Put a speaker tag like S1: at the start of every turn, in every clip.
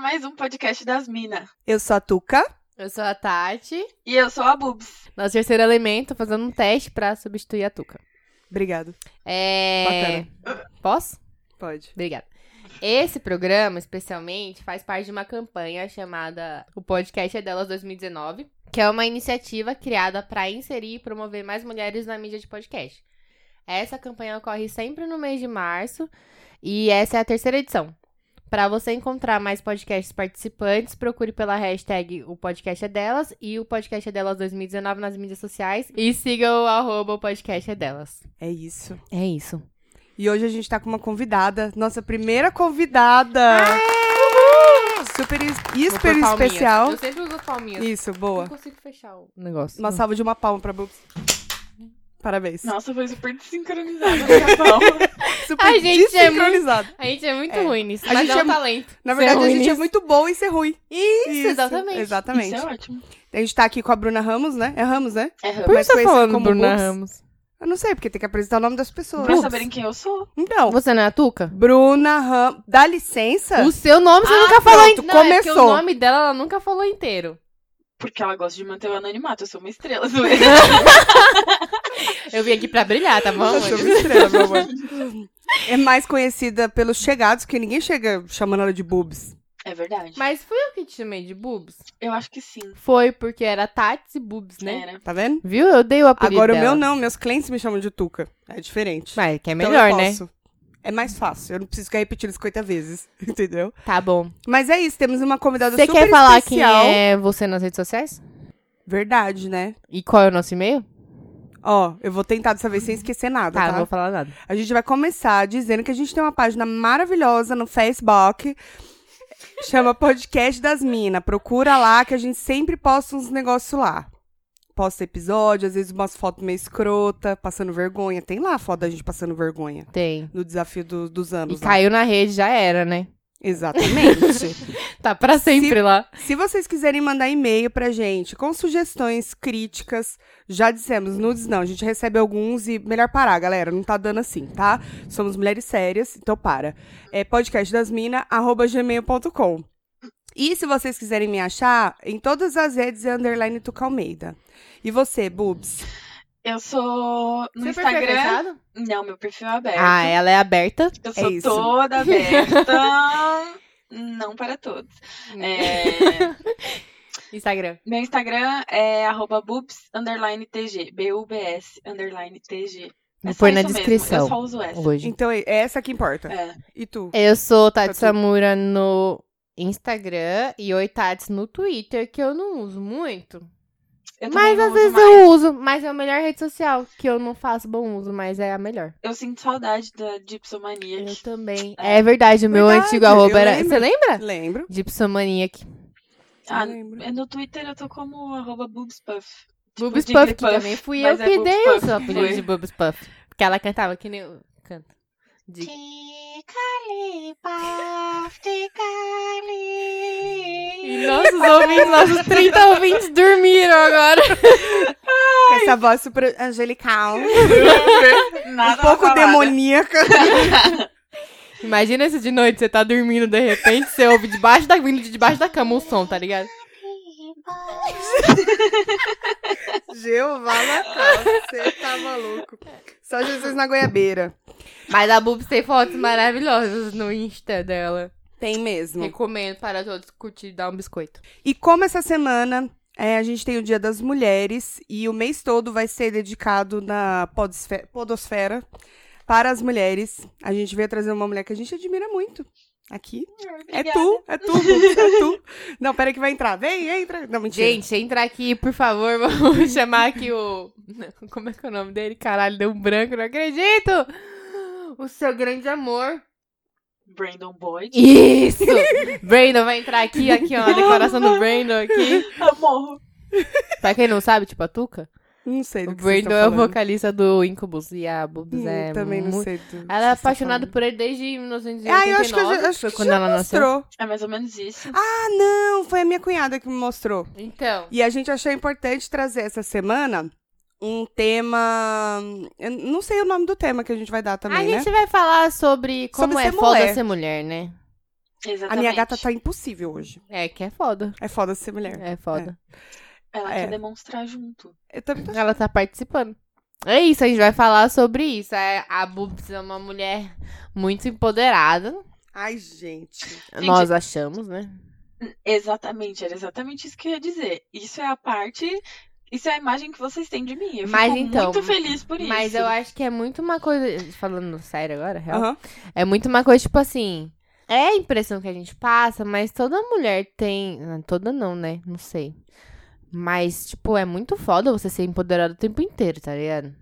S1: mais um podcast das Minas.
S2: Eu sou a Tuca.
S3: Eu sou a Tati.
S1: E eu sou a Bubs.
S3: Nosso terceiro elemento, fazendo um teste pra substituir a Tuca.
S2: Obrigado.
S3: É. Posso?
S2: Pode.
S3: Obrigada. Esse programa, especialmente, faz parte de uma campanha chamada O Podcast é Delas 2019, que é uma iniciativa criada para inserir e promover mais mulheres na mídia de podcast. Essa campanha ocorre sempre no mês de março e essa é a terceira edição. Para você encontrar mais podcasts participantes, procure pela hashtag O Podcast é Delas e O Podcast é Delas 2019 nas mídias sociais e siga o arroba O Podcast é Delas.
S2: É isso.
S3: É isso.
S2: E hoje a gente tá com uma convidada. Nossa primeira convidada. Uhul! Super, es-
S3: Vou
S2: hiper
S3: pôr palminhas.
S2: especial.
S3: Eu sempre uso palminhas.
S2: Isso,
S3: Não
S2: boa.
S3: consigo fechar o negócio.
S2: Uma salva de uma palma pra Bubs. Parabéns.
S1: Nossa, foi super desincronizada minha palma.
S2: Super
S3: A gente é muito-
S2: desincronizado.
S3: A gente é muito
S2: É.
S3: ruim nisso.
S2: A
S3: mas
S2: gente
S3: é um
S2: é mu-
S3: talento.
S2: Na verdade, a
S3: Ser ruim
S2: gente é
S3: nisso.
S2: muito bom em ser ruim. Isso,
S3: exatamente.
S2: Exatamente.
S1: Isso é ótimo.
S2: A gente tá aqui com a Bruna Ramos, né? É Ramos, né?
S1: É,
S3: Por que
S2: mais
S3: você tá
S2: conhecida
S3: falando
S2: como
S3: Bruna
S2: Bubs.
S3: Ramos?
S2: Eu não sei, porque tem que apresentar o nome das pessoas.
S1: pra saberem quem eu sou.
S2: Então,
S3: Você não é a Tuca?
S2: Bruna Ramos. Dá licença?
S3: É. O seu nome você
S2: Ah,
S3: nunca falou
S2: pronto,
S3: inteiro. Não, é porque
S2: começou.
S3: o nome dela ela nunca falou inteiro.
S1: Porque ela gosta de manter o anonimato. Eu sou uma estrela, zoeira.
S3: Eu vim aqui pra brilhar, tá bom?
S2: Eu sou uma estrela, meu amor. É mais conhecida pelos chegados, porque ninguém chega chamando ela de boobs.
S1: É verdade.
S3: Mas fui eu que te chamei de Boobs?
S1: Eu acho que sim.
S3: Foi porque era Tats e Boobs, né?
S1: Era.
S2: Tá vendo?
S3: Viu? Eu dei o apelido
S2: Agora o
S3: dela.
S2: meu não, meus clientes me chamam de Tuca. É diferente.
S3: Mas que é
S2: Então eu
S3: melhor, né?
S2: posso. É mais fácil, eu não preciso ficar repetindo 50 vezes, entendeu?
S3: Tá bom.
S2: Mas é isso, temos uma convidada
S3: Você
S2: super
S3: quer falar
S2: especial.
S3: quem é você nas redes sociais?
S2: Verdade, né?
S3: E qual é o nosso e-mail?
S2: Ó, eu vou tentar dessa vez sem esquecer nada, tá?
S3: Tá, não vou falar nada.
S2: A gente vai começar dizendo que a gente tem uma página maravilhosa no Facebook. Chama Podcast das Minas. Procura lá que a gente sempre posta uns negócios lá. Posta episódio, às vezes umas fotos meio escrota, passando vergonha. Tem lá a foto da gente passando vergonha.
S3: Tem.
S2: No desafio do- dos
S3: E
S2: anos. lá.
S3: caiu na rede, já era, né?
S2: Exatamente.
S3: Tá pra sempre lá.
S2: Se vocês quiserem mandar e-mail pra gente com sugestões, críticas, já dissemos, nudes não, a gente recebe alguns e melhor parar, galera, não tá dando assim, tá? Somos mulheres sérias, então para. É podcastdasmina@gmail.com. E se vocês quiserem me achar, em todas as redes é underline Tuca Almeida. E você, Bubs?
S1: Eu sou no
S3: Você é
S1: Instagram.
S3: perfeccionado?
S1: Não, meu perfil é aberto.
S3: Ah, ela é aberta.
S1: Eu sou
S2: isso.
S1: toda aberta. não para todos. É...
S3: Instagram.
S1: Meu Instagram é arroba boobs, underline tg, B-U-B-S, underline tg. É
S3: Vou
S1: só
S3: pôr na
S1: isso mesmo,
S3: descrição
S1: Eu só uso essa.
S3: hoje.
S2: Então é essa que importa.
S1: É.
S2: E tu?
S3: Eu sou Tati
S2: Tati.
S3: Samura no Instagram e oi Tati no Twitter, que eu não uso muito.
S1: Eu também
S3: mas
S1: não
S3: às
S1: uso
S3: vezes
S1: mais.
S3: eu uso, mas é a melhor rede social, que eu não faço bom uso, mas é a melhor.
S1: Eu sinto saudade da Dipsomania.
S3: Eu também.
S1: É.
S3: É verdade, o meu
S2: Verdade,
S3: antigo arroba
S2: eu
S3: era.
S2: lembro.
S3: Você lembra?
S2: Lembro.
S3: Dipsomaniac.
S1: Ah,
S2: lembro.
S1: no Twitter eu tô como arroba boobspuff. Tipo,
S3: Boobs
S1: Jigglypuff,
S3: Puff, que também fui eu
S1: mas é
S3: que
S1: Boobs
S3: dei o
S1: Puff.
S3: seu apelido
S1: Foi.
S3: de Boobs Puff. Porque ela cantava que nem. eu- Canta. De-
S2: Um
S3: E nossos ouvintes, nossos 30 ouvintes dormiram agora.
S2: Com essa voz super angelical. um
S1: Nada na
S2: pouco
S1: balada.
S2: demoníaca.
S3: Imagina se de noite você tá dormindo, de repente você ouve debaixo da, vindo de debaixo da cama o som, tá ligado?
S2: Jeová Natal, você tá maluco. Só Jesus na goiabeira.
S3: Mas a Bubs tem fotos maravilhosas no Insta dela.
S2: Tem mesmo.
S3: Recomendo para todos curtir e dar um biscoito.
S2: E como essa semana é, a gente tem o Dia das Mulheres e o mês todo vai ser dedicado na podosfe- podosfera para as mulheres, a gente veio trazer uma mulher que a gente admira muito. Aqui.
S1: né? Obrigada.
S2: É tu, é tu, Bubs, é tu. Não, peraí que vai entrar. Vem, entra. Não, mentira.
S3: Gente, entra aqui, por favor, vamos chamar aqui o... Como é que é o nome dele? Caralho, deu um branco, não acredito! O seu grande amor.
S1: Brandon Boyd.
S3: Isso! Brandon vai entrar aqui, aqui ó, a decoração do Brandon aqui.
S1: Eu morro.
S3: Pra quem não sabe, tipo a Tuca,
S2: Não sei
S3: o
S2: do que vocês
S3: Brandon
S2: estão
S3: é o
S2: falando.
S3: vocalista do Incubus e a Bubs
S2: Hum,
S3: é
S2: Também não
S3: muito
S2: sei do
S3: Ela é
S2: que vocês estão
S3: apaixonada por ele desde
S2: falando. Ah,
S3: 1989,
S2: eu acho que, eu já-
S3: que
S2: acho
S3: foi
S2: que
S3: quando
S2: já
S3: ela nasceu.
S2: mostrou.
S1: É mais ou menos isso.
S2: Ah, não, foi a minha cunhada que me mostrou.
S3: Então,
S2: E a gente achou importante trazer essa semana um tema. eu não sei o nome do tema que a gente vai dar também,
S3: a
S2: né?
S3: gente vai falar sobre como
S2: Sobre
S3: é
S2: ser
S3: foda
S2: mulher.
S3: ser mulher, né?
S2: A
S1: Exatamente.
S2: minha gata tá impossível hoje.
S3: É, que é foda.
S2: É foda ser mulher.
S3: É foda. tá
S1: Ela
S2: é.
S1: quer demonstrar junto.
S2: Eu também tô...
S3: Ela tá participando. É isso, a gente vai falar sobre isso. É, A Bubs é uma mulher muito empoderada.
S2: Ai, gente.
S1: Gente-
S3: Nós achamos, né?
S1: Exatamente, era exatamente isso que eu ia dizer. Isso é a parte. Isso é a imagem que vocês têm de mim. Eu
S3: Mas
S1: fico
S3: então,
S1: muito feliz por isso.
S3: Mas eu acho que é muito uma coisa. Falando sério agora, real.
S2: Aham.
S3: É muito uma coisa, tipo assim. É a impressão que a gente passa, mas toda mulher tem. não, Toda não, né? Não sei. Mas, tipo, é muito foda você ser empoderada o tempo inteiro, tá ligado?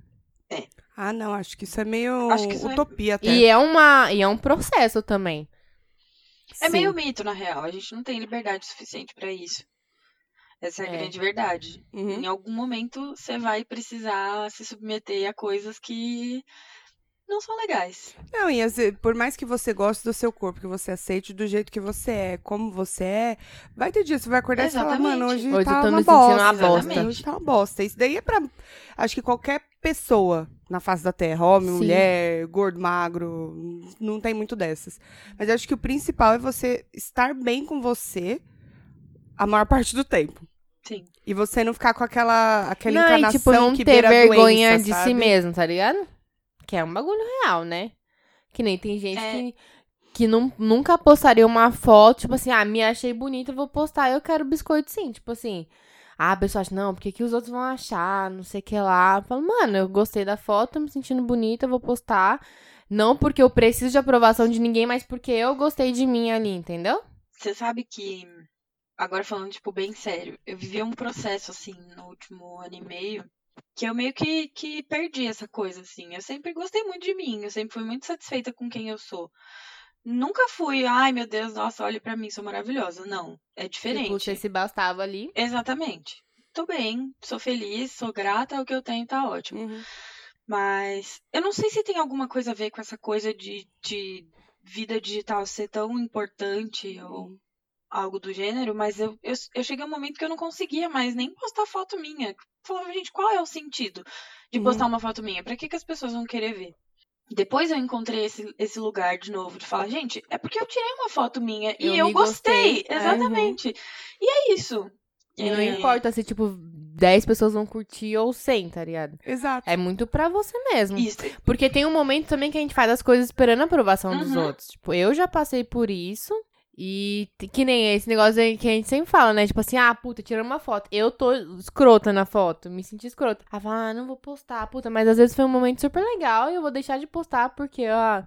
S2: Ah, não, acho que isso é meio
S1: Acho que isso é-
S2: utopia até.
S3: E é uma. E é um processo também.
S1: É
S2: Sim.
S1: meio mito, na real. A gente não tem liberdade suficiente pra isso. Essa é a
S3: É.
S1: grande verdade.
S2: Uhum.
S1: Em algum momento você vai precisar se submeter a coisas que não são legais.
S2: Não, e às vezes, por mais que você goste do seu corpo, que você aceite do jeito que você é, como você é, vai ter dia, você vai acordar e falar,
S1: Exatamente.
S2: mano, hoje,
S3: Hoje
S2: tá
S3: eu tô
S2: uma
S3: me
S2: bosta.
S3: sentindo uma
S1: bosta.
S2: Hoje tá uma bosta. Isso daí é pra, acho que qualquer pessoa na face da terra, homem,
S3: Sim.
S2: mulher, gordo, magro, não tem muito dessas. Mas acho que o principal é você estar bem com você a maior parte do tempo.
S1: Sim.
S2: E você não ficar com aquela, aquela
S3: não, e,
S2: encarnação
S3: tipo, não
S2: que
S3: ter
S2: beira a
S3: vergonha
S2: doença,
S3: de si
S2: sabe?
S3: mesmo, tá ligado? Que é um bagulho real, né? Que nem tem gente
S1: É.
S3: que, que nun- nunca postaria uma foto, tipo assim, ah, me achei bonita, vou postar, eu quero biscoito sim. Tipo assim, ah, a pessoa acha, não, porque que os outros vão achar, não sei o que lá. Eu falo, mano, eu gostei da foto, tô me sentindo bonita, eu vou postar. Não porque eu preciso de aprovação de ninguém, mas porque eu gostei de mim ali, entendeu? Tipo,
S1: Você sabe que, agora falando, tipo, bem sério, eu vivi um processo, assim, no último ano e meio, que eu meio que, que perdi essa coisa, assim. Eu sempre gostei muito de mim, eu sempre fui muito satisfeita com quem eu sou. Nunca fui, ai meu Deus, nossa, olhe pra mim, sou maravilhosa. Não, é diferente.
S3: Tipo, você se bastava ali.
S1: Exatamente. Tô bem, sou feliz, sou grata, o que eu tenho tá ótimo.
S2: Uhum.
S1: Mas eu não sei se tem alguma coisa a ver com essa coisa de, de vida digital ser tão importante ou algo do gênero, mas eu, eu, eu cheguei a um momento que eu não conseguia mais nem postar foto minha. Falava, gente, qual é o sentido de
S2: Uhum.
S1: postar uma foto minha? Pra que, que as pessoas vão querer ver? Depois eu encontrei esse, esse lugar de novo de falar, gente, é porque eu tirei uma foto minha e
S3: Eu
S1: eu,
S3: me
S1: gostei.
S3: gostei. É.
S1: Exatamente. E é isso.
S3: E não
S1: É,
S3: importa se, tipo, 10 pessoas vão curtir ou 100, tá ligado?
S2: Exato.
S3: É muito pra você mesmo.
S1: Isso.
S3: Porque tem um momento também que a gente faz as coisas esperando a aprovação dos
S1: Uhum.
S3: outros. Tipo, eu já passei por isso. E t- que nem esse negócio aí que a gente sempre fala, né? Tipo assim, ah, puta, tirando uma foto. Eu tô escrota na foto, me senti escrota. Aí fala, ah, não vou postar, puta. Mas às vezes foi um momento super legal e eu vou deixar de postar porque, ó,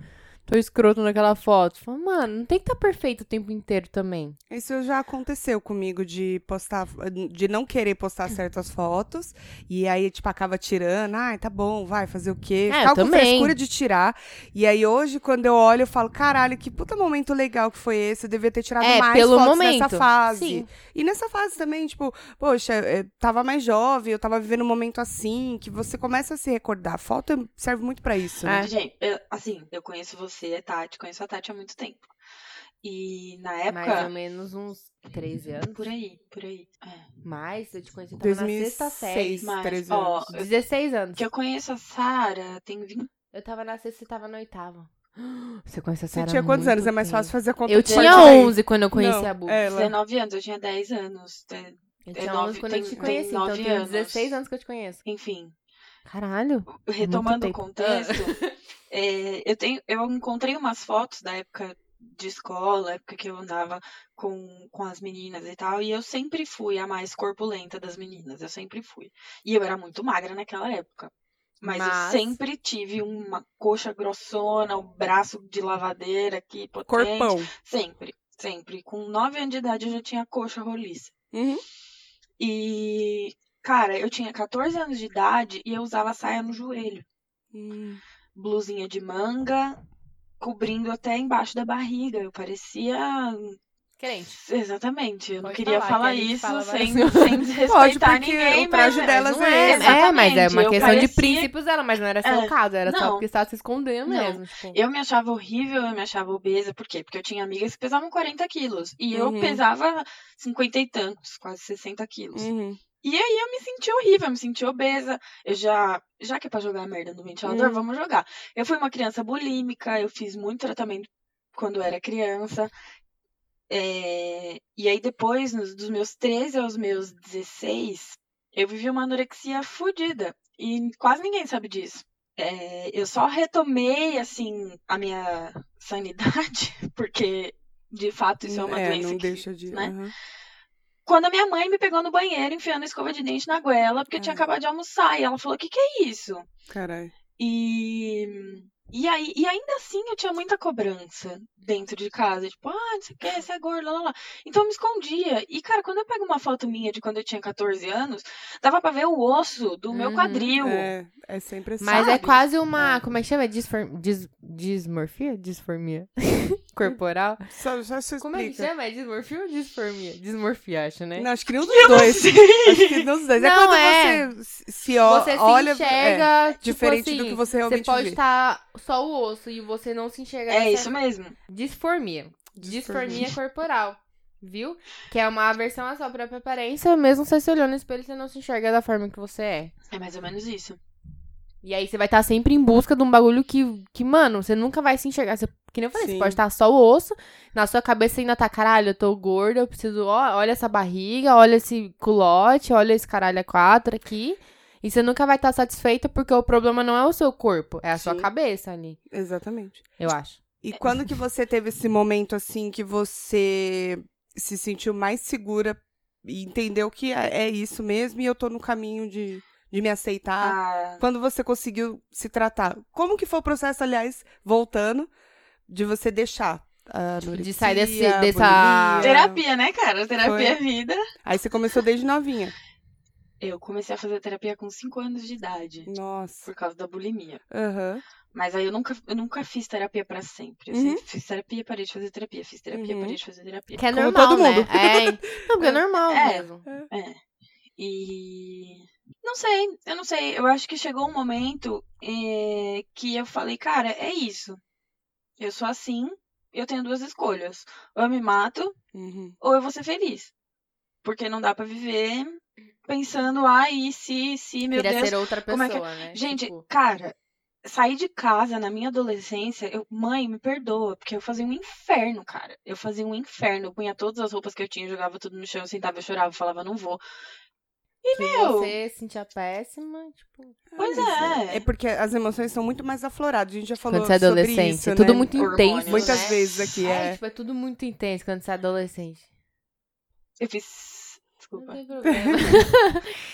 S3: tô escroto naquela foto. Fala, mano, não tem que estar tá perfeito o tempo inteiro também.
S2: Isso já aconteceu comigo de postar, de não querer postar
S3: Hum.
S2: certas fotos e aí tipo acaba tirando, ai, tá bom, vai fazer o quê?
S3: Ah, eu
S2: Ficava com
S3: também.
S2: frescura de tirar. E aí hoje quando eu olho eu falo, caralho, que puta momento legal que foi esse, eu devia ter tirado
S3: É,
S2: mais
S3: pelo
S2: fotos
S3: momento.
S2: nessa fase.
S3: Sim.
S2: E nessa fase também, tipo, poxa, eu tava mais jovem, eu tava vivendo um momento assim, que você começa a se recordar. Foto serve muito pra isso, né?
S3: É.
S1: Gente, eu- assim, eu conheço você, Tati, conheço a Tati há muito tempo. E na época.
S3: Mais ou menos uns 13 anos.
S1: É Por aí, por aí. É.
S3: Mais, eu te conheci, eu tava na sexta série.
S2: 2006,
S1: Mas,
S2: 13
S1: ó,
S2: anos.
S3: 16 anos.
S1: Que eu conheço a Sara, tem 20.
S3: Eu tava na sexta e tava na oitava. Você conhece a
S2: Você
S3: Sarah
S2: tinha
S3: há
S2: quantos
S3: muito
S2: anos? É mais
S3: tempo.
S2: fácil fazer a conta
S3: Eu
S2: de
S3: tinha
S2: parte aí.
S3: 11 quando eu conheci
S2: Não, é
S3: a Bu.
S2: ela.
S1: 19 anos, eu tinha 10 anos. te-
S3: Eu
S1: é
S3: tinha
S1: nove-
S3: 11 quando eu
S1: tem-
S3: te
S1: tem
S3: conheci, então eu
S1: nove
S3: tenho
S1: anos.
S3: 16 anos que eu te conheço.
S1: Enfim,
S3: Caralho.
S1: retomando o
S3: É tempo. Ah.
S1: contexto, é, eu, tenho, eu encontrei umas fotos da época de escola, época que eu andava com, com as meninas e tal, e eu sempre fui a mais corpulenta das meninas, eu sempre fui. E eu era muito magra naquela época. Mas,
S3: Mas-
S1: eu sempre tive uma coxa grossona, o braço de lavadeira aqui, potente.
S2: é Corpão.
S1: Sempre, sempre. Com 9 anos de idade eu já tinha coxa roliça.
S2: Uhum.
S1: E, cara, eu tinha 14 anos de idade e eu usava saia no joelho.
S3: Uhum.
S2: Uhum.
S1: Blusinha de manga, cobrindo até embaixo da barriga. Eu parecia.
S3: Crente.
S1: Exatamente, eu não
S3: Pode
S1: queria
S3: falar,
S1: falar
S3: que a gente
S1: isso
S3: fala
S1: sem,
S3: várias-
S1: sem
S2: Pode,
S1: desrespeitar
S2: porque
S1: ninguém,
S2: o traje
S1: mas.
S2: delas
S3: não
S2: é,
S3: é,
S2: esse.
S3: é, mas é
S1: Exatamente,
S3: uma
S1: eu
S3: questão de
S1: parecia-
S3: princípios dela, mas não era só
S1: É,
S3: o caso, era só
S1: não.
S3: porque estava se escondendo
S1: Não.
S3: mesmo. Tipo.
S1: Eu me achava horrível, eu me achava obesa, por quê? Porque eu tinha amigas que pesavam 40 quilos e
S2: Uhum.
S1: eu pesava 50 e tantos, quase 60 quilos.
S2: Uhum.
S1: E aí eu me senti horrível, eu me senti obesa. Eu já, já que é pra jogar merda no ventilador,
S2: Hum.
S1: vamos jogar. Eu fui uma criança bulímica, eu fiz muito tratamento quando eu era criança. É, E aí depois, nos- dos meus 13 aos meus 16, eu vivi uma anorexia fodida. E quase ninguém sabe disso. É, eu só retomei, assim, a minha sanidade, porque de fato isso é uma doença.
S2: Hum, não
S1: que-
S2: deixa de.
S1: né?
S2: aham.
S1: Quando a minha mãe me pegou no banheiro, enfiando a escova de dente na goela, porque eu tinha
S2: Ai.
S1: acabado de almoçar. E ela falou: O que, que é isso?
S2: Caralho.
S1: E, e, aí, e ainda assim eu tinha muita cobrança dentro de casa. Tipo, ah, não sei o que, você é gorda, lá, lá. lá. Então eu me escondia. E, cara, quando eu pego uma foto minha de quando eu tinha 14 anos, dava pra ver o osso do meu
S3: Uhum,
S1: quadril.
S2: É, é sempre assim.
S3: Mas é
S1: Sabe?
S3: quase uma. Como é que chama? Disfor... Dis... Dismorfia? Disformia? Corporal?
S2: Só, só se explica.
S3: Como é que chama? É dismorfia ou disformia? Dismorfia, acho, né?
S2: Não, acho que nenhum dos
S1: Então,
S2: dois.
S1: assim,
S2: Acho que nenhum dos dois. é
S3: Não,
S2: quando
S3: é.
S2: você se- se o-
S3: você
S2: olha. é,
S3: se enxerga tipo
S2: diferente
S3: assim,
S2: do que você realmente
S3: Você pode
S2: vê.
S3: estar só o osso e você não se enxerga.
S1: É
S3: nessa-
S1: isso mesmo.
S3: Disformia.
S2: Disformia.
S3: Disformia corporal. Viu? Que é uma aversão à sua própria aparência, mesmo você se olhando no espelho, você não se enxerga da forma que você é.
S1: É mais ou menos isso.
S3: E aí você vai estar sempre em busca de um bagulho que, que mano, você nunca vai se enxergar. Você, que nem eu falei,
S2: Sim.
S3: você pode estar só o osso, na sua cabeça ainda tá, caralho, eu tô gorda, eu preciso, ó, olha essa barriga, olha esse culote, olha esse caralho a quatro aqui. E você nunca vai estar satisfeita porque o problema não é o seu corpo, é a sua
S2: Sim.
S3: cabeça ali,
S2: Exatamente.
S3: eu acho.
S2: E
S1: É.
S2: quando que você teve esse momento assim que você se sentiu mais segura e entendeu que é é isso mesmo e eu tô no caminho de, de me aceitar?
S1: Ah,
S2: Quando você conseguiu se tratar? Como que foi o processo, aliás, voltando, de você deixar a
S3: Tipo, De sair desse-
S2: anorexia, a
S3: dessa-
S2: bulimia?
S1: terapia, né, cara? Terapia é vida.
S2: Aí você começou desde novinha.
S1: Eu comecei a fazer terapia com 5 anos de idade,
S2: Nossa.
S1: por causa da bulimia.
S2: Aham.
S1: Mas aí eu nunca, eu nunca fiz terapia pra sempre. Eu
S2: Uhum.
S1: sempre fiz terapia, parei de fazer terapia. Fiz terapia,
S2: Uhum.
S1: parei de fazer terapia.
S3: Que é
S2: Como
S3: normal,
S2: todo mundo.
S3: né? É, não, porque é normal
S1: É.
S3: mesmo.
S1: E não sei, eu não sei. Eu acho que chegou um momento eh, que eu falei, cara, é isso. Eu sou assim, eu tenho duas escolhas. Ou eu me mato,
S2: Uhum.
S1: ou eu vou ser feliz. Porque não dá pra viver pensando, ai, e se, se, meu
S3: Queria
S1: Deus.
S3: ser outra
S1: como
S3: pessoa,
S1: é que-
S3: né?
S1: Gente,
S3: Tipo,
S1: cara, sair de casa na minha adolescência, eu, mãe, me perdoa, porque eu fazia um inferno, cara. Eu fazia um inferno. Eu punha todas as roupas que eu tinha, jogava tudo no chão, eu sentava, eu chorava, falava, não vou. E,
S3: que
S1: meu.
S3: você se sentia péssima, tipo...
S1: Pois
S2: Ah, mas
S1: é.
S2: É porque as emoções são muito mais afloradas. A gente já falou
S3: Quando você é
S2: sobre
S3: adolescente,
S2: isso,
S3: tudo
S2: né?
S3: muito
S1: Hormônios,
S3: intenso,
S2: Muitas
S3: né?
S2: vezes aqui
S3: É,
S2: é.
S3: tipo, é tudo muito intenso quando você é adolescente.
S1: Eu fiz.
S3: Não
S1: Desculpa.
S3: tem problema.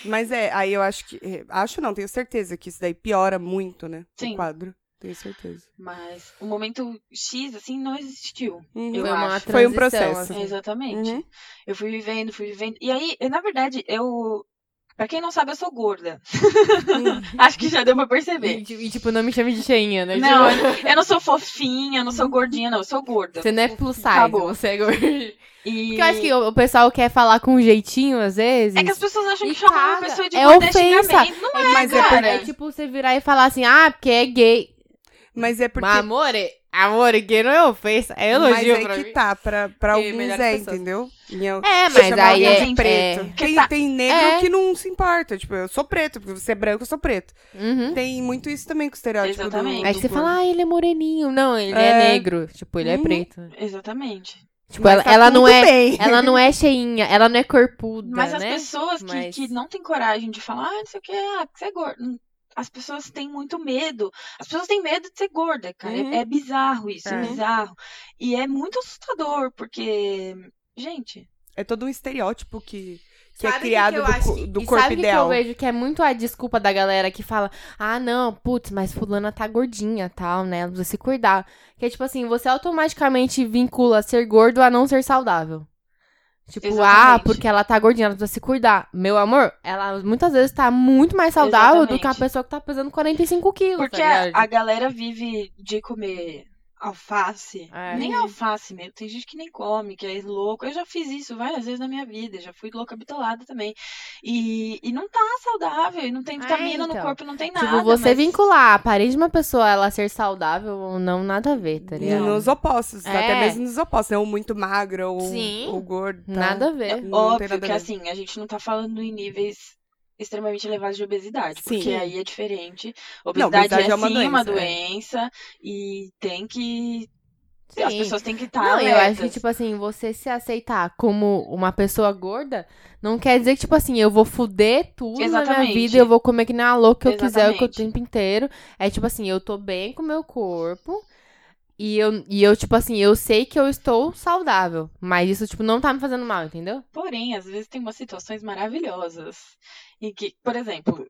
S2: Mas é, aí eu acho que. é, Acho não, tenho certeza que isso daí piora muito, né?
S1: Sim.
S2: O quadro. Tenho certeza.
S1: Mas o momento X, assim, não existiu.
S2: Uhum.
S1: Eu
S3: Foi uma
S1: acho.
S2: Foi um
S3: transição,
S2: processo.
S3: assim.
S1: Exatamente.
S2: Uhum.
S1: Eu fui vivendo, fui vivendo. E aí, eu, na verdade, eu. Pra quem não sabe, eu sou gorda. Acho que já deu pra perceber.
S3: E, ti- e, tipo, não me chame de cheinha, né?
S1: Não,
S3: Tipo,
S1: eu não sou fofinha, eu não sou gordinha, não. Eu sou gorda.
S3: você não é plus size,
S1: Acabou.
S3: você é gorda. Porque
S1: E...
S3: eu acho que o, o pessoal quer falar com um jeitinho, às vezes.
S1: É que as pessoas acham
S3: E,
S1: que chamar uma
S3: cara,
S1: pessoa de
S3: é
S1: gorda
S3: ofensa.
S1: xingamento. Não é,
S2: mas é
S1: cara.
S2: porque-
S3: É tipo você virar e falar assim, ah, porque é gay.
S2: Mas é porque.
S3: Mas, amore, amore, gay não é ofensa, é elogio
S2: mas é
S3: pra
S2: que
S3: mim.
S2: tá, pra, pra
S3: E
S2: alguns
S3: melhores
S2: é,
S3: pessoas.
S2: entendeu? E eu-
S3: É,
S2: se
S3: mas
S2: chamar
S3: aí
S2: alguém
S3: é...
S2: de
S1: gente,
S2: preto.
S3: é-
S1: Que
S2: Tem,
S1: tá-
S2: tem negro
S3: É.
S2: que não se importa. Tipo, eu sou preto, porque você é branco, eu sou preto.
S3: Uhum.
S2: Tem muito isso também com o estereótipo do-
S1: Exatamente.
S2: do.
S3: Aí você
S2: corpo.
S3: fala, ah, ele é moreninho. Não, ele é,
S2: É.
S3: negro. Tipo, ele é
S2: Uhum.
S3: preto.
S1: Exatamente.
S3: Tipo,
S2: Mas
S3: ela,
S2: tá
S3: ela não
S2: tudo
S3: é...
S2: bem.
S3: Ela não é cheinha, ela não é corpuda,
S1: Mas as
S3: né?
S1: pessoas que,
S3: Mas-
S1: que não têm coragem de falar, ah, não sei o que, ah, porque você é gorda. Hum, As pessoas têm muito medo. As pessoas têm medo de ser gorda, cara. É-
S2: Uhum.
S1: É, bizarro isso, é.
S3: É.
S1: bizarro. E é muito assustador, porque. Gente,
S2: É todo um estereótipo que, que é
S3: Sabe o
S2: criado
S3: que eu
S2: do,
S3: acho
S2: co-
S3: que-
S2: do
S3: e
S2: corpo
S3: sabe o que que
S2: ideal.
S3: eu vejo que é muito a desculpa da galera que fala: ah, não, putz, mas fulana tá gordinha tal, né? Ela precisa se cuidar. Que é tipo assim, você automaticamente vincula ser gordo a não ser saudável. Tipo, ah,
S1: Exatamente.
S3: porque ela tá gordinha, ela precisa se cuidar. Meu amor, ela muitas vezes tá muito mais saudável do que uma
S1: Exatamente.
S3: pessoa que tá pesando 45 quilos.
S1: porque
S3: tá
S1: a,
S3: ligado?
S1: a galera vive de comer alface.
S3: É.
S1: Nem alface mesmo. Tem gente que nem come, que é louco. Eu já fiz isso várias vezes na minha vida. Já fui louca bitolada também. E, e não tá saudável. E não tem
S3: É,
S1: vitamina no
S3: então.
S1: corpo, não tem nada.
S3: Tipo, você
S1: mas-
S3: vincular a parede de uma pessoa a ela ser saudável ou não, nada a ver, tá ligado?
S2: Nos opostos,
S3: É.
S2: até mesmo nos opostos, né? Ou muito magra, ou,
S3: Sim.
S2: ou gorda.
S3: Nada a
S2: Não
S3: ver.
S2: tem
S1: Óbvio
S2: nada a
S1: que
S2: ver.
S1: assim, a gente não tá falando em níveis extremamente elevados de obesidade,
S2: Sim.
S1: porque aí é diferente.
S2: obesidade
S1: Obesidade, é,
S2: é uma
S1: sim uma
S2: doença, é.
S1: doença e tem que As pessoas têm que tá estar
S3: Não, eu
S1: alertas.
S3: acho que, tipo assim, você se aceitar como uma pessoa gorda não quer dizer que, tipo assim, eu vou fuder tudo na minha
S1: Exatamente.
S3: vida, eu vou comer que nem a louca que eu quiser o que eu- o
S1: Exatamente.
S3: tempo inteiro. É tipo assim, eu tô bem com o meu corpo e eu, e eu, tipo assim, eu sei que eu estou saudável, mas isso, tipo, não tá me fazendo mal, entendeu?
S1: Porém, às vezes tem umas situações maravilhosas. E que, por exemplo,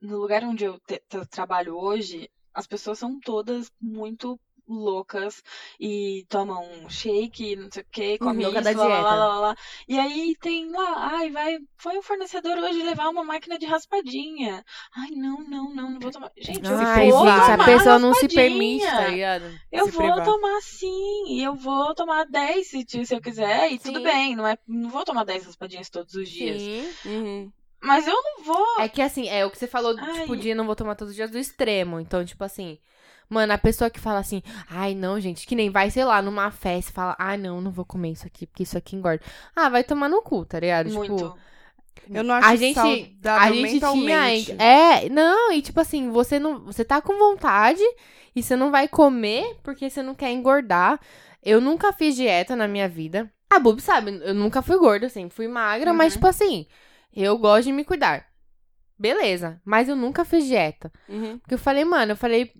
S1: no lugar onde eu te- te- trabalho hoje, as pessoas são todas muito loucas e tomam um shake, não sei o que, comem
S3: Uhum, louca
S1: isso,
S3: da
S1: lá, lá, lá,
S3: dieta.
S1: lá, lá. E aí tem lá, ai, vai, foi o fornecedor hoje levar uma máquina de raspadinha. Ai, não, não, não, não vou tomar. Gente, eu
S3: Tipo, Ai,
S1: vou
S3: gente,
S1: tomar
S3: a pessoa não se
S1: raspadinha.
S3: permite, tá ligado?
S1: Eu
S2: se
S1: vou
S2: privar.
S1: tomar sim, e eu vou tomar 10 se, ti- se eu quiser, e tudo
S3: Sim.
S1: bem, não, é, não vou tomar 10 raspadinhas todos os dias.
S3: Sim.
S2: Uhum.
S1: Mas eu não vou.
S3: É que assim, é o que você falou,
S1: Ai.
S3: tipo, dia não vou tomar todos os dias do extremo. Então, tipo assim, mano, a pessoa que fala assim, ai não, gente, que nem vai, sei lá, numa festa e fala, ai não, não vou comer isso aqui, porque isso aqui engorda. Ah, vai tomar no cu, tá
S2: É,
S3: ligado?
S1: Muito.
S3: Tipo,
S2: Eu não acho
S3: a gente, a
S2: saudável
S3: gente
S2: mentalmente.
S3: tinha. É, não, e tipo assim, você não. Você tá com vontade e você não vai comer porque você não quer engordar. Eu nunca fiz dieta na minha vida. A Bub sabe, eu nunca fui gorda, eu sempre fui magra, mas
S1: Uhum.
S3: tipo assim, eu gosto de me cuidar. Beleza, mas eu nunca fiz dieta.
S2: Uhum.
S3: Porque eu falei, mano, eu falei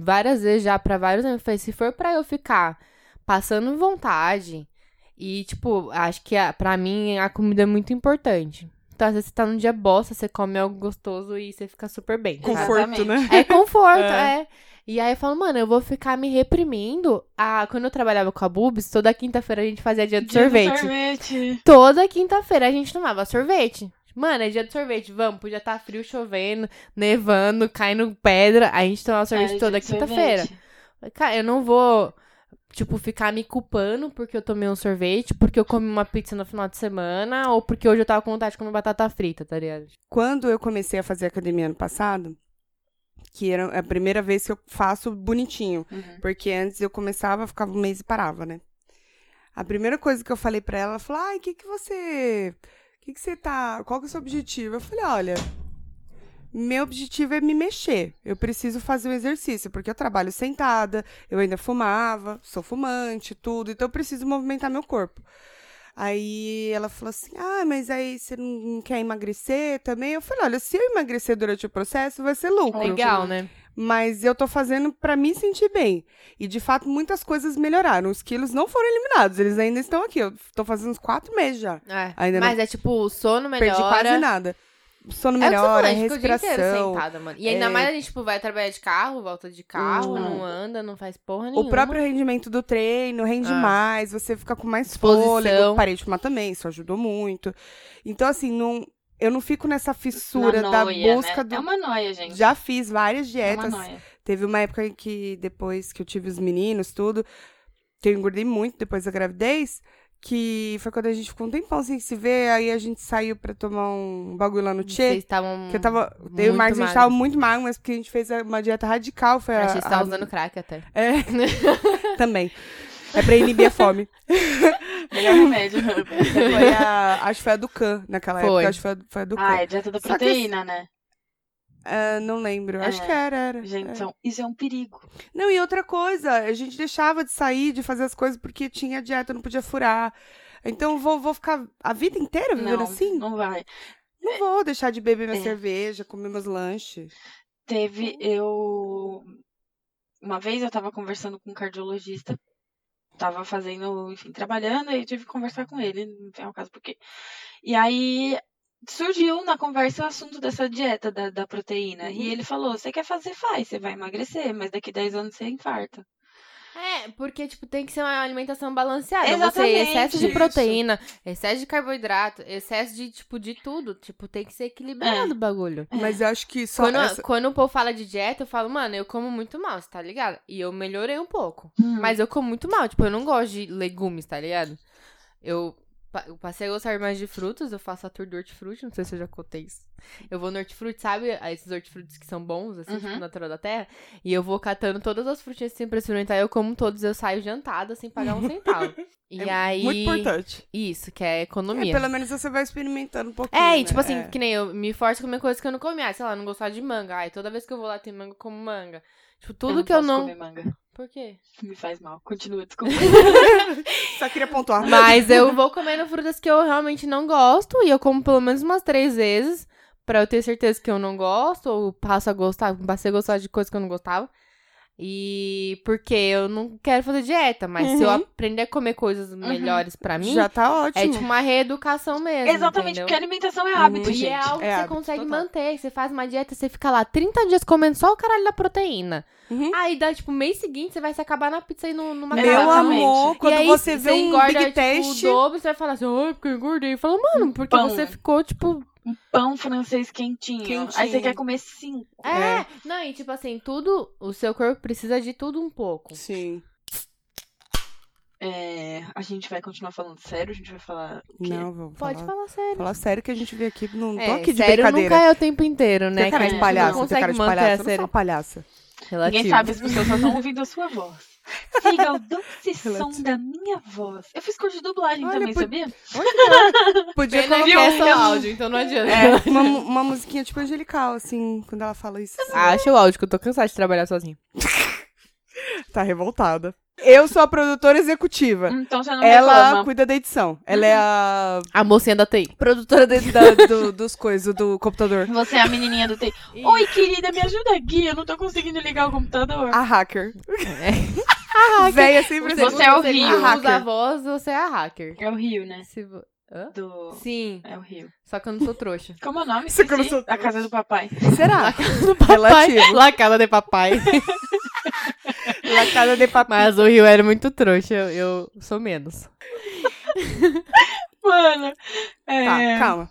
S3: várias vezes já pra vários amigos, eu falei, se for pra eu ficar passando vontade e, tipo, acho que a, pra mim a comida é muito importante. Então, às vezes você tá num dia bosta, você come algo gostoso e você fica super bem. sabe?
S1: Conforto,
S2: Conforto, né?
S3: É conforto, é.
S2: É.
S3: E aí eu falo, mano, eu vou ficar me reprimindo. Ah, quando eu trabalhava com a Bubs, toda quinta-feira a gente fazia
S2: é
S3: dia de
S1: Dia do
S3: sorvete.
S1: Tipo, sorvete.
S3: Toda quinta-feira a gente tomava sorvete. Mano, é dia de sorvete, vamos. Podia estar frio, chovendo, nevando, caindo pedra. A gente tomava sorvete
S1: Era
S3: toda
S1: dia de
S3: quinta-feira.
S1: É, sorvete.
S3: Cara, eu não vou, tipo, ficar me culpando porque eu tomei um sorvete, porque eu comi uma pizza no final de semana, ou porque hoje eu tava com vontade de comer batata frita, tá ligado?
S2: Quando eu comecei a fazer academia ano passado, que era a primeira vez que eu faço bonitinho,
S1: Uhum.
S2: porque antes eu começava, ficava um mês e parava, né? A primeira coisa que eu falei pra ela, ela falou: "Ai, o que que você, o que que você tá, qual que é o seu objetivo?" Eu falei: "Olha, meu objetivo é me mexer. Eu preciso fazer um exercício, porque eu trabalho sentada, eu ainda fumava, sou fumante, tudo, então eu preciso movimentar meu corpo. Aí ela falou assim: Ah, mas aí você não quer emagrecer também? Eu falei: Olha, se eu emagrecer durante o processo, vai ser lucro.
S3: Legal, né?
S2: Mas eu tô fazendo pra me sentir bem. E de fato, muitas coisas melhoraram. Os quilos não foram eliminados, eles ainda estão aqui. Eu tô fazendo uns quatro meses já.
S3: É.
S2: Ainda não-
S3: Mas é tipo, o sono melhora.
S2: Perdi quase nada. O sono
S3: É o que você falou,
S2: melhora,
S3: a
S2: a
S3: gente fica o dia inteiro
S2: respiração.
S3: sentada, mano. E ainda
S2: é-
S3: mais a gente, tipo, vai trabalhar de carro, volta de carro,
S2: Hum.
S3: não anda, não faz porra nenhuma.
S2: O próprio rendimento do treino rende
S3: Ah.
S2: mais, você fica com mais
S3: Disposição.
S2: fôlego. Parei de fumar também, isso ajudou muito. Então, assim, não, eu não fico nessa fissura
S1: Na
S2: da
S1: noia,
S2: busca
S1: né?
S2: do.
S1: É uma noia, gente.
S2: Já fiz várias
S1: é uma
S2: dietas.
S1: noia.
S2: Teve uma época em que, depois que eu tive os meninos, tudo, que eu engordei muito depois da gravidez, que foi quando a gente ficou um tempão sem se ver, aí a gente saiu pra tomar um bagulho lá no Tchê.
S3: Vocês estavam.
S2: Que eu tava. Eu e
S3: muito
S2: o Marcos, a
S3: magros.
S2: gente tava muito magro, mas porque a gente fez uma dieta radical. Foi a,
S3: Achei que você
S2: É, a-
S3: tava tá usando crack até.
S2: também. É pra inibir a fome.
S1: Melhor remédio.
S2: Foi a, acho que foi a do Can naquela
S3: Foi.
S2: época. Acho que foi a, foi a do
S1: ah,
S2: Can.
S1: é dieta da
S2: Só que
S1: proteína, né?
S2: Ah, não lembro. Acho
S1: É.
S2: que era, era.
S1: Gente,
S2: É.
S1: são- isso é um perigo.
S2: Não, e outra coisa, a gente deixava de sair, de fazer as coisas porque tinha dieta, não podia furar. Então vou, vou ficar a vida inteira vivendo
S1: Não,
S2: assim? Não,
S1: não vai.
S2: vou deixar de beber minha
S1: É.
S2: cerveja, comer meus lanches.
S1: Teve eu. Uma vez eu tava conversando com um cardiologista. Tava fazendo, enfim, trabalhando, e eu tive que conversar com ele, não tem ao caso por quê. E aí surgiu na conversa o assunto dessa dieta da, da proteína.
S2: Uhum.
S1: E ele falou: você quer fazer, faz, você vai emagrecer, mas daqui 10 anos você infarta.
S3: É, porque, tipo, tem que ser uma alimentação balanceada. Você,
S1: Exatamente.
S3: excesso de
S2: Isso.
S3: proteína, excesso de carboidrato, excesso de, tipo, de tudo. Tipo, tem que ser equilibrado o bagulho.
S2: Mas eu acho que só.
S3: É. Quando,
S2: essa-
S3: quando o povo fala de dieta, eu falo, mano, eu como muito mal, você tá ligado? E eu melhorei um pouco. Mas eu como muito mal, tipo, eu não gosto de legumes, tá ligado? Eu, pa- eu passei a gostar mais de frutas, eu faço a tour do hortifruti, não sei se eu já contei isso. Eu vou no hortifruti, sabe? Ah, Esses hortifrutis que são bons, assim,
S1: Uhum.
S3: tipo, natural da terra. E eu vou catando todas as frutinhas assim pra experimentar, eu como todos, eu saio jantada sem pagar um centavo. e
S2: é
S3: aí...
S2: Muito importante.
S3: Isso, que é economia.
S2: É, pelo menos você vai experimentando um pouquinho.
S3: É,
S2: né?
S3: e tipo assim,
S2: É.
S3: que nem eu me forço a comer coisas que eu não comia. Sei lá, não gostar de manga. Ai, toda vez que eu vou lá tem manga, eu como manga. Tipo, tudo que eu
S1: posso
S3: não.
S1: comer manga.
S3: Por quê?
S1: Me faz mal. Continua, desculpa.
S2: Só queria pontuar.
S3: Mas eu vou comendo frutas que eu realmente não gosto e eu como pelo menos umas três vezes pra eu ter certeza que eu não gosto ou passo a gostar, passei a gostar de coisas que eu não gostava. E porque eu não quero fazer dieta, mas se eu
S2: Uhum.
S3: aprender a comer coisas melhores pra mim,
S2: Já tá ótimo.
S3: é tipo uma reeducação mesmo.
S1: Exatamente,
S3: entendeu?
S1: porque alimentação é hábito,
S2: Muito,
S3: e
S1: gente.
S3: é algo que
S2: É
S3: você
S2: hábito
S3: consegue
S2: total.
S3: manter. Você faz uma dieta, você fica lá 30 dias comendo só o caralho da proteína.
S2: Uhum.
S3: Aí dá, tipo, mês seguinte, você vai se acabar na pizza e no, numa
S2: Meu
S1: Exatamente.
S2: amor, quando você vê um
S3: engorda,
S2: Big
S3: tipo,
S2: Test.
S3: o dobro, você vai falar assim, ai, porque eu engordei. Eu falo, mano, porque
S1: Pão.
S3: você ficou, tipo...
S1: Pão francês quentinho. Aí
S2: Quentinho.
S1: você quer comer cinco.
S3: É. Não, e tipo assim, tudo... O seu corpo precisa de tudo um pouco.
S2: Sim.
S1: É, a gente vai continuar falando sério? A gente vai falar o quê?
S2: Não, vou
S3: Pode
S2: falar.
S3: falar sério.
S2: Falar sério que a gente veio aqui, não tô
S3: É,
S2: aqui de
S3: sério
S2: brincadeira.
S3: nunca é o tempo inteiro, né?
S2: Tem cara
S1: que
S2: de
S1: não
S2: palhaça, tem
S3: consegue
S2: cara de
S3: manter
S2: palhaça.
S3: a
S2: Eu não sou uma
S3: sério.
S2: palhaça.
S1: Ninguém sabe, as pessoas só estão ouvindo a sua voz. Siga o doce som
S2: Relativo.
S1: da minha voz. Eu fiz curso de dublagem
S2: Olha,
S1: também,
S2: por-
S1: sabia?
S2: Podia
S3: Ele não
S2: colocar
S3: quer só
S1: Então-
S3: áudio, então não adianta.
S2: É, uma, mu- uma musiquinha tipo angelical, assim, quando ela fala isso. assim,
S3: Acha o áudio, que eu tô cansada de trabalhar sozinha.
S2: Tá revoltada. Eu sou a produtora executiva.
S1: Então você não
S2: Ela
S1: reclama.
S2: cuida da edição. Ela é a
S3: A Ah, mocinha da TI.
S2: produtora de- da- do- dos coisas, do computador.
S1: Você é a menininha do TI. Oi, querida, me ajuda aqui. Eu não tô conseguindo ligar o computador.
S2: A hacker.
S3: hacker.
S2: É. Véia sempre
S1: Você
S2: assim.
S1: é o
S3: Rio.
S1: Rio.
S3: Você usa a
S2: Hacker.
S3: voz, você é a hacker.
S1: É o Rio, né?
S3: Se vo- Hã?
S1: Do...
S3: Sim,
S1: É o Rio.
S3: só que eu não sou trouxa.
S1: Como é o nome?
S2: Você começou-
S1: Esqueci. A casa do papai.
S2: Será?
S3: Do
S2: Relativo.
S3: La casa de papai.
S2: La Casa de Papel.
S3: Mas o Rio era muito trouxa, eu, eu sou menos.
S1: Mano. É...
S2: Tá, calma.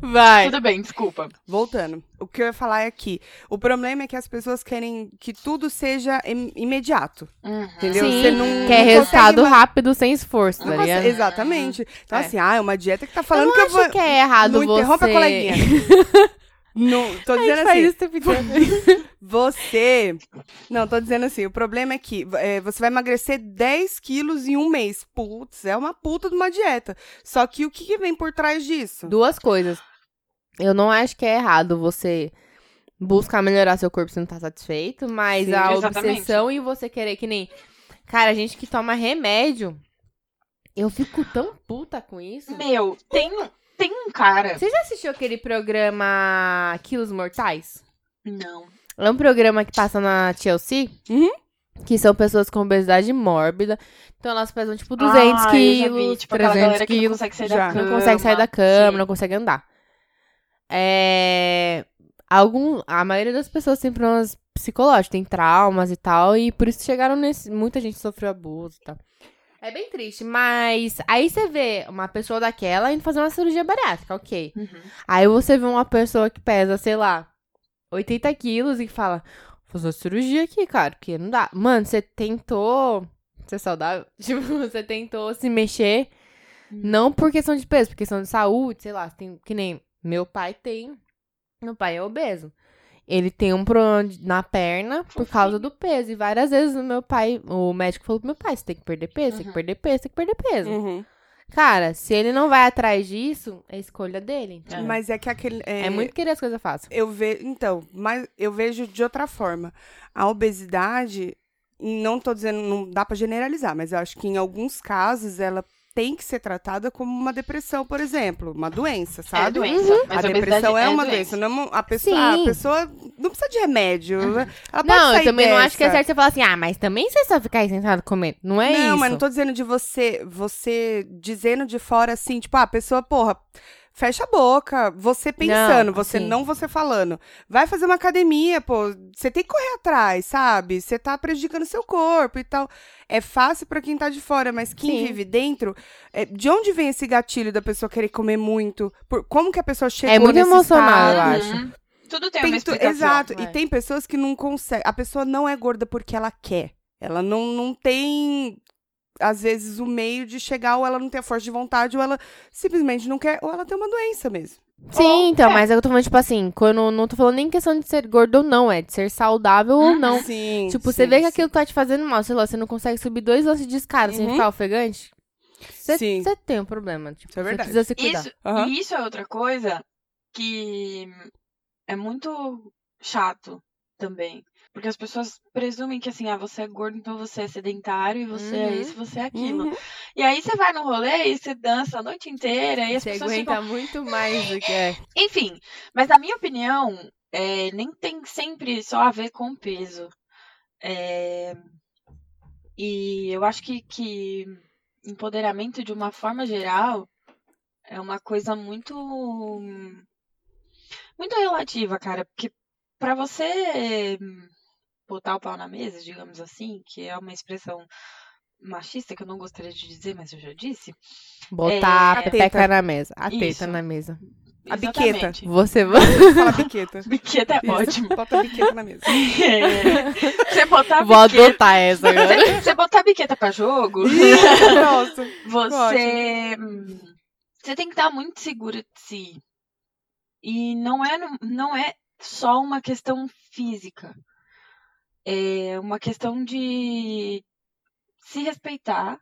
S3: Vai.
S1: Tudo bem, desculpa.
S2: Voltando. O que eu ia falar é que o problema é que as pessoas querem que tudo seja im- imediato.
S1: Uhum.
S2: Entendeu?
S3: Sim,
S2: Você não-
S3: Quer
S2: não
S3: resultado
S2: consegue ma-
S3: rápido, sem esforço, tá
S2: Nossa,
S3: ligado?
S2: exatamente. Então,
S3: É.
S2: assim, ah, é uma dieta que tá
S3: Eu
S2: falando
S3: não
S2: que eu
S3: acho
S2: vou.
S3: que é errado
S2: não
S3: você...
S2: interrompa a coleguinha. não, tô
S3: A gente
S2: dizendo
S3: faz
S2: assim,
S3: isso o tempo inteiro.
S2: você. Não, tô dizendo assim, o problema é que é, você vai emagrecer 10 quilos em um mês. Putz, é uma puta de uma dieta. Só que o que, que vem por trás disso?
S3: Duas coisas. Eu não acho que é errado você buscar melhorar seu corpo se não tá satisfeito, mas
S2: Sim,
S3: a
S1: exatamente.
S3: obsessão e você querer que nem. Cara, a gente que toma remédio, eu fico tão puta com isso.
S1: Meu, tem, tem um cara.
S3: Você já assistiu aquele programa Quilos Mortais?
S1: Não.
S3: É um programa que passa na Chelsea.
S2: Uhum.
S3: Que são pessoas com obesidade mórbida. Então elas pesam tipo 200
S1: Ah, eu já vi,
S3: quilos,
S1: Tipo, aquela
S3: 300
S1: galera que não
S3: quilos.
S1: consegue sair
S2: já.
S1: da
S3: Não
S1: cama.
S3: consegue sair da cama,
S1: Sim.
S3: não consegue andar. É... Algum... A maioria das pessoas tem problemas psicológicos, tem traumas e tal, e por isso chegaram nesse... Muita gente sofreu abuso e tal. É bem triste, mas aí você vê uma pessoa daquela indo fazer uma cirurgia bariátrica, ok.
S1: Uhum.
S3: Aí você vê uma pessoa que pesa, sei lá, 80 quilos e fala, vou fazer uma cirurgia aqui, cara, porque não dá. Mano, você tentou ser saudável? Tipo, você tentou se mexer, não por questão de peso, por questão de saúde, sei lá, tem, que nem meu pai tem. Meu pai é obeso. Ele tem um problema de- na perna por causa do peso. E várias vezes o meu pai, o médico falou pro meu pai, você tem que perder peso, tem que
S1: Uhum.
S3: perder peso, tem que perder peso.
S2: Uhum.
S3: Cara, se ele não vai atrás disso, é escolha dele.
S1: É.
S2: Mas é que aquele.
S3: É, muito querer as coisas fáceis.
S2: Eu vejo, então, mas eu vejo de outra forma. A obesidade, e não tô dizendo, não dá pra generalizar, mas eu acho que em alguns casos ela tem que ser tratada como uma depressão, por exemplo, uma doença,
S1: É
S2: sabe?
S3: Uhum.
S1: doença. mas
S2: a
S1: obesidade
S2: depressão é, uma
S1: doença.
S2: doença,
S3: né?
S2: não é uma- a pessoa,
S3: Sim. Uhum.
S2: a pessoa não precisa de remédio. Ela pode
S3: Não, eu
S2: sair
S3: também não acho que é
S2: dessa.
S3: certo você falar assim, ah, mas também você só ficar aí sentado comendo. Não é
S2: não,
S3: isso.
S2: mas não tô dizendo de você, você dizendo de fora assim, tipo, ah, a pessoa, porra, fecha a boca, você pensando,
S3: Não,
S2: você
S3: assim.
S2: não você falando. Vai fazer uma academia, pô, você tem que correr atrás, sabe? Você tá prejudicando seu corpo e tal. É fácil pra quem tá de fora, mas quem
S3: Sim.
S2: vive dentro, é, de onde vem esse gatilho da pessoa querer comer muito? Por- como que a pessoa chegou
S3: É muito
S2: nesse
S3: emocional,
S2: estado?
S3: Ah, eu
S1: Uhum.
S3: acho.
S1: Tudo tem,
S2: Tem
S1: uma
S2: tu-
S1: explicação.
S2: exato.
S3: é.
S2: E tem pessoas que não conseguem. A pessoa não é gorda porque ela quer. Ela não, não tem, às vezes, o meio de chegar, ou ela não tem a força de vontade, ou ela simplesmente não quer, ou ela tem uma doença mesmo.
S3: Sim,
S1: Ou-
S3: então,
S1: é.
S3: mas eu tô falando, tipo assim, quando não tô falando nem questão de ser gordo ou não, é de ser saudável ou não.
S2: Sim.
S3: Tipo, você vê que aquilo tá te fazendo mal, sei lá, você não consegue subir dois lances de escada sem
S2: Uhum.
S3: ficar ofegante. Você
S2: Sim.
S1: tá
S3: você tem um problema, tipo,
S2: Isso é verdade.
S3: você precisa se cuidar.
S1: Isso, e isso é outra coisa que é muito chato também. Porque as pessoas presumem que assim, ah, você é gordo, então você é sedentário, e você é
S3: Uhum.
S1: isso, você é aquilo. E aí você vai no rolê e você dança a noite inteira, e as
S3: Você
S1: pessoas
S3: aguenta muito mais do que é.
S1: ficam. Enfim, mas na minha opinião, é, nem tem sempre só a ver com peso. É, E eu acho que, que empoderamento, de uma forma geral, é uma coisa muito. muito relativa, cara. Porque pra você hum, botar o pau na mesa, digamos assim, que é uma expressão machista que eu não gostaria de dizer, mas eu já disse.
S3: Botar a
S2: É.
S3: pepeca na mesa. A teta
S1: Isso.
S3: na mesa.
S2: A biqueta.
S1: Exatamente.
S3: Você
S2: Fala biqueta.
S1: Biqueta é
S2: Isso,
S1: ótimo.
S2: Bota a biqueta na mesa.
S1: É. Você botar a
S3: Vou
S1: biqueta.
S3: adotar essa né? agora.
S1: Você, você botar a biqueta pra jogo,
S2: Isso, Gosto.
S1: você. hum, Você tem que estar muito segura de si. E não é, no- não é só uma questão física. É uma questão de se respeitar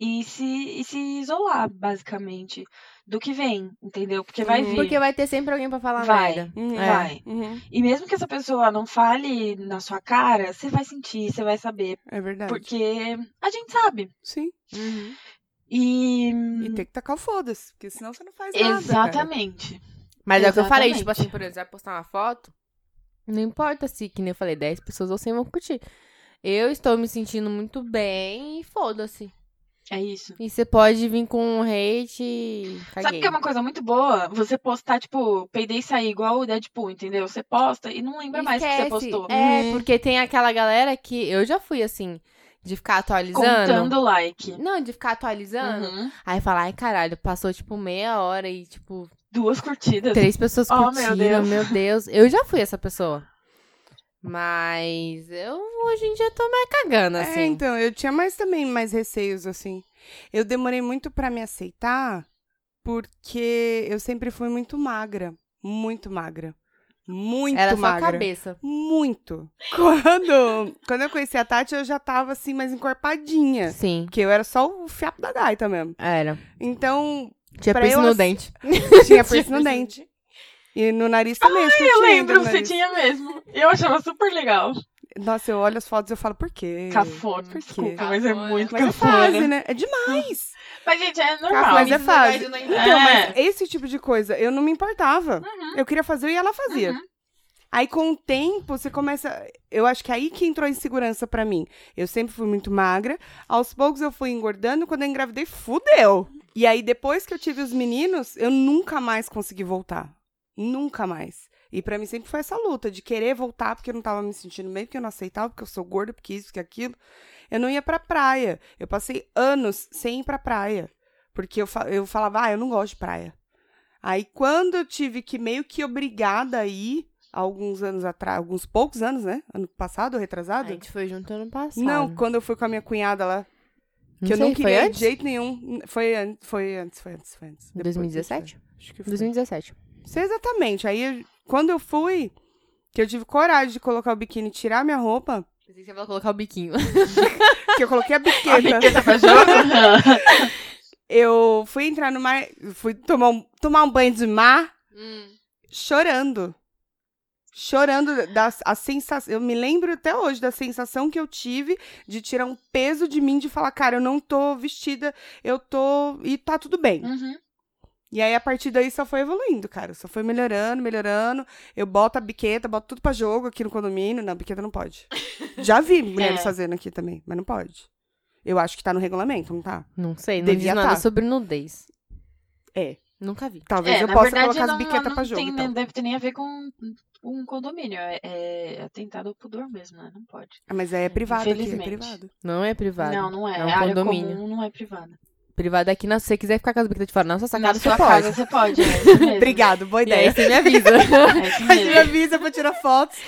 S1: e se, e se isolar, basicamente, do que vem, entendeu? Porque vai
S2: Uhum.
S1: vir.
S3: Porque vai ter sempre alguém pra falar
S1: Vai.
S3: merda.
S2: Uhum.
S3: É.
S1: Vai.
S2: Uhum.
S1: E mesmo que essa pessoa não fale na sua cara, você vai sentir, você vai saber.
S2: É verdade.
S1: Porque a gente sabe.
S2: Sim.
S1: E.
S2: E tem que tacar o foda-se, porque senão você não faz nada. cara.
S1: Hum. Exatamente.
S3: Mas é o que eu falei,
S1: Exatamente.
S3: tipo assim, por exemplo, vai postar uma foto, não importa se, que nem eu falei, 10 pessoas ou 100 vão curtir. Eu estou me sentindo muito bem e foda-se.
S1: É isso.
S3: E você pode vir com um hate e...
S1: Sabe
S3: caguei.
S1: que é uma coisa muito boa? Você postar, tipo, peidei e saí igual o Deadpool, entendeu? Você posta e não lembra mais que você
S3: Esquece.
S1: postou.
S3: É,
S2: Uhum.
S3: porque tem aquela galera que eu já fui assim, de ficar atualizando.
S1: Contando o like.
S3: Não, de ficar atualizando.
S1: Uhum.
S3: Aí falar, ai caralho, passou tipo meia hora e tipo,
S1: Duas curtidas.
S3: Três pessoas
S1: Oh, meu
S3: curtiram, meu Deus.
S1: Deus.
S3: Eu já fui essa pessoa. Mas eu hoje em dia tô mais cagando,
S2: É,
S3: assim.
S2: então, eu tinha mais também mais receios, assim. Eu demorei muito pra me aceitar, porque eu sempre fui muito magra. Muito magra. Muito
S3: Era só a
S2: magra.
S3: cabeça.
S2: Muito. Quando, quando eu conheci a Tati, eu já tava assim, mais encorpadinha.
S3: Sim,
S2: Porque eu era só o fiapo da gaita mesmo.
S3: era.
S2: Então,
S3: Tinha
S2: Pra
S3: piercing
S2: eu,
S3: no
S2: assim,
S3: dente.
S2: tinha piercing no dente. E no nariz também. acho que
S1: Eu
S2: tinha ainda
S1: lembro,
S2: no
S1: você
S2: nariz.
S1: tinha mesmo. Eu achava super legal.
S2: Nossa, eu olho as fotos e eu falo, por quê?
S1: Cafona.
S2: Por quê?
S1: Desculpa, mas é
S3: Cafona.
S1: muito
S2: Mas é
S1: cafona.
S2: fase, né? É demais.
S1: Mas, gente, é normal.
S2: Cafona, mas é fase. Então, mas
S1: É.
S2: esse tipo de coisa, eu não me importava.
S1: Uhum.
S2: Eu queria fazer e ela fazia.
S1: Uhum.
S2: Aí, com o tempo, você começa... Eu acho que é aí que entrou a insegurança pra mim. Eu sempre fui muito magra. Aos poucos, eu fui engordando. Quando eu engravidei, fudeu. E aí, depois que eu tive os meninos, eu nunca mais consegui voltar. Nunca mais. E pra mim sempre foi essa luta de querer voltar porque eu não tava me sentindo bem, porque eu não aceitava, porque eu sou gorda, porque isso, porque aquilo. Eu não ia pra praia. Eu passei anos sem ir pra praia. Porque eu, fa- eu falava, ah, eu não gosto de praia. Aí quando eu tive que meio que obrigada a ir, alguns anos atrás, alguns poucos anos, né? Ano passado,
S3: A
S2: retrasado?
S3: gente foi junto ano passado.
S2: não, quando eu fui com a minha cunhada lá, que eu
S3: um. sei,
S2: não
S3: foi
S2: queria de
S3: antes?
S2: jeito nenhum. Foi, an- foi antes, foi antes, foi antes. Depois,
S3: 2017?
S2: não sei. Acho que foi.
S3: 2017.
S2: Sei exatamente. Aí, eu- quando eu fui, que eu tive coragem de colocar o biquíni e tirar minha roupa,
S3: Pensei que você vai colocar o biquinho.
S2: que eu coloquei a biqueta.
S1: A biqueta pra jogo?
S2: Eu fui entrar no mar, fui tomar um, tomar um banho de mar chorando. Chorando da a sensação. Eu me lembro até hoje da sensação que eu tive de tirar um peso de mim, de falar, cara, eu não tô vestida, eu tô. E tá tudo bem.
S1: Uhum.
S2: E aí, a partir daí, só foi evoluindo, cara. Só foi melhorando, melhorando. Eu boto a biqueta, boto tudo pra jogo aqui no condomínio. Não, biqueta não pode. Já vi mulheres
S1: É.
S2: fazendo aqui também, mas não pode. Eu acho que tá no regulamento, não tá?
S3: Não sei, não
S2: Devia
S3: diz nada
S2: tá.
S3: sobre nudez.
S2: É.
S3: Nunca vi.
S2: Talvez
S1: É,
S2: eu
S1: na
S2: possa
S1: verdade,
S2: colocar
S1: não,
S2: as biquetas
S1: não
S2: pra jogo.
S1: tem,
S2: então.
S1: deve ter nem a ver com um condomínio. É, é atentado ao pudor mesmo, né? Não pode.
S2: Ah, Mas é privado aqui, é
S1: Infelizmente.
S2: privado.
S3: Não é privado.
S1: Não, não é.
S3: É um
S1: a área
S3: condomínio.
S1: comum não é privada.
S3: Privado aqui, não, se você quiser ficar com as biquetas de fora na sua
S1: Na
S3: sacada,
S1: sua
S3: você pode.
S1: casa você pode. É isso mesmo.
S2: Obrigado, boa
S3: E aí
S2: ideia.
S3: você me avisa.
S1: É isso
S2: A gente me
S1: mesmo.
S2: avisa pra tirar fotos.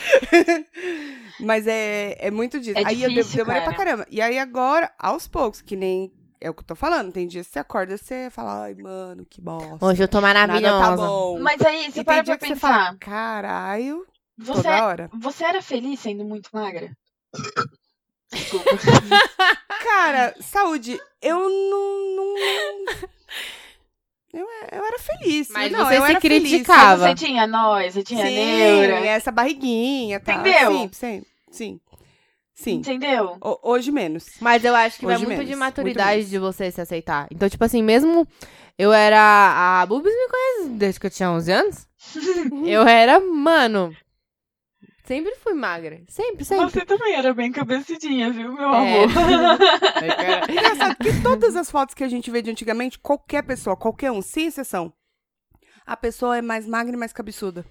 S2: Mas é, é muito disso.
S1: É
S2: aí eu de-
S1: difícil,
S2: demorei pra
S1: cara.
S2: caramba. E aí agora, aos poucos, que nem é o que eu tô falando. Tem dias que você acorda e você fala, ai, mano, que bosta.
S3: Hoje eu tô
S2: Nada
S3: maravilhosa.
S2: tá bom.
S1: Mas aí, você
S2: E tem
S1: para
S2: dia
S1: pra
S2: que você
S1: pensar.
S2: Caralho,
S1: Você, é
S2: toda hora.
S1: você era feliz sendo muito magra? Desculpa. Ah!
S2: Cara, saúde, eu não. não- Eu, eu era feliz.
S3: Mas
S2: não,
S3: você
S2: eu
S3: se
S2: era feliz.
S3: criticava.
S1: Você tinha nós, você tinha
S2: Sim, é,
S1: neura.
S2: essa barriguinha, tá?
S1: Entendeu?
S2: Sim, sim. Sim. Sim.
S1: Entendeu?
S2: O- hoje menos.
S3: Mas eu acho que vai
S2: Hoje
S3: muito de
S2: menos,
S3: maturidade
S2: muito
S3: de você se aceitar. Então, tipo assim, mesmo eu era. A Bubis me conhece desde que eu tinha 11 anos. eu era, mano. Sempre fui magra. Sempre, sempre.
S1: Você também era bem cabecidinha, viu, meu
S3: É.
S1: amor?
S2: Engraçado que todas as fotos que a gente vê de antigamente, qualquer pessoa, qualquer um, sem exceção, a pessoa é mais magra e mais cabeçuda.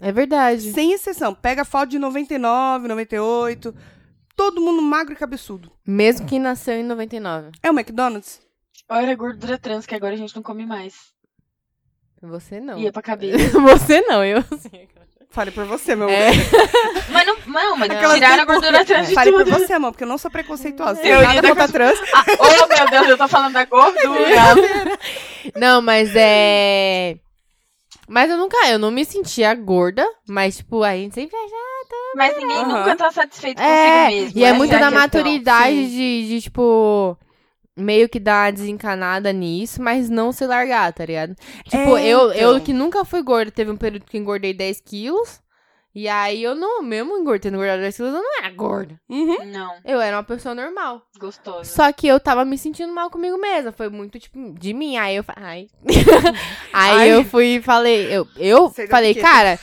S3: É verdade.
S2: Sem exceção. Pega foto de 99, 98, todo mundo magro e cabeçudo.
S3: Mesmo que nasceu em 99.
S2: É o McDonald's?
S1: Eu era gordura trans, que agora a gente não come mais.
S3: Você não.
S1: Ia pra cabeça.
S3: Você não, eu sim.
S2: Falei por você, meu amor.
S3: É.
S1: mas não, não mas
S3: Aquelas
S1: tiraram a gordura trans de
S2: Falei por
S1: tudo.
S2: você, amor, porque eu não sou preconceituosa.
S1: Eu
S2: Eu nada
S1: ainda-
S2: contra trans.
S1: Ah, oh, meu Deus, eu tô falando da gordura.
S3: Não, mas é. Mas eu nunca, eu não me sentia gorda, mas, tipo, a gente sempre acha.
S1: mas ninguém
S2: Aham.
S1: nunca tá satisfeito
S3: É,
S1: consigo mesmo.
S3: e é
S2: né?
S1: essa
S3: muito
S1: a
S3: da
S1: questão.
S3: maturidade
S2: sim.
S3: de, de, tipo, meio que dar uma desencanada nisso, mas não se largar, tá ligado? Tipo,
S2: É,
S3: eu, eu
S2: então.
S3: que nunca fui gorda, teve um período que eu engordei 10 quilos, e aí eu não, mesmo engordando, tendo engordado 10 quilos, eu não era gorda.
S2: Uhum.
S1: Não,
S3: Eu era uma pessoa normal.
S1: gostosa.
S3: Só que eu tava me sentindo mal comigo mesma. Foi muito, tipo, de mim. Aí eu fa- ai. aí
S2: Ai.
S3: eu fui e falei, eu, eu
S2: Sei da
S3: falei,
S2: piqueta.
S3: cara,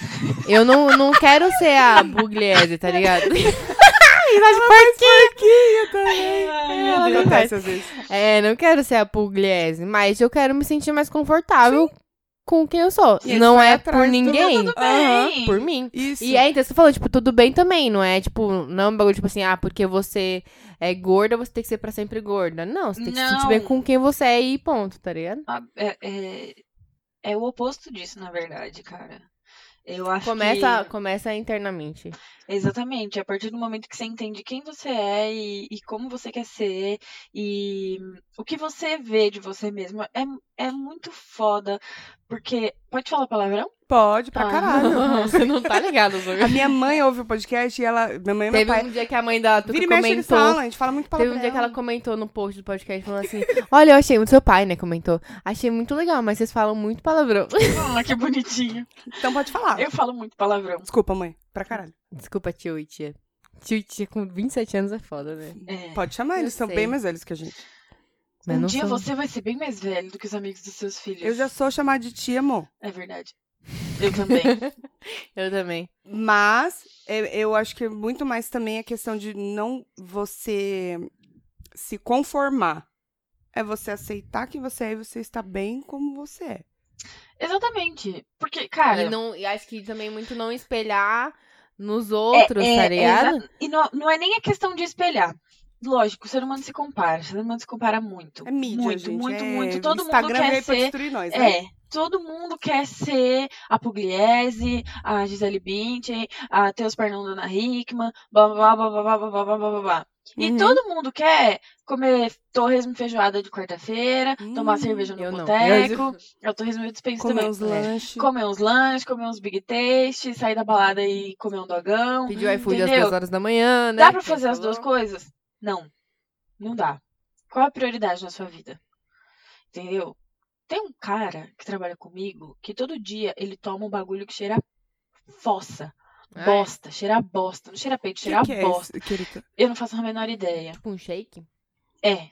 S3: eu não, não quero ser a Bugliese, tá ligado? Mas
S1: Ai, meu
S3: Ela
S1: Deus.
S3: não
S2: Acontece às vezes.
S3: por- É, não quero ser a Pugliese, mas eu quero me sentir mais confortável com quem eu sou.
S2: E aí
S3: não
S2: vai
S3: é
S2: atrás
S3: por
S2: do-
S3: ninguém.
S1: Tudo
S2: Aham,
S1: bem.
S3: Por mim.
S2: Isso.
S3: E aí, então, você falou, tipo, tudo bem também, não é? Tipo, não é um bagulho, tipo assim, ah, porque você é gorda, você tem que ser pra sempre gorda. Não, você tem que se sentir
S1: Não.
S3: bem com quem você é e ponto, tá ligado?
S1: Ah, É, é- é o oposto disso, na verdade, cara. Eu acho
S3: Começa,
S1: que...
S3: começa internamente.
S1: Exatamente. A partir do momento que você entende quem você é e, e como você quer ser e o que você vê de você mesmo é, é muito foda. Porque. Pode falar palavrão?
S2: Pode, pra
S1: Ah.
S2: caralho.
S3: Você não tá ligado,
S2: A
S3: Zor.
S2: minha mãe ouve o podcast e ela. Minha mãe e meu
S3: Teve
S2: pai.
S3: um dia que a mãe da Tuca
S2: Vira e mexe, eles
S3: comentou.
S2: falam, a gente fala muito
S3: Teve
S2: palavrão.
S3: um dia que ela comentou no post do podcast falando assim: Olha, eu achei muito seu pai, né? Comentou. Achei muito legal, mas vocês falam muito palavrão.
S1: Ah, que bonitinho.
S2: Então pode falar.
S1: Eu falo muito palavrão.
S2: Desculpa, mãe. Pra caralho.
S3: Desculpa, tio e tia. Tio e tia com 27 anos é foda, né?
S1: É.
S2: Pode chamar,
S3: Eu
S2: eles são
S3: sei.
S2: bem mais velhos que a gente.
S3: Mas
S1: um
S3: não
S1: dia
S3: sou-
S1: você vai ser bem mais velho do que os amigos dos seus filhos.
S2: Eu já sou chamada de tia, amor.
S1: É verdade. Eu também.
S3: Eu também.
S2: Mas eu, eu acho que é muito mais também a questão de não você se conformar. É você aceitar que você é e você está bem como você é.
S1: Exatamente. Porque, cara.
S3: E, não, e acho que também é muito não espelhar nos outros,
S1: é,
S3: tá ligado?
S1: exa- E não, não é nem a questão de espelhar. Lógico, o ser humano se compara. O ser humano se compara muito.
S2: É mídia,
S1: muito,
S2: gente.
S1: muito,
S2: é-
S1: muito. Todo
S2: Instagram
S1: mundo quer
S2: veio pra
S1: ser.
S2: destruir nós, né?
S1: É. Todo mundo quer ser a Pugliese, a Gisele Bündchen, a Teus Pernando na Hickman, blá blá blá blá blá blá blá blá blá blá. blá. E
S2: Uhum.
S1: todo mundo quer comer torresmo e feijoada de quarta-feira, tomar
S2: Hum,
S1: cerveja no
S3: eu não.
S1: boteco. É o torresmo eu dispenso
S2: Comer
S1: também. É.
S2: uns lanches.
S1: Comer uns lanches, comer uns big taste, sair da balada e comer um dogão.
S3: Pediu iFood às
S1: entendeu?
S3: 2 horas da manhã, né?
S1: Dá pra
S3: Que a gente
S1: fazer as duas
S3: falou.
S1: coisas? Não. Não dá. Qual a prioridade na sua vida? Entendeu? Tem um cara que trabalha comigo que todo dia ele toma um bagulho que cheira fossa,
S3: Ah, é.
S1: bosta, cheira a bosta, não cheira a peito,
S2: Que
S1: cheira a
S2: que é
S1: bosta.
S2: isso, querida?
S1: Eu não faço a menor ideia.
S3: Tipo um shake?
S1: É.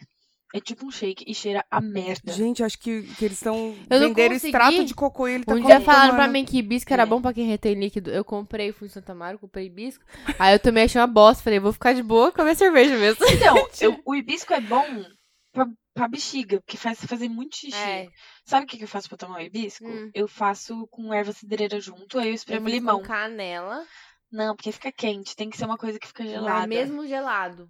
S1: É tipo um shake e cheira a merda.
S2: Gente, acho que, que eles estão
S3: Eu não
S2: vendendo
S3: consegui.
S2: extrato de cocô e ele tá
S3: um dia
S2: com-
S3: falaram pra
S2: tomando.
S3: mim que bisco era
S1: É.
S3: bom pra quem retém líquido. Eu comprei, fui em Santa Maria, comprei bisco. Aí eu também achei uma bosta. Falei, vou ficar de boa comer cerveja mesmo.
S1: Então, eu- o hibisco é bom pra, pra bexiga, porque faz você fazer muito xixi.
S3: É.
S1: Sabe o que, que eu faço pra tomar o hibisco?
S3: Hum.
S1: Eu faço com erva cidreira junto, aí eu espremo
S3: fiz
S1: limão.
S3: Com canela,
S1: Não, porque fica quente. Tem que ser uma coisa que fica gelada.
S3: mas é mesmo gelado.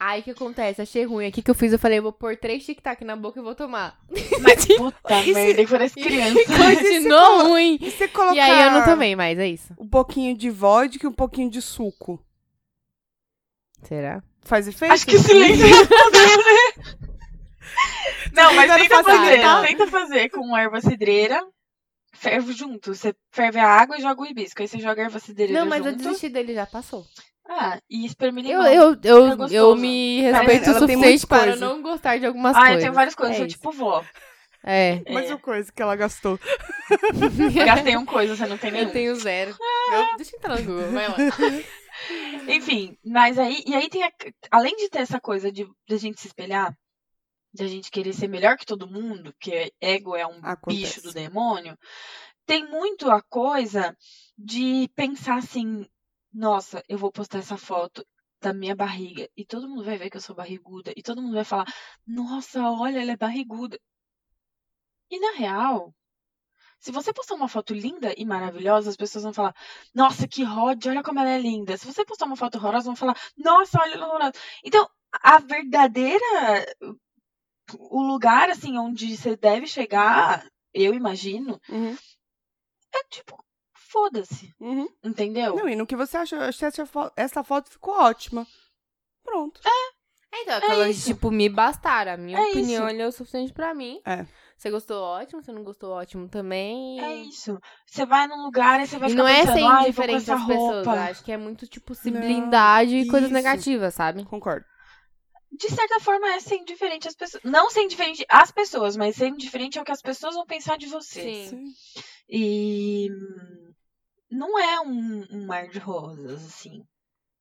S3: Aí o que acontece? Achei ruim. Aí o que, que eu fiz? Eu falei, vou pôr três tic-tac na boca e vou tomar.
S1: Mas
S3: assim.
S1: puta
S2: Esse-
S1: merda, que parece criança.
S3: Continuou
S2: colo-
S3: ruim.
S2: E você colocar
S3: E aí eu não tomei mais, é isso.
S2: um pouquinho de vodka e um pouquinho de suco.
S3: Será?
S2: Faz efeito?
S1: Acho que o silêncio respondeu, né? Não, mas
S2: Tentando
S1: tenta fazer.
S2: facilitar.
S1: Tenta fazer com erva cidreira. Ferve junto. Você ferve a água e joga o hibisco. Aí você joga a erva cidreira
S3: Não, mas eu
S1: junto.
S3: desisti dele, já passou.
S1: Ah, e espreme
S3: Eu,
S1: limão.
S3: eu,
S1: Tá
S3: eu,
S1: gostoso.
S3: eu me
S1: Tá
S3: respeito o
S2: vendo? Ela tem
S3: suficiente
S2: muita
S3: para
S2: coisa.
S3: não gostar de algumas
S1: Ah, eu
S3: coisas.
S1: tenho várias coisas.
S3: É
S1: eu sou
S3: isso.
S1: tipo vó.
S3: É.
S2: Mas
S1: É.
S2: o coisa que ela gastou.
S1: Gastei um coisa, você não tem nenhum.
S3: Eu tenho zero. Eu- Deixa eu entrar no Google, vai lá.
S1: Enfim, mas aí. E aí tem. a- além de ter essa coisa de, de a gente se espelhar, de a gente querer ser melhor que todo mundo, porque ego é um
S2: Acontece.
S1: bicho do demônio, tem muito a coisa de pensar assim: nossa, eu vou postar essa foto da minha barriga e todo mundo vai ver que eu sou barriguda e todo mundo vai falar: nossa, olha, ela é barriguda. E na real, se você postar uma foto linda e maravilhosa, as pessoas vão falar: nossa, que rode, olha como ela é linda. Se você postar uma foto horrorosa, vão falar: nossa, olha ela horrorosa. Então, a verdadeira. O lugar, assim, onde você deve chegar, eu imagino,
S2: Uhum,
S1: é tipo, foda-se,
S2: uhum.
S1: entendeu?
S2: Não, e no que você achou? Eu achei essa fo- essa foto ficou ótima. Pronto.
S1: É.
S3: Então, aquela
S1: isso.
S3: tipo, me bastaram. A minha
S1: É
S3: opinião
S1: isso.
S3: ele é o suficiente pra mim.
S2: É.
S3: Você gostou, ótimo. Você não gostou, ótimo também.
S1: É isso. Você vai num lugar e você vai
S3: E
S1: ficar
S3: não é
S1: pensando,
S2: assim
S3: ser
S1: ai, vou com
S3: indiferente
S1: essa
S3: às pessoas. Eu
S1: roupa.
S3: acho que é muito, tipo, se
S2: Não,
S3: blindar de coisas
S2: isso.
S3: negativas, sabe?
S2: Concordo.
S1: De certa forma, é ser indiferente às pessoas. Não ser indiferente às pessoas, mas ser indiferente ao que as pessoas vão pensar de você.
S3: Sim.
S1: E hum, não é um, um mar de rosas, assim.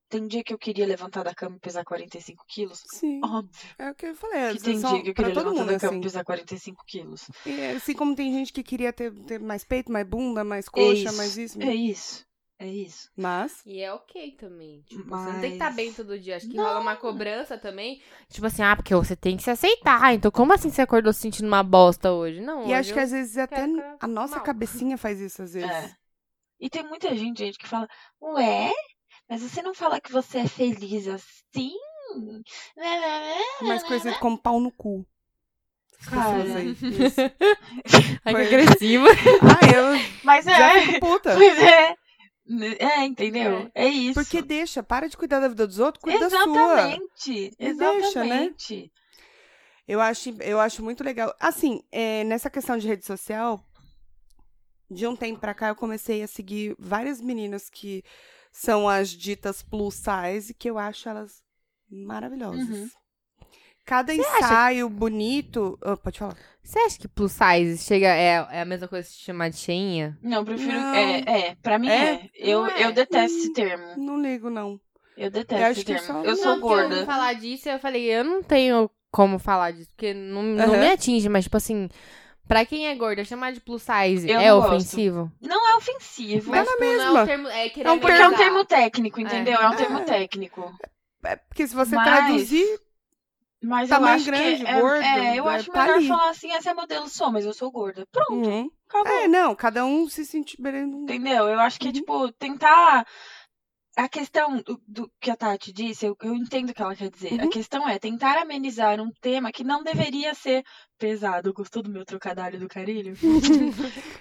S1: Tem dia que eu queria levantar da cama e pesar 45 quilos.
S2: Sim.
S1: Óbvio
S2: É o que eu falei.
S1: que tem
S2: são-
S1: dia que eu
S2: pra
S1: queria
S2: todo
S1: levantar
S2: mundo,
S1: da cama e
S2: assim.
S1: pesar 45 quilos.
S2: E, assim como tem gente que queria ter, ter mais peito, mais bunda, mais coxa,
S1: É isso,
S2: mais isso.
S1: É isso. É isso.
S2: Mas.
S3: E é ok também. Tipo, você não tem que
S1: Mas-
S3: estar bem todo dia. Acho que
S1: Não.
S3: rola uma cobrança também. Tipo assim, ah, porque você tem que se aceitar. Então, como assim você acordou se sentindo uma bosta hoje? Não,
S2: E
S3: hoje
S2: acho que
S3: eu-
S2: às vezes até
S3: quero ficar
S2: a nossa
S3: mal.
S2: cabecinha faz isso às vezes.
S1: É. E tem muita gente, gente, que fala, ué, mas você não fala que você é feliz assim? Né,
S3: É,
S2: Mais
S3: né?
S2: conhecido como pau no cu. assim
S1: Cara.
S2: Pessoas aí. Isso.
S3: Ai,
S2: Foi-
S3: que agressiva.
S2: ah, eu
S1: Mas
S2: já
S1: é,
S2: fico puta.
S1: mas é. É, entendeu? É, isso.
S2: Porque deixa, para de cuidar da vida dos outros, cuida da sua.
S1: exatamente,
S2: Me deixa, né?
S1: exatamente.
S2: Eu acho, eu acho muito legal. Assim, é, nessa questão de rede social, de um tempo pra cá eu comecei a seguir várias meninas que são as ditas plus size, que eu acho elas maravilhosas.
S1: Uhum.
S2: Cada ensaio bonito. Ah, pode falar.
S3: Você acha que plus size chega é, é a mesma coisa que se chamar de cheinha?
S1: Não, eu prefiro.
S2: Não.
S1: É, é, pra mim
S2: É?
S1: é. Eu,
S3: Não é?
S1: eu detesto esse termo.
S2: Não ligo, não.
S1: Eu detesto
S2: Eu acho
S1: esse
S2: que
S1: termo.
S2: só-
S1: Eu
S3: não,
S1: sou
S3: porque Eu ouvi
S1: gorda.
S3: falar disso e eu falei, eu não tenho como falar disso, porque não, não
S2: Aham.
S3: me atinge, mas tipo assim, pra quem é gorda, chamar de plus size
S1: Eu
S3: é
S1: não gosto.
S3: ofensivo?
S1: Não é ofensivo.
S3: Mas
S2: na
S3: tipo, não é
S2: mesma.
S3: um termo. É, querer
S1: Não, porque é um
S3: amenizar.
S1: termo técnico, entendeu? É, um
S2: É.
S1: termo técnico.
S2: É porque se você
S1: Mas-
S2: traduzir,
S1: Mas eu
S2: Tamanho
S1: acho
S2: Tá grande,
S1: que é,
S2: gordo,
S1: é, eu
S2: é,
S1: acho
S2: tá
S1: melhor
S2: ali.
S1: falar assim, essa é modelo sou, mas eu sou gorda. Pronto,
S2: Uhum.
S1: acabou.
S2: É, não, cada um se sente bem.
S1: Entendeu? Eu acho que,
S2: Uhum.
S1: tipo, tentar. A questão do, do que a Tati disse, eu, eu entendo o que ela quer dizer. A
S2: Uhum.
S1: questão é tentar amenizar um tema que não deveria ser pesado. Gostou do meu trocadilho do carilho?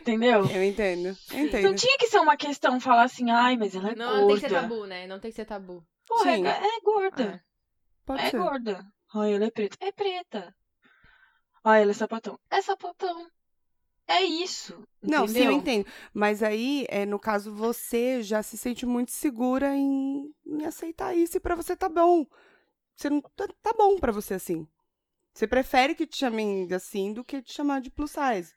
S1: Entendeu?
S2: Eu né? entendo. Eu
S1: Não
S2: entendo.
S1: tinha que ser uma questão falar assim, ai, mas ela é
S3: Não, não tem que
S1: gorda.
S3: ser tabu, né? Não tem que ser tabu.
S1: Porra,
S2: Sim.
S1: é, é
S3: Ah.
S1: gorda.
S2: Pode
S1: é
S2: ser.
S1: gorda. Ai, ela é preta. É preta.
S2: Ah,
S1: Ai, ela é sapatão. É sapatão. É isso.
S2: Não, sim, eu
S1: entendeu?
S2: entendo. Mas aí, é, no caso, você já se sente muito segura em, em aceitar isso e pra você tá bom. Você não tá, tá bom pra você assim. Você prefere que te chamem assim do que te chamar de plus size.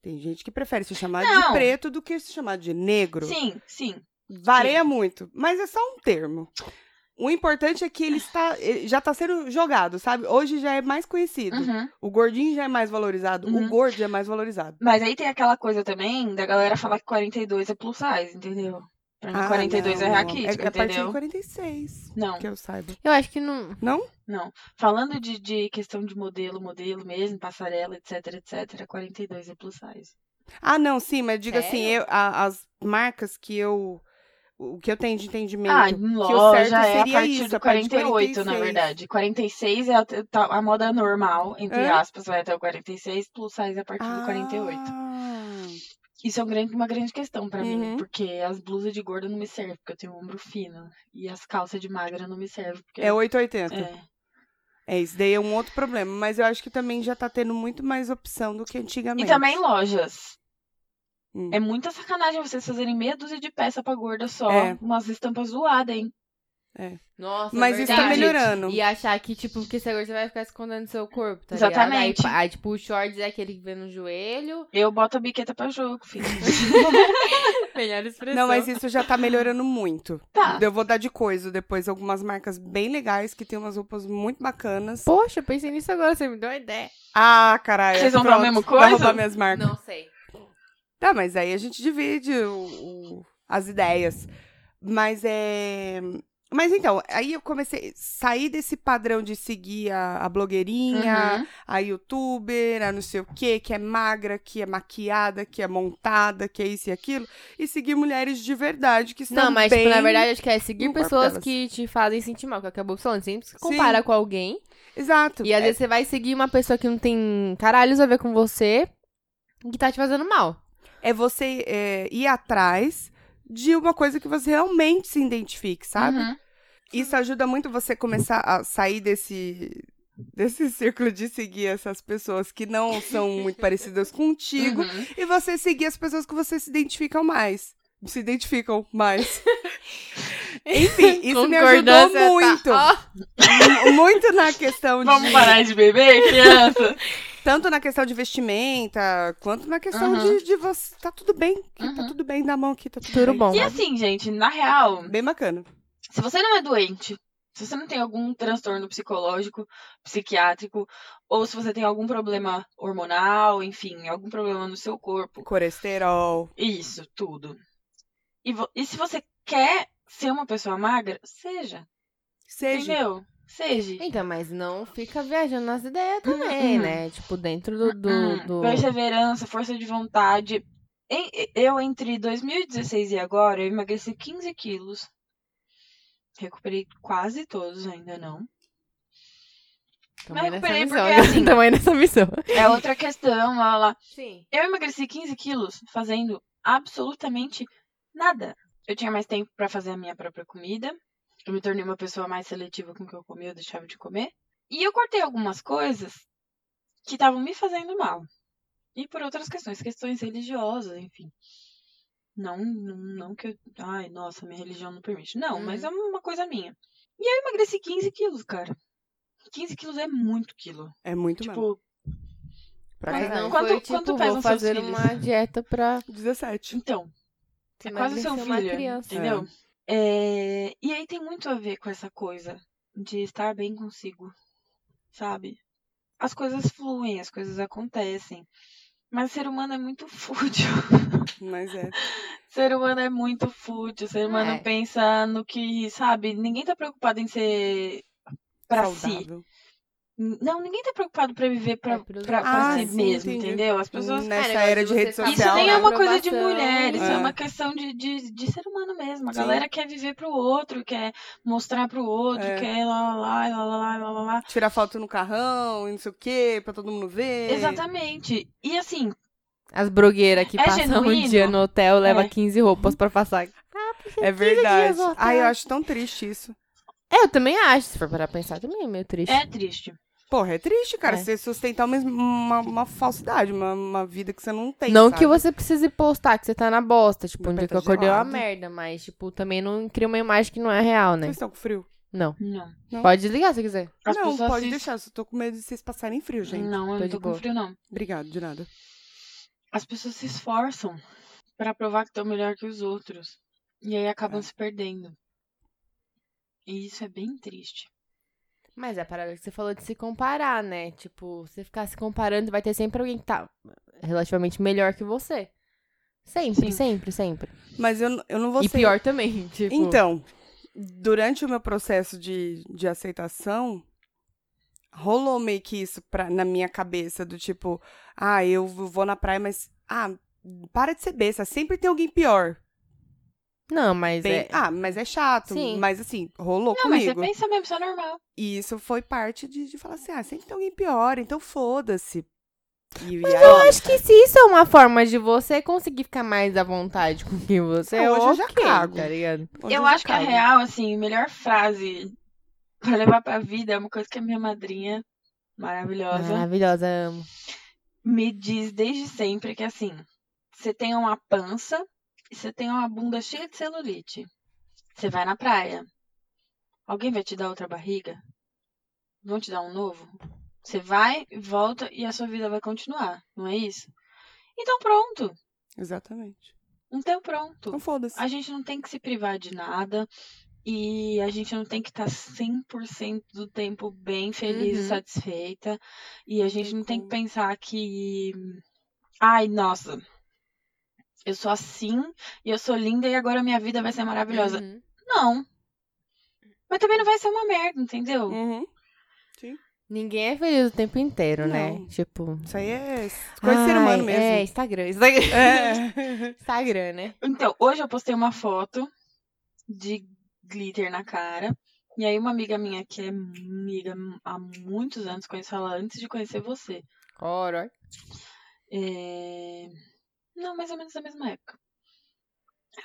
S2: Tem gente que prefere se chamar de
S1: Não.
S2: preto do que se chamar de negro.
S1: Sim, sim.
S2: Varia muito, mas é só um termo. O importante é que ele está, ele já está sendo jogado, sabe? Hoje já é mais conhecido.
S1: Uhum.
S2: O gordinho já é mais valorizado, o
S1: Uhum.
S2: gordo já é mais valorizado.
S1: Mas aí tem aquela coisa também da galera falar que 42 é plus size, entendeu? Pra mim, 42 é
S2: Ah, não,
S1: raquítico,
S2: É, é a partir de
S1: entendeu?
S2: 46,
S1: Não,
S2: que eu saiba.
S3: Eu acho que não.
S1: não. Falando de, de questão de modelo, modelo mesmo, passarela, etc, etc, 42 é plus size.
S2: Ah, não, sim, mas diga assim,
S3: Sério?
S2: eu- a- as marcas que eu... O que eu tenho de entendimento.
S1: ah,
S2: que
S1: em
S2: o
S1: loja
S2: certo
S1: é a
S2: seria
S1: partir
S2: isso,
S1: do
S2: a partir de
S1: 48, na
S2: 46.
S1: verdade. 46 é a, tá- a moda normal, entre
S2: Hã?
S1: aspas, vai até o 46, plus size a partir do 48.
S2: Ah,
S1: Isso é um grande- uma grande questão pra
S2: Uhum.
S1: mim, porque as blusas de gorda não me servem, porque eu tenho ombro fino. E as calças de magra não me servem, porque...
S2: é 880.
S1: é.
S2: É, isso daí é um outro problema, mas eu acho que também já tá tendo muito mais opção do que
S1: E
S2: antigamente.
S1: também lojas.
S2: Hum.
S1: É muita sacanagem vocês fazerem meia dúzia de peça pra gorda só,
S2: É.
S1: umas estampas zoadas, hein?
S3: Nossa,
S2: Mas
S3: é
S2: isso tá
S3: verdade.
S2: melhorando.
S3: E achar que, tipo, porque você agora você vai ficar escondendo seu corpo, tá
S1: Exatamente.
S3: ligado? Aí, aí, tipo, o shorts é aquele que vem no joelho.
S1: Eu boto a biqueta pra jogo, filho.
S3: Melhor expressão.
S2: Não, mas isso já tá melhorando muito.
S1: Tá.
S2: Eu vou dar de coisa depois algumas marcas bem legais que tem umas roupas muito bacanas.
S3: Poxa, eu pensei nisso agora, você me deu uma ideia.
S2: Ah, caralho.
S1: Vocês vão dar a
S2: pronto,
S1: mesma
S2: Vai
S1: coisa?
S2: roubar minhas marcas.
S3: Não sei.
S2: Tá, mas aí a gente divide o- o- as ideias. Mas é. Mas então, aí eu comecei a sair desse padrão de seguir a, a blogueirinha,
S1: Uhum.
S2: a youtuber, a não sei o quê, que é magra, que é maquiada, que é montada, que é isso e aquilo, e seguir mulheres de verdade que estão
S3: Não, mas,
S2: bem...
S3: tipo, na verdade, acho que é seguir
S2: no corpo
S3: pessoas
S2: delas.
S3: que te fazem sentir mal, que é o que acabou falando. Sempre se compara com alguém.
S2: Exato.
S3: E às
S2: É,
S3: vezes você vai seguir uma pessoa que não tem caralhos a ver com você e que tá te fazendo mal.
S2: é você é, ir atrás de uma coisa que você realmente se identifique, sabe?
S1: Uhum.
S2: Isso ajuda muito você começar a sair desse desse círculo de seguir essas pessoas que não são muito parecidas contigo
S1: Uhum.
S2: e você seguir as pessoas que você se identificam mais. Se identificam mais. Enfim, isso me ajudou
S3: Concordância tá-
S2: muito.
S3: Ó,
S2: mu- Muito na questão
S1: Vamos
S2: de.
S1: parar de beber, criança?
S2: Tanto na questão de vestimenta, quanto na questão
S1: Uhum.
S2: de, de você. Tá tudo bem. que Tá
S1: Uhum.
S2: tudo bem, dá a mão aqui, tá tudo,
S3: Tudo
S2: bem.
S3: bom.
S1: E assim, gente, na real,
S2: Bem bacana.
S1: se você não é doente, se você não tem algum transtorno psicológico, psiquiátrico, ou se você tem algum problema hormonal, enfim, algum problema no seu corpo,
S2: Colesterol.
S1: isso, tudo. E, vo- e se você quer ser uma pessoa magra, seja,
S2: Seja.
S1: entendeu? Seja.
S3: Então, mas não fica viajando nas ideias também,
S1: Hum, hum.
S3: né? Tipo, dentro do. do,
S1: Hum,
S3: do...
S1: Perseverança, força de vontade. Em- eu, entre 2016 e agora, eu emagreci 15 quilos. Recuperei quase todos, ainda não.
S3: Tamanho
S1: Mas
S3: dessa
S1: peraí,
S3: missão.
S1: porque assim-
S3: Tamanho dessa missão.
S1: É outra questão, lá, lá.
S3: Sim.
S1: Eu emagreci 15 quilos fazendo absolutamente nada. Eu tinha mais tempo pra fazer a minha própria comida. Eu me tornei uma pessoa mais seletiva com o que eu comia, eu deixava de comer. E eu cortei algumas coisas que estavam me fazendo mal. E por outras questões, questões religiosas, enfim. Não, não, não que eu. Ai, nossa, minha religião não permite. Não,
S3: Uhum.
S1: mas é uma coisa minha. E eu emagreci 15 quilos, cara. 15 quilos é muito quilo.
S2: É muito
S1: tipo,
S2: mesmo. Pra
S3: Mas
S2: caralho.
S3: não
S1: Quanto-
S3: foi, tipo,
S1: quanto
S3: vou
S1: pesam seus
S3: fazer
S1: filhos?
S3: uma dieta pra
S2: 17.
S1: então. É quase o seu
S3: emagrecer uma
S1: filho,
S3: criança.
S1: entendeu? É, E aí tem muito a ver com essa coisa de estar bem consigo, sabe? As coisas fluem, as coisas acontecem. Mas ser humano é muito fútil.
S2: Mas é.
S1: ser humano é muito fútil. Ser humano
S3: É.
S1: pensa no que, sabe? Ninguém tá preocupado em ser pra si.
S2: saudável.
S1: Não, ninguém tá preocupado pra viver pra,
S3: É, pros
S1: pra-
S3: outros.
S1: pra
S2: Ah,
S1: si
S2: sim,
S1: mesmo,
S2: entendi.
S1: entendeu? As pessoas
S2: Nessa
S3: negócio
S2: era
S3: de
S2: de
S3: você
S2: rede
S3: tá-
S2: social.
S1: Isso nem é
S3: né?
S1: uma coisa de
S3: Aprovação.
S1: mulher, isso é,
S2: É.
S1: uma questão de, de, de ser humano mesmo. A
S2: Sim.
S1: galera quer viver pro outro, quer mostrar pro outro,
S2: É.
S1: quer lá, lá, lá, lá, lá, lá, lá, lá.
S2: Tirar foto no carrão e não sei o quê, pra todo mundo ver. É
S1: Exatamente. E assim,
S3: As brogueiras que
S1: É
S3: passam um
S1: genuíno?
S3: dia no hotel, leva
S1: É.
S3: 15 roupas pra passar.
S2: É verdade.
S3: dias tá. no hotel.
S2: Ai, eu acho tão triste isso.
S3: É, eu também acho. Se for parar pra pensar, também é meio triste.
S1: é triste.
S2: Porra, é triste, cara,
S3: É.
S2: você sustentar uma, uma, uma falsidade, uma, uma vida que você não tem.
S3: não
S2: sabe?
S3: que você precise postar que você tá na bosta. Tipo,
S2: Meu
S3: um
S2: pé
S3: dia que
S2: tá
S3: eu acordei é uma
S2: gelado.
S3: merda, mas, tipo, também não cria uma imagem que não é real, né?
S2: Vocês estão com frio?
S3: Não.
S1: Não.
S2: Não.
S3: Pode desligar se quiser.
S1: As
S2: não,
S1: pessoas
S2: pode
S1: se-
S2: deixar, eu só tô com medo de vocês passarem frio, gente. Tá
S1: Não, eu
S3: tô
S1: não
S3: de
S1: tô
S3: boa.
S1: com frio, não.
S2: Obrigado, de nada.
S1: As pessoas se esforçam pra provar que estão melhor que os outros. E aí acabam
S2: É.
S1: se perdendo. E isso é bem triste.
S3: Mas é a parada que você falou de se comparar, né? Tipo, você ficar se comparando, vai ter sempre alguém que tá relativamente melhor que você. Sempre,
S1: Sim.
S3: sempre, sempre.
S2: Mas eu, eu não vou
S3: E
S2: ser-
S3: pior também, tipo.
S2: Então, durante o meu processo de, de aceitação, rolou meio que isso pra, na minha cabeça, do tipo, ah, eu vou na praia, mas, ah, para de ser besta, sempre tem alguém pior.
S3: Não, mas
S2: Bem,
S3: é.
S2: Ah, mas é chato,
S3: Sim.
S2: mas assim, rolou
S1: Não, mas você
S2: comigo.
S1: pensa mesmo, isso é normal.
S2: E isso foi parte de, de falar assim, ah, sempre tem alguém pior, então foda-se. E, e aí,
S3: Eu acho que se isso é uma forma de você conseguir ficar mais à vontade com quem você é,
S2: Ah, hoje eu
S3: ok,
S2: já cago.
S3: tá ligado?
S2: hoje
S1: eu
S2: já
S1: acho que a
S2: cago.
S1: real, assim, a melhor frase pra levar pra vida é uma coisa que a minha madrinha, maravilhosa,
S3: Maravilhosa, amo.
S1: me diz desde sempre que assim, você tem uma pança e você tem uma bunda cheia de celulite. Você vai na praia. Alguém vai te dar outra barriga? Vão te dar um novo? Você vai, volta e a sua vida vai continuar, não é isso? Então pronto.
S2: Exatamente.
S1: Então pronto.
S2: Então foda-se.
S1: A gente não tem que se privar de nada. E a gente não tem que tá estar 100% do tempo bem feliz
S3: Uhum.
S1: e satisfeita. E a gente
S2: tem
S1: não tem que
S2: como.
S1: pensar que. Ai, nossa. Eu sou assim e eu sou linda e agora minha vida vai ser maravilhosa.
S3: Uhum.
S1: Não. Mas também não vai ser uma merda, entendeu?
S2: Uhum.
S3: Ninguém é feliz o tempo inteiro, né?
S2: Não.
S3: Tipo.
S2: Isso aí é coisa de ser
S3: Ai,
S2: humano mesmo.
S3: É, Instagram. Instagram,
S2: É.
S3: Instagram, né?
S1: Então, hoje eu postei uma foto de glitter na cara. E aí uma amiga minha que é amiga há muitos anos, conheço ela antes de conhecer você.
S3: Ora.
S1: É... Não, mais ou menos da mesma época.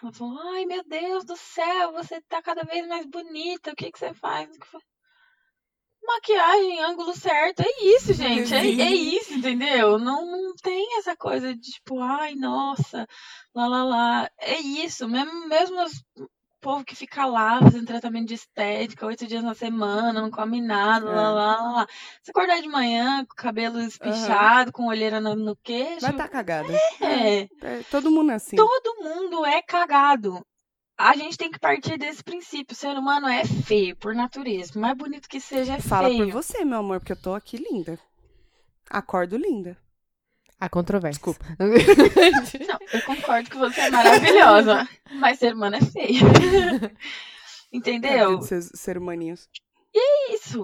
S1: Ela falou, ai meu Deus do céu, você tá cada vez mais bonita, o que que você faz? O que fa- Maquiagem, ângulo certo, é isso, gente, é, é isso, entendeu? Não, não tem essa coisa de tipo, ai, nossa, lá, lá, lá. É isso, mesmo, mesmo os povo que fica lá fazendo tratamento de estética, oito dias na semana, não come nada, lá,
S2: É.
S1: lá, lá, lá. Se acordar de manhã, com o cabelo espichado, com olheira no, no queixo,
S2: Vai tá cagada.
S1: é,
S2: É, todo mundo é assim.
S1: todo mundo é cagado. A gente tem que partir desse princípio. O ser humano é feio por natureza. Por mais bonito que seja, é
S2: Fala
S1: feio.
S2: por você, meu amor, porque eu tô aqui linda. Acordo linda.
S3: A controvérsia.
S2: Desculpa.
S1: Não, eu concordo que você é maravilhosa. mas ser humano é feio. Entendeu?
S2: Tadinho Tá de Seus ser humaninhos.
S1: É isso.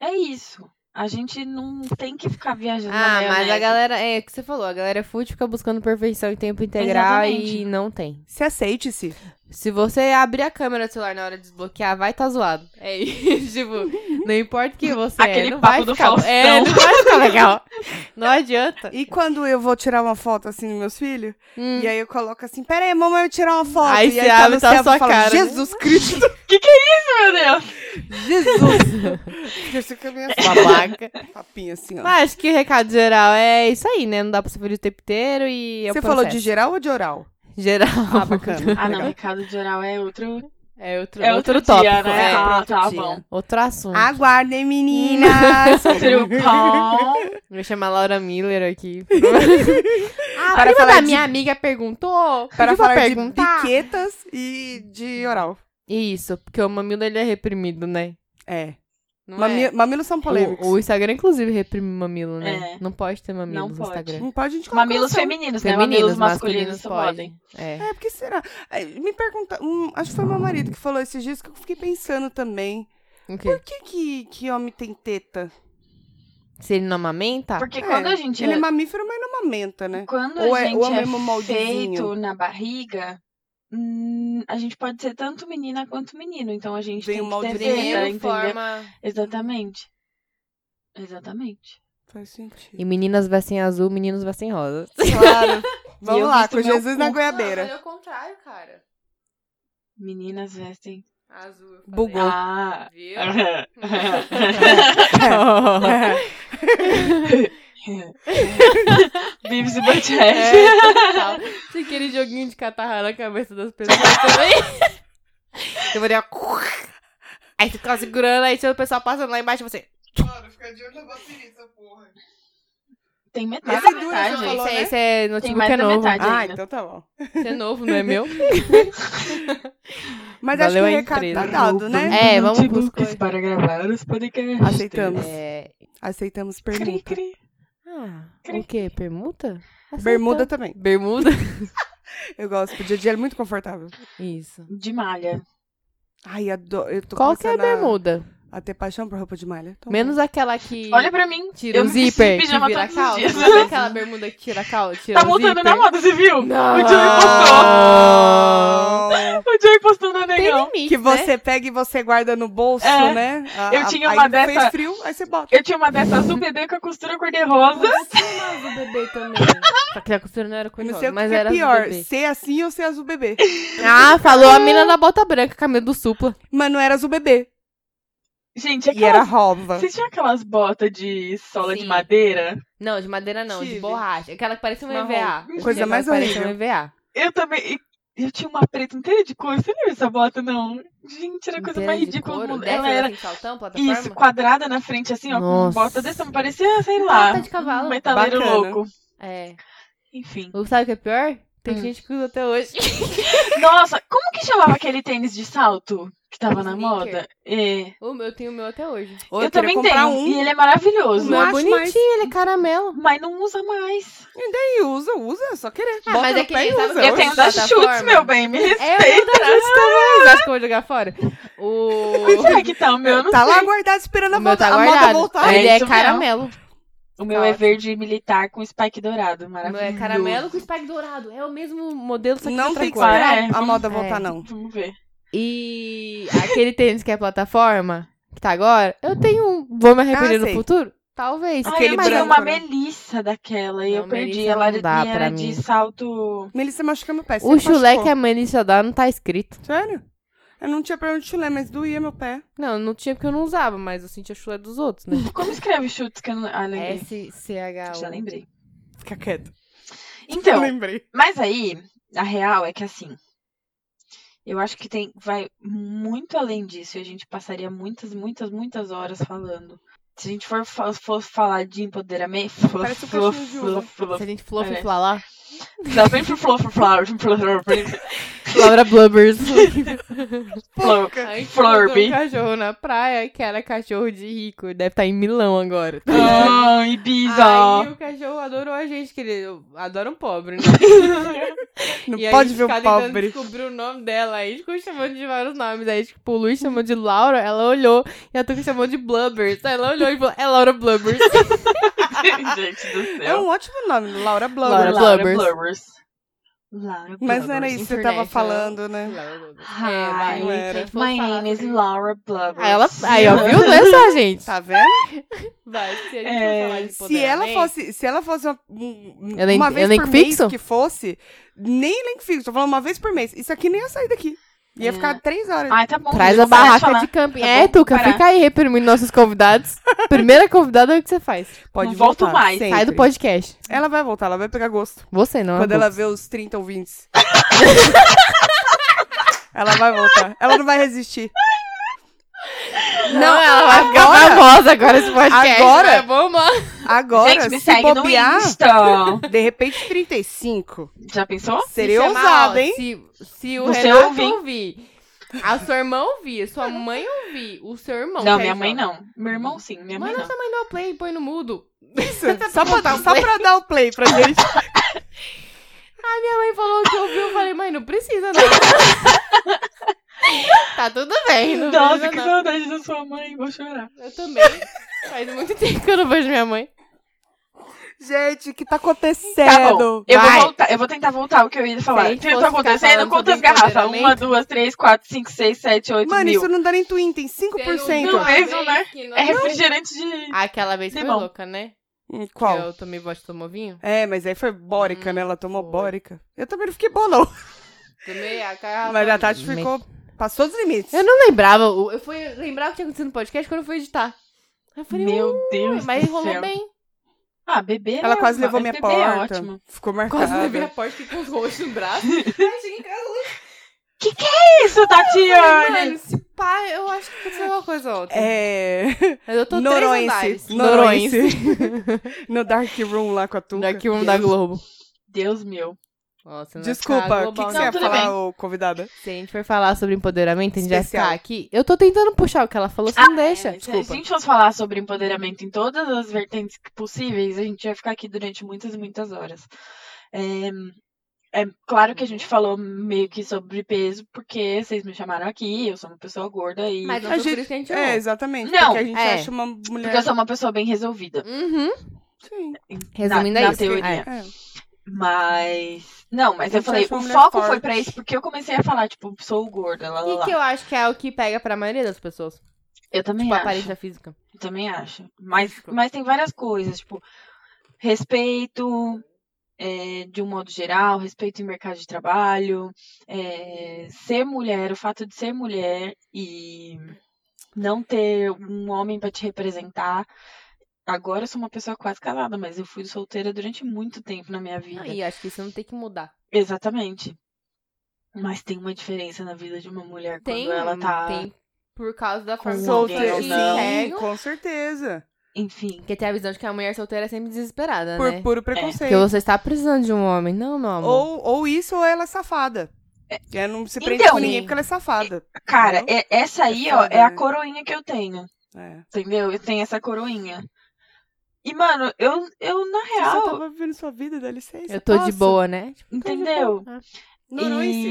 S1: É isso. A gente não tem que ficar viajando. na
S3: Ah, mas a
S1: maionese.
S3: galera, é o que você falou, a galera fútil fica buscando perfeição em tempo integral e
S1: Exatamente.
S3: não tem.
S2: Se aceite-se.
S3: Se você abrir a câmera do celular na hora de desbloquear, vai tá zoado. É isso, tipo, não importa quem você é,
S1: Aquele
S3: não
S1: papo
S3: vai
S1: do
S3: ficar,
S1: Faustão.
S3: é, não vai ficar legal. Não adianta.
S2: E quando eu vou tirar uma foto assim dos meus filhos,
S3: Hum.
S2: e aí eu coloco assim, peraí, mamãe, eu tirar uma foto.
S3: Aí
S2: e
S3: você
S2: tá
S3: abre,
S2: no
S3: tá a
S2: céu,
S3: sua
S2: eu falo,
S3: cara, né?
S2: Jesus Cristo,
S1: Meu Deus.
S2: Jesus. Jesus que é minha
S3: Babaca.
S2: papinha assim, ó.
S3: Mas acho que o recado geral é isso aí, né? Não dá pra ser feliz o tempo inteiro e. é o
S2: Você falou de
S3: processo.
S2: geral ou de oral?
S3: geral.
S2: Ah, bacana.
S1: Ah, não.
S2: Legal.
S1: Recado geral é outro,
S3: É outro,
S1: é
S3: outro,
S1: outro,
S3: tópico.
S1: dia, né?
S3: é.
S1: Ah, tá
S2: dia.
S1: bom.
S3: Outro assunto.
S2: Ah. Aguardem, meninas.
S1: Outro pão.
S3: Vou chamar a Laura Miller aqui. a
S2: Para
S3: prima
S2: falar
S3: da
S2: de-
S3: minha amiga perguntou.
S2: Para
S3: pediu pra
S2: falar
S3: perguntar.
S2: de biquetas e de oral.
S3: Isso, porque o mamilo ele é reprimido, né?
S2: É.
S3: Não
S2: Mami
S3: é?
S2: Mamilos são polêmicos.
S3: O, o Instagram, inclusive, reprime mamilo, né?
S1: É.
S3: Não pode ter mamilo
S1: Não
S3: no
S1: pode.
S3: Instagram.
S2: Não pode a gente colocar
S1: Mamilos
S2: só-
S1: femininos, né?
S3: Femininos,
S1: Mamilos masculinos, só podem.
S3: podem. É.
S2: É, porque será? Aí, Me pergunta, um, acho que foi meu marido que falou esses dias que eu fiquei pensando também.
S3: O quê?
S2: Por que que, que homem tem teta?
S3: Se ele não amamenta?
S1: Porque
S2: É,
S1: quando a gente
S2: Ele é
S1: é,
S2: mamífero, mas não mamenta, né?
S1: quando
S2: ou
S1: a
S2: é-
S1: gente
S2: ou é
S1: é,
S2: mesmo moldezinho.
S1: feito na barriga, hum, a gente pode ser tanto menina quanto menino. Então a gente
S2: Vem um
S1: tem
S2: o
S1: que ter
S2: moldezinho,
S1: teta,
S2: Primeiro
S1: entendeu? Exatamente. Exatamente.
S2: Faz sentido.
S3: E meninas vestem azul, meninos vestem rosa.
S2: Claro. Vamos
S1: eu
S2: lá,
S1: visto
S2: com
S1: meu
S2: Jesus na
S1: cu.
S2: goiabeira.
S3: o contrário, cara.
S1: Meninas vestem.
S3: Azul.
S2: Bugou.
S1: Ah.
S3: Viu?
S1: É. Vives e Butthead.
S3: É, total. Tinha aquele joguinho de catarra na cabeça das pessoas também. Eu vou dar. Aí você ficava segurando, aí o pessoal passando lá embaixo e você.
S2: Claro, fica de olho na baterista, porra.
S1: Tem metade.
S2: Mas
S1: da
S2: é duro,
S1: metade.
S2: você falou,
S3: Isso
S2: né?
S3: "Tá aí, isso é
S1: Tem
S3: notebook
S1: mais
S3: é
S1: da
S3: novo.
S1: metade
S2: Ah,
S1: ainda.
S2: então tá bom.
S3: Isso é novo, não é meu?
S2: Mas
S3: Valeu
S2: acho que
S3: a
S2: o recado
S3: empresa.
S2: tá dado, né?
S3: É, vamos pros coisas.
S1: para gravar os podcasts.
S2: Aceitamos.
S3: É.
S2: Aceitamos
S1: Cri,
S2: permuta.
S1: cri.
S3: Ah, o quê? Permuta?
S2: Bermuda também.
S3: Bermuda?
S2: Eu gosto. Podia dia é muito confortável.
S3: Isso.
S1: De malha.
S2: Ai, adoro. Eu tô
S3: Qual que é a
S2: começando a-
S3: bermuda?
S2: A ter paixão por roupa de malha. Tô
S3: Menos aquela que.
S1: Olha pra mim.
S3: Tira
S1: eu
S3: o
S1: me visto de
S3: zíper, que
S1: pijama
S3: vira
S1: todos os
S3: calça.
S1: dias.
S3: Sabe aquela bermuda que tira calça? Tira
S1: Tá
S3: o
S1: voltando
S3: zíper?
S1: na moda, você viu?
S3: Não.
S1: O Joey
S2: Não.
S1: postou. O Joey postou na
S3: Tem
S1: negão.
S3: limite,
S2: Que
S3: né?
S2: você pega e você guarda no bolso,
S1: É.
S2: né? A-
S1: Eu
S2: a-
S1: tinha
S2: aí
S1: uma
S2: Fez
S1: dessa-
S2: frio, aí você bota.
S1: Eu tinha uma dessa azul bebê com a costura cor-de-rosa.
S3: Eu tinha uma azul bebê também. Só que a costura não era
S2: Eu
S3: cor
S2: não sei o que
S3: mas
S2: que
S3: era
S2: é
S3: azul
S2: pior,
S3: bebê.
S2: ser assim ou ser azul bebê.
S3: Ah, falou a mina da bota branca, cabelo do supla.
S2: Mas não era azul bebê.
S1: Gente,
S2: E era
S1: aquelas...
S2: rova.
S1: Vocês tinham aquelas botas de sola
S3: Sim.
S1: de madeira?
S3: Não, de madeira não, de
S2: Tive.
S3: borracha. Aquela que parecia um
S2: Marrom.
S3: EVA.
S2: Coisa
S3: Aquela
S2: mais
S3: que parecia
S2: horrível.
S3: um EVA.
S1: Eu também. e Eu tinha uma preta inteira de couro. Você lembra essa bota, não? Gente,
S2: é
S1: era a coisa mais ridícula. do mundo. Ela era
S3: assim, saltão, plataforma?
S1: isso, quadrada na frente, assim, ó. Com
S3: Nossa.
S1: bota desse, tamanho, parecia, sei lá,
S3: Bota de cavalo.
S1: um metaleiro
S2: Bacana.
S1: louco.
S3: É.
S1: Enfim.
S3: Ou Sabe o que é pior? Tem
S1: Hum.
S3: gente que usa até hoje.
S1: Nossa, como que chamava aquele tênis de salto que tava na
S3: Sneaker.
S1: moda? É.
S3: o meu tem o meu até hoje.
S2: Ou
S1: eu
S2: queria
S1: também
S2: comprar
S1: tenho.
S2: um
S1: E ele é
S3: O
S1: maravilhoso.
S2: Não
S3: meu é
S2: acho
S3: bonitinho,
S2: mais.
S3: ele é caramelo.
S1: Mas não usa mais.
S2: e usa, usa, é só querer.
S3: Ah,
S2: Bota
S3: mas
S2: no
S3: é que
S2: pé e
S3: nem- sabe
S2: usa.
S3: que
S1: eu
S3: uso
S1: tenho
S3: da
S1: da
S3: plataforma.
S1: chutes, meu bem. Me
S3: É,
S1: respeita.
S3: eu também também. Acho que eu vou jogar fora. O...
S1: Onde é que tá o meu? Eu não
S2: Tá
S1: sei.
S2: lá guardado esperando a,
S3: o meu
S2: moda,
S3: tá
S2: a moda
S3: guardado.
S2: voltar.
S1: É
S3: ele é
S1: isso mesmo.
S3: caramelo.
S1: O meu é
S3: Nossa.
S1: verde militar com spike dourado.
S3: O meu
S1: Maravilhoso.
S3: é caramelo com spike dourado. É o mesmo modelo, só que
S2: Não
S3: outra
S2: tem que
S3: cor.
S1: parar.
S2: esperar
S1: É,
S2: a
S1: vamos-
S2: moda
S3: é.
S2: voltar, não.
S1: Vamos ver.
S3: E aquele tênis que é plataforma, que tá agora, eu tenho um. Vou me arrepender
S2: Ah,
S3: no
S2: sei.
S3: futuro? Talvez.
S1: Ah,
S2: Aquele
S1: eu tinha
S2: branco,
S1: uma
S2: né?
S1: Melissa daquela e
S3: Não,
S1: eu perdi.
S3: Melissa
S1: Ela
S3: não
S1: era,
S3: dá
S1: e
S3: pra
S1: era
S3: mim.
S1: de salto.
S2: Melissa machucou meu pé.
S3: O
S2: sempre
S3: chulé que
S2: machucou.
S3: a Melissa dá não tá escrito.
S2: Sério? Eu não tinha problema de chulé, mas doía meu pé.
S3: Não, não tinha porque eu não usava, mas eu sentia o chulé dos outros, né?
S1: Como escreve chutes que eu não. Ah, lembrei. Já
S3: SCH.
S1: lembrei.
S2: Fica quieto.
S1: Então,
S2: lembrei.
S1: Mas aí, a real é que assim, eu acho que tem, vai muito além disso. E a gente passaria muitas, muitas, muitas horas falando. Se a gente for, fa- for falar de empoderamento,
S2: Parece um
S1: fla-
S2: caixinho de
S1: fla-
S2: uva.
S1: fla-
S3: Se a gente flou,
S1: É.
S3: é. lá.
S1: Dá bem pro fla- fla- fla- fla- fla- fla-
S3: Laura Blubbers.
S1: fla-
S3: A gente
S1: Flurby.
S3: matou um cachorro na praia, que era cachorro de rico. Deve estar em Milão agora.
S1: Ah, Ibiza!
S3: Aí o cachorro adorou a gente, que ele adora um pobre, né?
S2: Não
S3: E aí a
S2: pode
S3: gente
S2: ver o
S3: ficava tentando
S2: pobre.
S3: descobrir o nome dela. Aí a gente ficou chamando de vários nomes. Aí, tipo, o Luiz chamou de Laura, ela olhou. E a Tuca chamou de Blubbers. Aí ela olhou e falou, é Laura Blubbers.
S1: Gente do
S2: É
S1: céu.
S2: um ótimo nome, Laura Blubber.
S3: Laura
S1: Laura
S3: Blubbers.
S1: Blubbers. Laura
S2: Mas não era
S1: Blubbers.
S2: isso que você tava
S3: International.
S2: falando, né?
S3: Laura Blubbers. É, vai,
S1: Hi,
S2: não era.
S3: quem for
S1: my
S3: falar
S1: name is
S3: sobre-
S1: Laura Blubbers.
S3: Aí ela, aí ó, viu? Não é só a gente.
S2: Tá vendo?
S3: Vai, se a gente
S1: É,
S3: for falar de
S2: Se ela
S3: empoderamento-
S2: fosse, se ela fosse uma, um-
S3: Elenco-
S2: uma vez
S3: elenco
S2: por mês
S3: é fixo?
S2: que fosse, nem elenco fixo, tô falando uma vez por mês. Isso aqui nem ia sair daqui. Ia
S1: É.
S2: ficar três horas.
S1: Ai, tá bom.
S3: Traz a
S1: deixa eu parar
S3: barraca
S1: falar.
S3: de camping.
S1: Tá
S3: é,
S1: bom,
S3: Tuca,
S1: parar.
S3: fica aí reprimindo nossos convidados. Primeira convidada é o que você faz.
S2: Pode
S1: Ah, não volto
S2: voltar,
S1: mais.
S2: sempre.
S3: Sai do podcast.
S2: Ela vai voltar, ela vai pegar gosto.
S3: Você não. é
S2: Quando
S3: a
S2: ela vê os 30 ouvintes. ela vai voltar. Ela não vai resistir.
S3: Tuca. Não, ela vai ficar famosa agora esse podcast.
S2: Agora?
S3: Vai bombar.
S2: Agora,
S1: Gente, me
S2: se
S1: segue
S2: bobear,
S1: no Insta.
S2: de repente 35.
S1: Já pensou?
S2: Seria
S3: Se chamar,
S2: ousado,
S3: ó,
S2: hein?
S3: Se, se o
S1: Você
S3: Renato
S1: ouvir.
S3: ouvir. a sua irmã ouvir, a sua mãe ouvir, o seu irmão.
S1: Não,
S3: que
S1: minha
S3: aí
S1: mãe
S3: fala,
S1: não. Meu irmão sim, minha mãe
S3: Manda
S1: não.
S3: sua mãe dar o play, põe no mudo.
S2: Isso, só,
S3: um
S2: pra, só pra dar o play pra gente.
S3: A minha mãe falou que ouviu, eu falei, mãe, não precisa não. tá tudo bem, não
S1: Nossa,
S3: precisa
S1: que
S3: não.
S1: saudade da sua mãe, vou chorar.
S3: Eu também. Faz muito tempo que eu não vejo minha mãe.
S2: Gente, o que tá
S1: Tá
S2: acontecendo?
S1: bom, eu
S3: vai.
S1: vou, voltar, eu vou tentar voltar o que eu ia
S3: Se a
S1: falar. O
S3: gente
S1: que tá
S3: fosse ficar
S1: acontecendo?
S3: falando
S1: Quantas
S3: sobre
S1: garrafas?
S3: empoderamento-
S1: Uma, duas, três, quatro, cinco, seis, sete, oito
S2: Mano,
S1: mil.
S2: isso não dá nem twin,
S3: um
S2: tem
S1: Não,
S2: 5%.
S1: é mesmo, né?
S3: Que não-
S1: É refrigerante É de...
S3: Aquela vez foi
S1: Limão.
S3: louca, né?
S2: Hum,
S3: Que
S2: Qual?
S3: eu tomei vodka tomou vinho.
S2: É, mas aí foi bórica, né? Ela tomou
S3: foi.
S2: bórica. Eu também não fiquei boa, não.
S3: Tomei a garrafa.
S2: Mas a Tati
S3: Me-
S2: ficou. Passou dos limites.
S3: Eu não lembrava. o- Eu fui lembrar o que tinha acontecido no podcast quando eu fui editar. Aí Eu falei,
S1: Meu
S3: "Ui",
S1: Deus
S3: mas
S1: do
S3: rolou
S1: céu.
S3: bem.
S1: Ah, bebê
S2: Ela
S1: é
S2: quase
S1: uma-
S2: levou minha
S1: bebê é
S2: porta.
S1: ótimo.
S2: Ficou marcada.
S3: Quase levei a porta fiquei com os roxos no braço. Aí cheguei em casa
S1: Isso,
S3: e
S1: Tatiane!
S3: mano, se pá, eu acho que aconteceu uma coisa ou outra.
S2: né? É.
S3: Mas eu tô três andares.
S2: Noronense. Noronense. no Dark Room lá com a Tuca.
S3: Daqui um da Globo.
S1: Deus meu.
S3: Nossa, não vai ficar
S2: Desculpa, o que,
S3: global,
S2: que
S3: não.
S2: você ia
S1: tudo
S2: falar,
S1: bem.
S2: ô convidada?
S3: Se a gente for falar sobre empoderamento, a gente
S2: Especial.
S3: vai ficar aqui. Eu tô tentando puxar o que ela falou, você não deixa.
S1: É, mas Se
S3: Desculpa.
S1: a gente fosse falar sobre empoderamento em todas as vertentes que possíveis, a gente ia ficar aqui durante muitas e muitas horas. É, é claro que a gente falou meio que sobre peso, porque vocês me chamaram aqui, eu sou uma pessoa gorda e.
S3: Mas não
S2: A
S3: foi
S2: gente-
S3: por isso que a gente
S2: É,
S3: é.
S2: exatamente.
S1: Não,
S2: porque a gente
S3: é.
S2: acha uma
S1: Porque eu
S2: mulher.
S1: sou uma pessoa bem resolvida.
S3: Uhum.
S2: Sim.
S3: Resumindo
S1: na,
S3: é
S1: na
S3: isso.
S1: teoria.
S3: É.
S2: É.
S1: Mas. Não, mas
S2: A
S1: eu
S2: gente
S1: falei,
S2: acha uma
S1: o
S2: mulher
S1: foco foi
S2: forte.
S1: pra isso, porque eu comecei a falar, tipo, sou gorda, lá, lá,
S3: E
S1: lá.
S3: que eu acho que é o que pega pra maioria das pessoas.
S1: Eu também
S3: Tipo, a
S1: acho.
S3: aparência física.
S1: Eu também acho. Mas,
S3: Lógico.
S1: mas tem várias coisas, tipo, respeito é, de um modo geral, respeito em mercado de trabalho, é, ser mulher, o fato de ser mulher e não ter um homem pra te representar. Agora eu sou uma pessoa quase casada, mas eu fui Uhum. solteira durante muito tempo na minha vida.
S3: E acho que isso não tem que mudar.
S1: Exatamente. Mas tem uma diferença na vida de uma mulher
S3: Tem,
S1: quando ela tá.
S3: tem por causa da
S1: Com
S3: forma
S1: solteira,
S2: Solteiro,
S3: que
S2: sim,
S1: não.
S3: carregam.
S2: com certeza.
S1: Enfim.
S3: Porque tem a visão de que a mulher solteira é sempre desesperada,
S2: Por
S3: né?
S2: puro
S3: Porque
S2: preconceito.
S3: você está precisando de um homem. Não, meu amor.
S2: Ou, ou isso, ou ela é safada. Ela não se prende
S1: Então,
S2: com ninguém
S3: sim.
S2: porque ela é safada.
S1: Cara,
S2: Entendeu?
S1: é- essa aí,
S2: É
S1: ó,
S2: foda,
S1: é a
S2: né?
S1: coroinha que eu tenho.
S2: É.
S1: Entendeu? Eu tenho essa coroinha. E, mano, eu, eu na
S2: É. Você só
S1: É real.
S2: tava vivendo sua vida, dá licença.
S3: Eu tô de
S2: posso?
S3: boa, né? Tipo, tô de
S1: Entendeu?
S3: boa.
S1: E...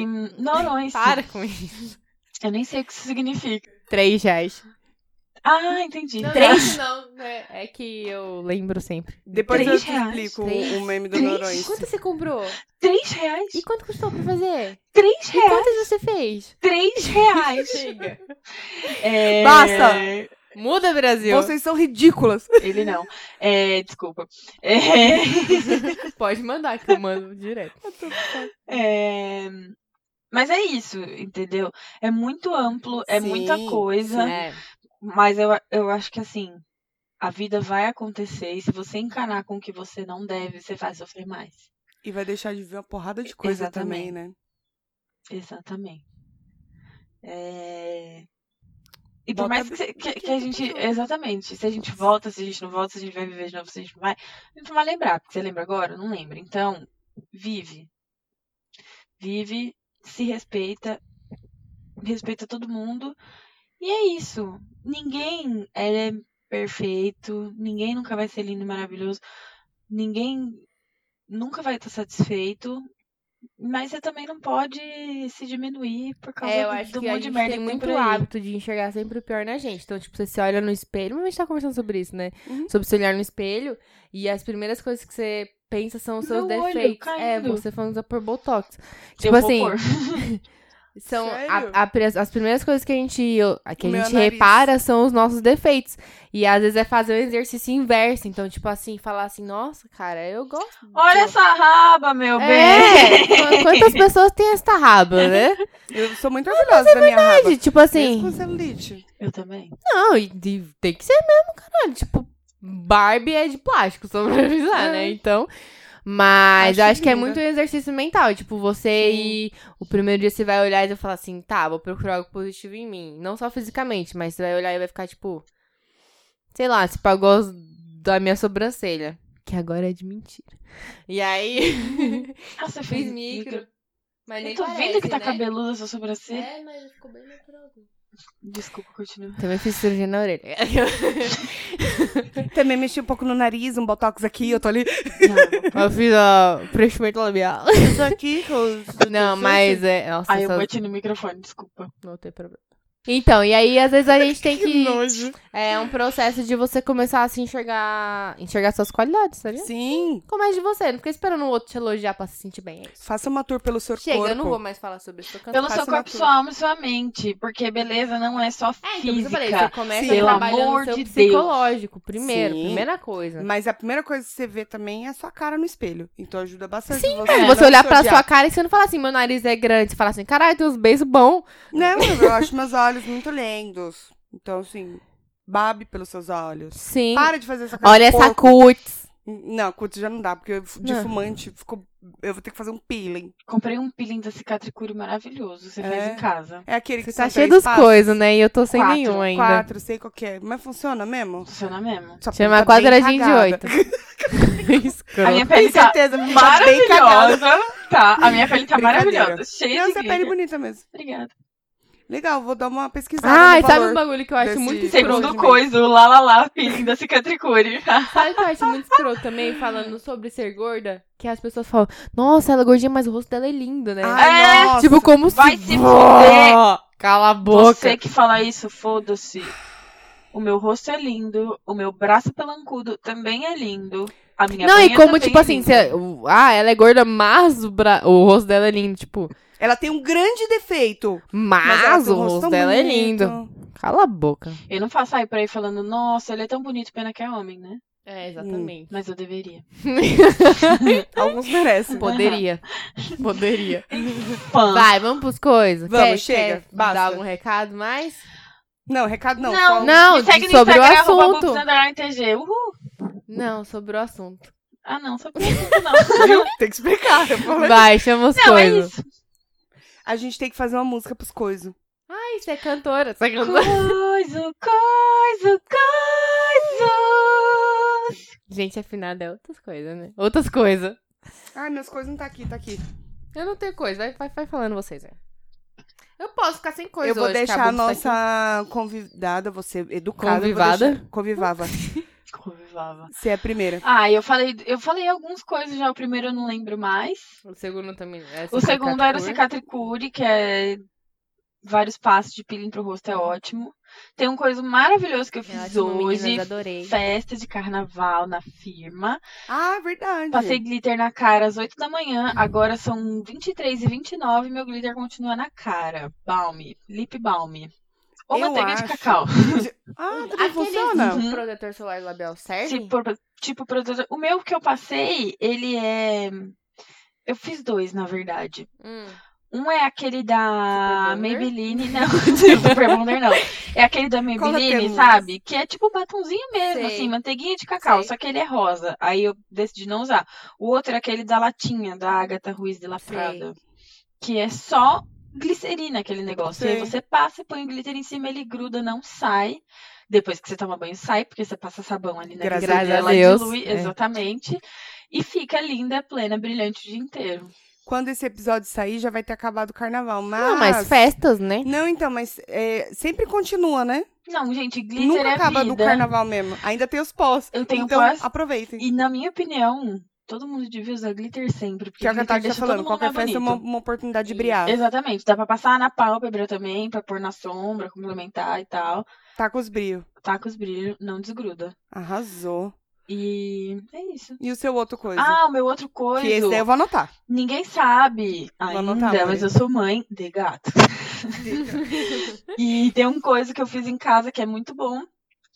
S2: Noronha-se.
S1: Noronha.
S3: Para com isso.
S1: Eu nem sei o que isso significa.
S3: Três reais.
S1: Ah, entendi.
S3: Não,
S1: Três.
S3: não, né? É que eu lembro sempre.
S2: Depois eu
S1: Três
S2: te
S1: reais.
S2: explico
S3: Três.
S2: o meme do
S1: Três.
S2: Noronha.
S3: Quanto você comprou?
S1: Três reais?
S3: E quanto custou pra fazer?
S1: Três
S3: E
S1: reais?
S3: quantas você fez?
S1: Três reais?
S3: É. Chega.
S1: É,
S2: Basta.
S3: Muda, Brasil.
S2: Vocês são ridículas.
S1: Ele não. É, desculpa. É,
S3: Pode mandar que eu mando direto.
S1: é, Mas é isso, entendeu? É muito amplo, é
S2: Sim,
S1: muita coisa.
S3: É.
S1: Mas eu, eu acho que assim, a vida vai acontecer e se você encanar com o que você não deve, você vai sofrer mais.
S2: E vai deixar de ver uma porrada de coisa também, né?
S1: Exatamente. É, E
S2: Volta
S1: por mais
S2: a
S1: que, se- que-
S2: que-
S1: que a
S2: que-
S1: gente.
S2: que-
S1: Exatamente. Se a gente volta, se a gente não volta, se a gente vai viver de novo, se a gente não vai. A gente não vai lembrar, porque você lembra agora? Não lembra. Então, vive. Vive, se respeita, respeita todo mundo. E é isso. Ninguém é perfeito, ninguém nunca vai ser lindo e maravilhoso, ninguém nunca vai estar satisfeito. Mas você também não pode se diminuir por causa
S3: É, eu
S1: do-
S3: acho
S1: do
S3: que a
S1: monte
S3: gente
S1: de merda
S3: tem
S1: que tem
S3: muito
S1: por aí.
S3: hábito de enxergar sempre o pior na gente. Então, tipo, você se olha no espelho, mas a gente tá conversando sobre isso, né?
S2: Uhum.
S3: Sobre se olhar no espelho, e as primeiras coisas que você pensa são os seus
S1: Meu olho
S3: defeitos. é,
S1: caindo. um
S3: você falando da por Botox.
S1: Eu
S3: Tipo
S1: vou
S3: assim,
S1: pôr.
S3: são
S2: Sério?
S3: a- a pri- as primeiras coisas que a gente, que a
S2: Meu
S3: gente
S2: nariz.
S3: repara são os nossos defeitos. E às vezes é fazer o exercício inverso. Então, tipo assim, falar assim, nossa, cara, eu gosto.
S1: Olha essa raba, meu bem!
S3: é, qu- quantas pessoas têm essa raba, né?
S2: Eu sou muito orgulhosa da minha raba.
S3: Gente, tipo assim.
S2: Mesmo com celulite.
S1: Eu também.
S3: Não, e de- tem que ser mesmo, caralho. Tipo, Barbie é de plástico, só pra avisar,
S2: É.
S3: né? Então. Mas
S2: Acho
S3: eu acho que é
S2: linda.
S3: muito exercício mental. Tipo, você ir. O primeiro dia você vai olhar e vai falar assim, tá, vou procurar algo positivo em mim. Não só fisicamente, mas você vai olhar e vai ficar, tipo. Sei lá, se pagou as- da minha sobrancelha. Que agora é de mentira. E aí.
S1: Ah, você
S3: fiz
S1: fez
S3: micro. Mas nem
S1: Eu tô
S3: parece,
S1: vendo que tá
S3: né?
S1: cabeludo essa sobrancelha.
S3: É, mas ficou bem natural.
S1: Desculpa, continua.
S3: Também fiz cirurgia na orelha.
S2: Também mexi um pouco no nariz, um botox aqui, eu tô ali.
S1: Não,
S3: Eu fiz ó, preenchimento labial.
S2: Eu tô aqui com os-
S3: Não, mas é. Nossa,
S1: Aí eu
S3: essas-
S1: bati no microfone, desculpa.
S3: não tem problema. Então, e aí às vezes a gente tem
S2: Que
S3: que.
S2: nojo.
S3: é um processo de você começar a se enxergar. Enxergar suas qualidades, tá ligado?
S2: Sim.
S3: Comece de você, não fica esperando o outro te elogiar pra se sentir bem. É isso.
S2: Faça uma tour pelo seu
S3: Chega,
S2: corpo.
S3: eu não vou mais falar sobre isso. Tô cansada.
S1: Pelo seu
S2: faço
S1: corpo,
S2: uma
S1: sua alma e sua mente. Porque beleza não é só
S3: É, então, por isso que eu
S1: física.
S3: falei, você começa
S2: Sim.
S3: trabalhando
S1: Pelo
S3: o seu
S1: amor de
S3: psicológico primeiro,
S2: Sim.
S3: primeira coisa.
S2: Mas a primeira coisa que você vê também é a sua cara no espelho. Então ajuda bastante você.
S3: É, Se
S2: não
S3: você olhar pra
S2: odiar.
S3: sua cara e você não falar assim, meu nariz é grande, você fala assim, caralho, tem uns beijos bons.
S2: Não, eu acho meus olhos muito lindos. Então, assim, babe pelos seus olhos.
S3: Sim.
S2: Para de fazer essa cara
S3: Olha
S2: de
S3: essa Ah.
S2: porco.
S3: cutis.
S2: Não, curto já não dá, porque eu- de
S3: Não.
S2: fumante ficou... Eu vou ter que fazer um peeling.
S1: Comprei um peeling da Cicatricure maravilhoso. que Você fez
S2: É.
S1: em casa.
S2: É aquele que
S3: Você tá
S2: são
S3: cheio
S2: três
S3: dos
S2: passos.
S3: coisas, né? E eu tô sem
S1: Quatro,
S3: nenhum ainda.
S2: Quatro, sei qual que é. Mas funciona mesmo?
S1: Funciona mesmo.
S2: Sua
S3: Chama
S2: pele tá bem
S3: quadradinho de
S2: cagada.
S3: oito.
S1: A minha
S3: Escroto.
S1: pele
S2: Tenho
S1: tá
S2: certeza, tá bem cagada.
S1: maravilhosa. Tá, a minha pele tá
S2: Brincadeira.
S1: maravilhosa. Cheia
S2: Não,
S1: de
S2: essa pele é
S1: glitter.
S2: bonita mesmo.
S1: Obrigada.
S2: Legal, vou dar uma pesquisada
S3: Ai,
S2: no
S3: sabe um
S2: valor.
S3: bagulho que eu acho
S2: desse-
S3: muito escroto?
S1: Segundo
S2: procedimento.
S1: coisa, o lá lá lá, peeling da Cicatricure.
S3: Sabe o que eu acho muito escroto também, falando sobre ser gorda? Que as pessoas falam, nossa, ela é gordinha, mas o rosto dela é lindo, né?
S2: Ai,
S1: É,
S2: nossa.
S3: tipo, como
S1: vai
S3: se...
S1: se fuder.
S3: Cala a boca.
S1: Você que fala isso, foda-se. O meu rosto é lindo, o meu braço pelancudo também é lindo. A minha
S3: Não, e
S1: banha
S3: como,
S1: também
S3: tipo
S1: é
S3: assim,
S1: linda.
S3: cê- o- ah, ela é gorda, mas o, bra- o rosto dela é lindo. Tipo,
S2: Ela tem um grande defeito.
S3: mas,
S2: ela tem um
S3: o rosto
S2: tão
S3: dela é
S2: bonito.
S3: lindo. Cala a boca.
S1: Eu não faço aí pra ir falando, nossa, ele é tão bonito, pena que é homem, né?
S3: É,
S2: exatamente.
S1: Mas eu deveria.
S2: Alguns merecem.
S3: Poderia. Poderia.
S1: Pã.
S3: Vai, vamos pros coisas.
S2: Vamos, chega,
S3: Quer- quer
S2: basta.
S3: Dar algum recado mais?
S2: Não, recado não. só- um.
S3: não,
S1: me segue no
S3: sobre o
S1: Instagram, arroba
S3: assunto.
S1: Bubs underline TG. Uhul.
S3: Não, sobre o assunto.
S1: Ah, não, só por isso não.
S2: Tem que explicar. eu falei.
S3: Vai, chama os
S1: não, é
S3: coisas.
S1: isso.
S2: A gente tem que fazer uma música pros coisos.
S3: Ai, você é cantora, você é cantora.
S1: Coiso, coiso, coiso.
S3: Gente, afinada é outras coisas, né? Outras coisas.
S2: Ai, meus coisas não tá aqui, tá aqui.
S3: Eu não tenho coisa, vai, vai, vai falando vocês, né? Eu posso ficar sem coisa
S2: eu vou
S3: hoje, que
S2: deixar a
S3: Bubu tá aqui.
S2: nossa convidada, você educada. eu vou
S3: Convivada?
S2: deixar- Convivava.
S1: Convivava.
S2: Você é a primeira.
S1: Ah, eu falei, eu falei algumas coisas já. O primeiro eu não lembro mais.
S3: O segundo também. é
S1: O segundo era o
S3: cicatricure.
S1: cicatricure, que é vários passos de peeling pro rosto, é ótimo. Tem um coisa maravilhoso que eu
S3: Eu
S1: fiz
S3: acho,
S1: hoje.
S3: É
S1: Tá
S3: meninas, adorei.
S1: Festa de carnaval na firma.
S2: Ah, verdade.
S1: Passei glitter na cara às 8 da manhã. Agora são 23 e 29 meu glitter continua na cara. Balme. Lip balme. Ou
S2: Eu
S1: manteiga de
S2: acho.
S1: cacau.
S2: Ah, também
S3: Aquele
S2: funciona?
S1: Uhum.
S3: protetor solar labial serve?
S1: Tipo, pro- tipo produto. O meu que eu passei, ele é. Eu fiz dois, na verdade.
S3: Hum.
S1: Um é aquele da
S3: Super Bonder?
S1: Maybelline, não, de Super Bonder não. É aquele da Maybelline,
S2: peludas.
S1: sabe? Que é tipo batonzinho mesmo,
S3: Sei.
S1: assim, manteiguinha de cacau,
S3: Sei.
S1: só que ele é rosa. Aí eu decidi não usar. O outro é aquele da latinha, da Agatha Ruiz de La
S3: Sei.
S1: Prada. Que é só glicerina aquele negócio. Aí
S2: Sei.
S1: você passa, põe o glitter em cima, ele gruda, não sai. Depois que você toma banho, sai, porque você passa sabão ali na
S2: Graças
S1: glicerina,
S3: a
S1: ela
S3: Deus.
S1: dilui,
S3: É.
S1: exatamente. E fica linda, plena, brilhante o dia inteiro.
S2: Quando esse episódio sair, já vai ter acabado o carnaval. Mas.
S3: Não, mas festas, né?
S2: Não, então, mas é, sempre continua, né?
S1: Não, gente, glitter
S2: Nunca
S1: é
S2: acaba
S1: vida.
S2: no carnaval mesmo. Ainda tem os pós.
S1: Eu tenho
S2: então,
S1: pós.
S2: aproveitem.
S1: E na minha opinião, todo mundo devia usar glitter sempre. Porque
S2: Que é o que a
S1: glitter
S2: Tati tá
S1: deixa todo
S2: falando.
S1: mundo
S2: Qualquer
S1: mais
S2: festa é uma,
S1: bonito.
S2: uma oportunidade de
S3: Isso.
S2: brilhar.
S1: Exatamente. Dá pra passar na pálpebra também, pra pôr na sombra, complementar e tal.
S2: Tá com os brilhos.
S1: Taca os brilhos, não desgruda.
S2: Arrasou.
S1: E é isso.
S2: E o seu outro coisa?
S1: Ah, o meu outro coisa.
S2: que esse daí eu vou anotar.
S1: Ninguém sabe ainda,
S2: anotar,
S1: mas
S2: Mari.
S1: eu sou mãe de gato. E tem um coisa que eu fiz em casa que é muito bom,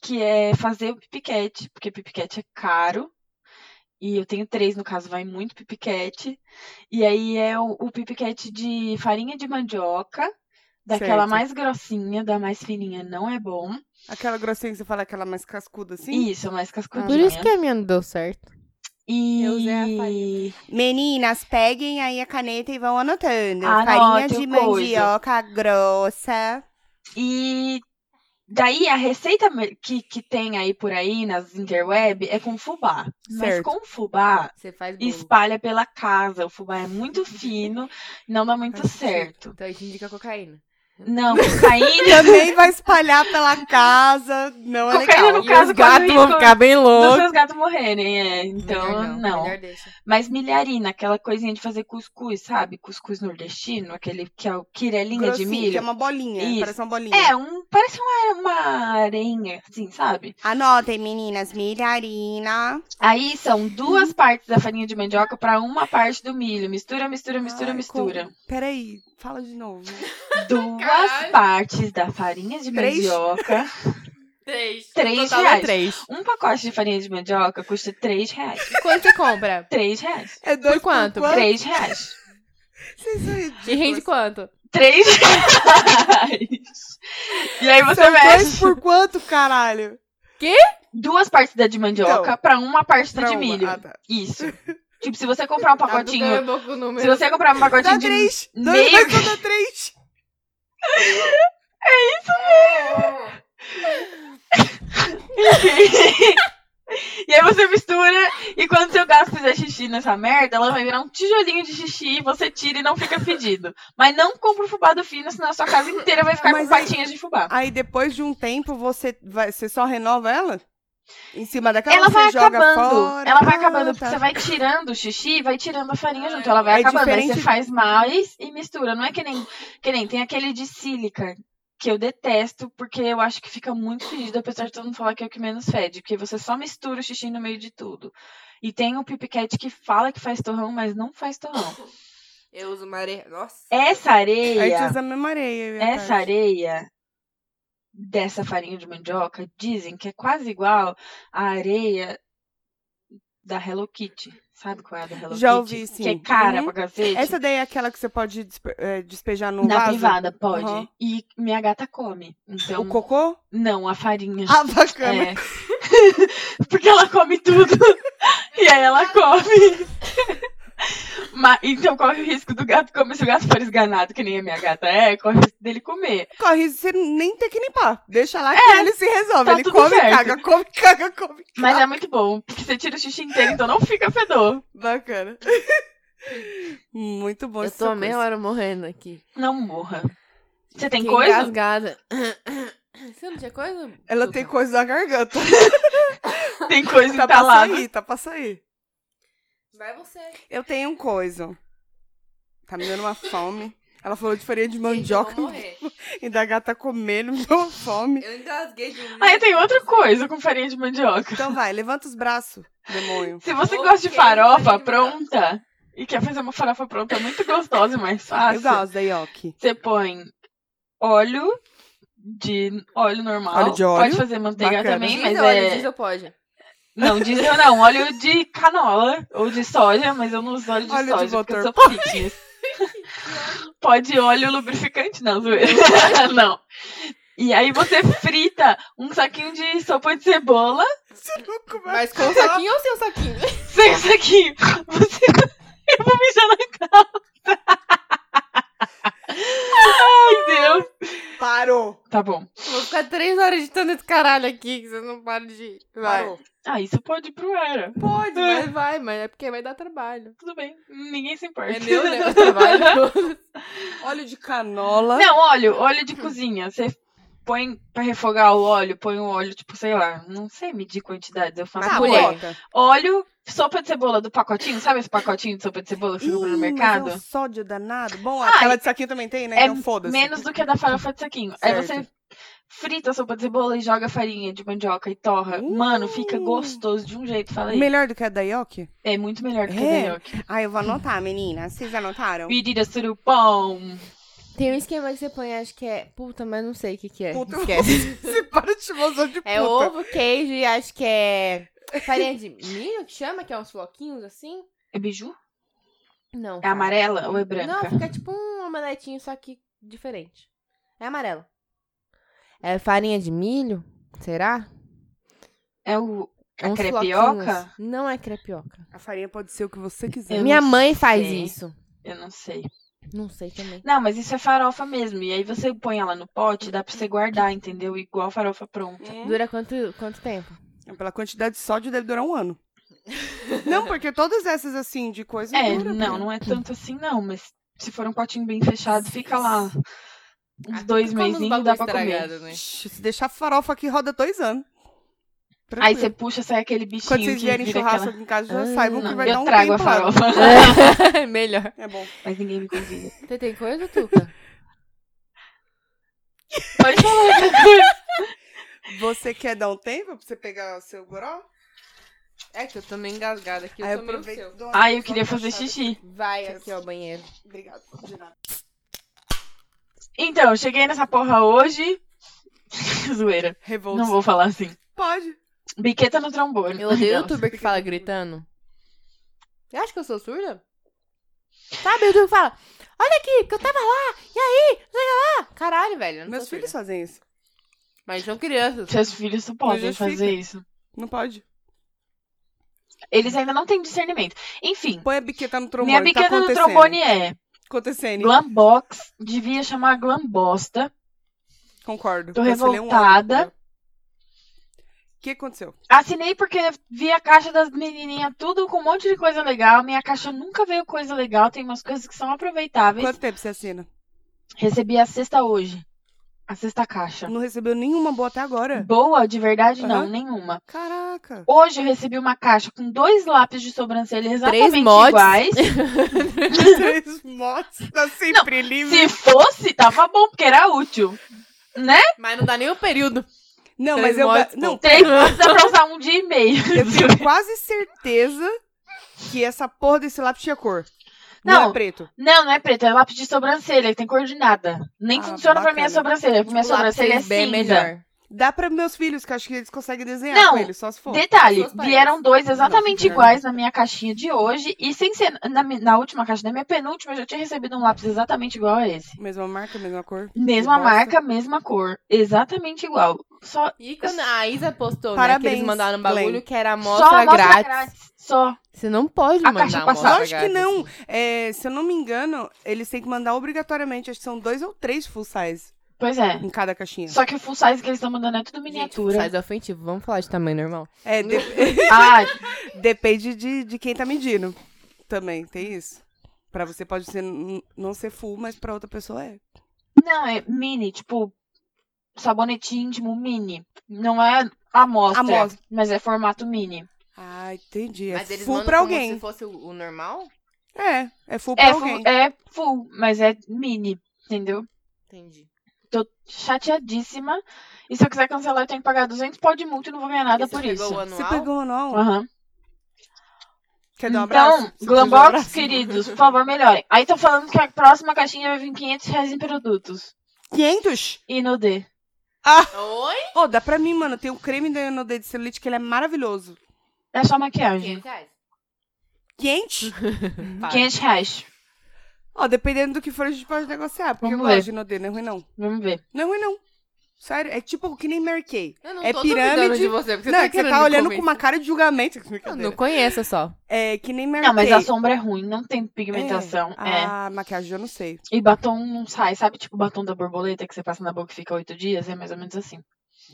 S1: que é fazer o pipiquete, porque pipiquete é caro. E eu tenho três, no caso, vai muito pipiquete. E aí é o, o pipiquete de farinha de mandioca, daquela
S2: Certo.
S1: mais grossinha, da mais fininha não é bom.
S2: Aquela grossinha que você fala, aquela mais cascuda assim?
S1: Isso, mais cascudinha.
S3: Por isso que a minha não deu certo.
S1: E
S2: tá. eu usei a farinha. Meninas, peguem aí a caneta e vão anotando.
S1: Anote
S2: Farinha
S1: o
S2: de
S1: coisa.
S2: mandioca grossa.
S1: E daí a receita me- que, que tem aí por aí nas interweb é com fubá. Mas
S2: Certo.
S1: com fubá
S3: Você faz bolo.
S1: espalha pela casa. O fubá é muito fino, não dá muito tá certo.
S3: Então a gente indica cocaína.
S1: Não, cocaína.
S2: Também vai espalhar pela casa. Não é
S1: Cocaína
S2: legal.
S1: no caso, quando o risco
S3: bem
S2: Tá
S1: Dos seus gatos morrerem, é. Então,
S3: Melhor
S1: não.
S3: Melhor deixa.
S1: Mas milharina, aquela coisinha de fazer cuscuz, sabe? Cuscuz nordestino, aquele que é o quirelinha de
S2: Grossinho, que É
S1: milho.
S2: uma bolinha.
S1: Isso.
S2: Parece uma bolinha.
S1: É, um, parece uma, uma arenha, assim, sabe?
S2: Anotem, meninas. Milharina.
S1: Aí são duas partes da farinha de mandioca para uma parte do milho. Mistura, mistura, mistura,
S2: Ai,
S1: mistura.
S2: como- Peraí, fala de novo.
S1: Duas
S3: Caralho.
S1: partes da farinha de
S2: Três?
S1: mandioca.
S3: Três.
S1: Três
S3: Total
S1: reais.
S3: é três.
S1: Um pacote de farinha de mandioca custa 3 reais.
S3: Quanto você compra?
S1: 3 reais.
S2: É dois
S3: Por quanto?
S2: por
S1: 3 reais.
S2: Vocês são ridículas.
S3: E rende quanto?
S1: 3 reais. E aí você
S2: São
S1: mexe
S2: dois por quanto, caralho?
S1: duas partes da de mandioca
S2: Então,
S1: pra uma parte da de
S2: Pra uma.
S1: milho.
S2: Ah, tá.
S1: Isso. Tipo, se você comprar um pacotinho.
S3: com o
S1: Se você comprar um pacotinho
S2: Dá
S1: de.
S2: três. Dois
S1: meio-
S2: mais um dá três.
S1: E aí você mistura, e quando seu gato fizer xixi nessa merda, ela vai virar um tijolinho de xixi e você tira e não fica fedido. Mas não compra o fubá do fino, senão a sua casa inteira vai ficar
S2: Mas
S1: com
S2: aí-
S1: patinhas de fubá.
S2: Aí depois de um tempo, você, vai, você só renova ela? Em cima daquela
S1: Ela
S2: ou você
S1: vai
S2: joga
S1: acabando.
S2: fora?
S1: Ela vai
S2: Ah,
S1: acabando, porque
S2: tá.
S1: você vai tirando o xixi e vai tirando a farinha junto. Ela vai
S2: É
S1: acabando. Aí você
S2: diferente-
S1: faz mais e mistura. Não é que nem, que nem tem aquele de sílica. Que eu detesto, porque eu acho que fica muito fedido, apesar de todo mundo falar que é o que menos fede, porque você só mistura o xixi no meio de tudo. E tem o pipiquete que fala que faz torrão, mas não faz torrão.
S3: Eu uso uma areia. Nossa.
S1: Essa
S2: Aí
S1: areia,
S2: te usa a mesma areia. eu e a
S1: essa
S2: Tati.
S1: areia dessa farinha de mandioca, dizem que é quase igual à areia da Hello Kitty. Sabe qual é a da Hello
S2: Já
S1: Kitty?
S2: ouvi, sim.
S1: Que é cara
S2: Uhum.
S1: pra cacete.
S2: Essa daí é aquela que você pode despe- eh, despejar no
S1: na
S2: vaso?
S1: privada, pode.
S2: Uhum.
S1: E minha gata come. Então,
S2: O cocô?
S1: não, a farinha.
S2: Ah, bacana.
S1: É. Porque ela come tudo. e aí ela come. Mas, então corre o risco do gato comer. Se o gato for esganado, que nem a minha gata é, corre o risco dele comer.
S2: Corre, você nem tem que limpar. Deixa lá que ele se resolve.
S1: tá
S2: ele
S1: tudo
S2: come,
S1: certo.
S2: caga, come, caga, come.
S1: Mas é muito bom, porque você tira o xixi inteiro, então não fica fedor.
S2: Bacana. Muito bom
S3: Eu
S2: esse
S3: tô
S2: seu
S3: meia
S2: curso.
S3: hora morrendo aqui.
S1: Não morra. Você tem
S3: Fiquei
S1: coisa?
S3: Engasgada. Você não tinha coisa?
S2: Ela
S3: Tuca?
S2: tem coisa na garganta.
S1: Tem coisa
S2: tá pra
S1: entalada.
S2: sair, tá pra sair.
S3: Vai você.
S2: Eu tenho um coisa. Tá me dando uma fome. Ela falou de farinha de
S3: Gente, eu
S2: mandioca
S3: vou morrer.
S2: e da gata comendo, me deu uma fome.
S3: Eu engasguei de um.
S1: Ah, eu tenho outra coisa com farinha de mandioca.
S2: Então vai, levanta os braços, demônio.
S1: Se você
S3: Ok,
S1: gosta de farofa
S3: farinha de
S1: pronta e quer fazer uma farofa pronta muito gostosa e mais
S2: Eu
S1: fácil,
S2: gosto da Yoki.
S1: você põe óleo de óleo normal.
S2: Óleo de óleo.
S1: Pode fazer manteiga
S2: Bacana.
S1: também,
S3: Diz,
S1: mas
S3: olha,
S1: é
S3: diz eu pode.
S1: Não, diesel não. Óleo de canola ou de soja, mas eu não uso óleo de
S2: Óleo de
S1: soja porque eu
S2: motor.
S1: sou fitness. Pode óleo lubrificante, não, zoeira. não. E aí você frita um saquinho de sopa de cebola,
S2: Você não comeu.
S3: Mas com o saquinho ou sem o saquinho?
S1: sem o saquinho. Você... Eu vou mijar na calça. Ai, Deus.
S2: Parou.
S1: Tá bom.
S3: Vou ficar três horas editando esse caralho aqui, que você não para de. Vai.
S2: Parou.
S1: Ah, isso pode ir pro era.
S3: Pode, mas vai, mas é porque vai dar trabalho.
S1: Tudo bem. Ninguém se importa.
S3: É meu, né? trabalho.
S2: Óleo de canola.
S1: Não, óleo, óleo de cozinha. Você põe pra refogar o óleo, põe o óleo, tipo, sei lá, não sei medir quantidades, eu faço
S2: Ah,
S3: Tá,
S1: com
S3: mulher.
S1: colher. Óleo, sopa de cebola do pacotinho, sabe esse pacotinho de sopa de cebola que você compra no mercado?
S2: É um sódio danado. Bom,
S1: Ah,
S2: aquela de saquinho também tem, né?
S1: é
S2: então foda-se.
S1: Menos do que a da farofa de saquinho. Aí você
S2: Certo.
S1: frita a sopa de cebola e joga farinha de mandioca e torra.
S2: Uh!
S1: Mano, fica gostoso de um jeito, falei.
S2: Melhor do que a da Yoki?
S1: É muito melhor do que
S2: É.
S1: a Dayoki.
S2: Ah, eu vou anotar, menina. Vocês anotaram?
S1: Medida surupão.
S3: Tem um esquema que você põe, acho que é. Puta, mas não sei o que, que é.
S2: Puta.
S3: Esquece.
S2: Você para de chamar os outros de puta.
S3: É ovo, queijo e acho que é. Farinha de milho que chama, que é uns floquinhos assim?
S1: É biju?
S3: Não.
S1: É amarela ou é branca?
S3: Não, fica tipo um omeletinho, só que diferente. É amarelo. É farinha de milho? Será?
S1: É o. A
S3: Uns
S1: crepioca?
S3: floquinhos. Não é crepioca.
S2: A farinha pode ser o que você quiser.
S1: Eu
S3: Minha
S1: não
S3: mãe faz
S1: sei.
S3: isso.
S1: Eu não sei.
S3: Não sei também.
S1: Não, mas isso é farofa mesmo. E aí você põe ela no pote, dá pra você guardar, entendeu? Igual farofa pronta.
S2: Hum.
S3: Dura quanto, quanto tempo?
S2: É. Pela quantidade de sódio, deve durar um ano. não, porque todas essas, assim, de coisa
S1: É,
S2: dura,
S1: não, não é tanto assim, não. Mas se for um potinho bem fechado, fica lá uns
S3: Ah,
S1: dois
S3: come uns
S1: mesinhos,
S3: bagulho
S1: dá pra comer.
S3: estragado, né?
S2: Ixi, Se deixar a farofa aqui, roda dois anos.
S1: Aí
S2: Tranquilo.
S1: você puxa, sai aquele bichinho
S2: Quando vocês
S1: que
S2: vierem
S1: vira
S2: churrasco
S1: aquela...
S2: aqui em casa, já
S3: Ah,
S2: saibam que
S1: Não,
S2: vai dar
S1: eu
S2: um
S1: trago a
S2: tempo lá.
S1: farofa.
S3: É melhor.
S2: É bom.
S1: Mas ninguém me convida.
S3: Você tem coisa, Tuca?
S1: Pode falar.
S2: Você quer dar um tempo pra você pegar o seu goró?
S3: É que eu tô meio engasgada aqui.
S2: Aí
S3: Eu
S2: eu
S3: tô meio
S2: aproveito.
S3: seu.
S2: dou uma-
S1: Ai, eu
S2: dou
S1: queria
S2: uma
S1: fazer
S2: baixada.
S1: xixi.
S3: Vai aqui ao banheiro.
S2: Obrigada. De nada.
S1: Então, eu cheguei nessa porra hoje. Zoeira.
S2: Revolta.
S1: Não vou falar assim.
S2: Pode.
S1: Biqueta no trombone.
S3: Eu odeio
S1: Nossa.
S3: youtuber que fala gritando. Você acha que eu sou surda? Sabe, o youtuber que fala, olha aqui, porque eu tava lá, e aí, chega lá. Caralho, velho, eu não
S2: Meus
S3: sou
S2: filhos
S3: surda.
S2: fazem isso.
S3: Mas são crianças.
S1: Seus filhos não podem
S2: justifica.
S1: fazer isso.
S2: Não pode.
S1: Eles ainda não têm discernimento. Enfim,
S2: Põe a biqueta no trombone.
S1: minha
S2: Hum, tá
S1: biqueta no
S2: acontecendo.
S1: trombone é
S2: Acontecendo.
S1: Glambox, devia chamar Glambosta.
S2: Concordo.
S1: Tô
S2: Cancelei um
S1: revoltada.
S2: ano. O que aconteceu?
S1: Assinei porque vi a caixa das menininhas, tudo com um monte de coisa legal. Minha caixa nunca veio coisa legal, tem umas coisas que são aproveitáveis.
S2: Quanto tempo você assina?
S1: Recebi a sexta hoje. A sexta caixa.
S2: Não recebeu nenhuma boa até agora?
S1: Boa, de verdade, não,
S2: Hum. Aham.
S1: nenhuma.
S2: Caraca.
S1: Hoje eu recebi uma caixa com dois lápis de sobrancelha exatamente
S3: mods.
S1: iguais.
S2: Três motos tá sempre livre.
S1: Se fosse, tava bom, porque era útil. Né?
S3: Mas não dá nem o período.
S2: Não, mas
S3: Três
S2: eu.
S3: motos,
S2: ga- Não,
S1: Três dá pra usar um dia e meio.
S2: eu tenho quase certeza que essa porra desse lápis tinha cor. Não,
S1: Não.
S2: é preto.
S1: Não, não é preto, é lápis de sobrancelha, que tem cor de nada. Nem
S2: Ah,
S1: funciona pra minha
S2: bacana. Tipo,
S1: sobrancelha, porque minha
S3: O lápis
S1: sobrancelha é
S3: bem
S1: cinza.
S3: melhor.
S2: Dá pra meus filhos, que eu acho que eles conseguem desenhar
S1: Não,
S2: com eles, só se for.
S3: as
S1: Detalhe,
S3: suas paredes.
S1: vieram dois exatamente
S2: Nossa,
S1: iguais na minha caixinha de hoje. E sem ser na, mi- na última caixa, na minha penúltima, eu já tinha recebido um lápis exatamente igual a esse.
S2: Mesma marca, mesma cor.
S1: Mesma
S2: Que bosta.
S1: marca, mesma cor. Exatamente igual. Só,
S3: E quando a Isa postou, né,
S2: Parabéns,
S3: que eles mandaram um bagulho
S2: Glenn.
S3: que era amostra,
S1: só a amostra
S3: grátis.
S1: Só.
S3: Você não pode
S1: A
S3: mandar
S1: caixa
S3: amostra
S1: passada.
S2: Lógico que
S3: grátis.
S2: não. É, se eu não me engano, eles têm que mandar obrigatoriamente. Acho que são dois ou três full size
S1: Pois é.
S2: em cada caixinha.
S1: Só que o full size que eles estão mandando é tudo miniatura.
S3: Size ofensivo, vamos falar de tamanho normal.
S2: É, de-
S1: Ah,
S2: depende de, de quem tá medindo. Também, tem isso. Pra você pode ser, n- não ser full, mas pra outra pessoa é.
S1: não, é mini, tipo, sabonete íntimo mini. Não é amostra,
S2: Amostra.
S1: mas é formato mini.
S2: Ah, entendi. É
S3: Mas eles
S2: full
S3: mandam
S2: pra
S3: como
S2: alguém.
S3: se fosse o o normal?
S2: É, é full pra
S1: É, fu-
S2: alguém.
S1: é full, mas é mini, entendeu?
S3: Entendi.
S1: Tô chateadíssima. E se eu quiser cancelar, eu tenho que pagar 200 pau de multa e não vou ganhar nada
S3: E você
S1: por
S3: pegou
S1: isso.
S3: o
S2: Você
S3: anual?
S2: pegou ou não?
S1: Aham.
S2: né? Quer dar um abraço?
S1: Então,
S2: Você precisa de um
S1: Glambox,
S2: abraço?
S1: queridos, por favor, melhorem. Aí estão falando que a próxima caixinha vai vir 500 reais em produtos.
S2: 500?
S1: E no D.
S3: Oi?
S2: Ô, dá pra mim, mano. Tem um creme da Inodê de celulite que ele é maravilhoso.
S1: É só maquiagem.
S3: 500 reais.
S2: 500?
S3: Para.
S1: 500 reais.
S2: Ó, dependendo do que for, a gente pode negociar. Porque
S1: Vamos
S2: eu gosto
S1: ver.
S2: de Inodê, não é ruim não.
S1: Vamos ver.
S2: Não é ruim não. Sério, é tipo que nem Mary Kay.
S3: Eu não
S2: É
S3: tô
S2: pirâmide.
S3: duvidando de você, porque
S2: não,
S3: você
S2: é
S3: tá
S2: que você
S3: querendo
S2: tá
S3: me
S2: olhando com
S3: convencer.
S2: uma cara de julgamento.
S3: Eu
S2: Brincadeira.
S3: não conheço só.
S2: É que nem Mary
S1: Ah, Não, mas
S2: Kay.
S1: a sombra é ruim, não tem pigmentação. É.
S2: A maquiagem eu não sei.
S1: E batom não sai, sabe? Tipo batom da borboleta que você passa na boca e fica oito dias? É mais ou menos assim.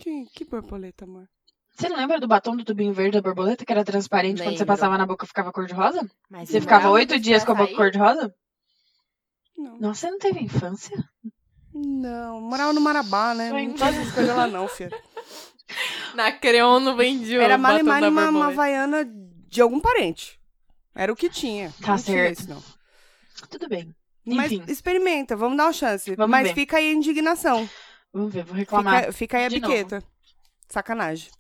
S2: Que, que borboleta, amor.
S1: Você não lembra do batom do tubinho verde da borboleta que era transparente quando você
S3: Lembro.
S1: passava na boca ficava cor de rosa?
S3: Mas
S1: Você
S3: demorava
S1: ficava oito
S3: muito
S1: dias com
S3: pra
S1: a boca
S3: sair?
S1: cor de rosa?
S2: Não.
S1: Nossa, você não teve infância?
S2: Não, morava no Marabá, né?
S1: Só em-
S2: Não tinha essas coisas lá não, filha.
S3: Na Creono vendia o
S2: Era
S3: batom
S2: Malemar
S3: da
S2: e uma, uma
S3: borboleta.
S2: havaiana de algum parente. Era o que tinha.
S1: Tá
S2: não tinha
S1: certo.
S2: isso, não.
S1: Tudo bem.
S2: Mas
S1: Enfim.
S2: experimenta, vamos dar uma chance.
S1: Vamos
S2: Mas
S1: ver.
S2: fica aí a indignação.
S1: Vamos ver, vou reclamar.
S2: Fica, fica aí a
S1: de
S2: biqueta. Sacanagem.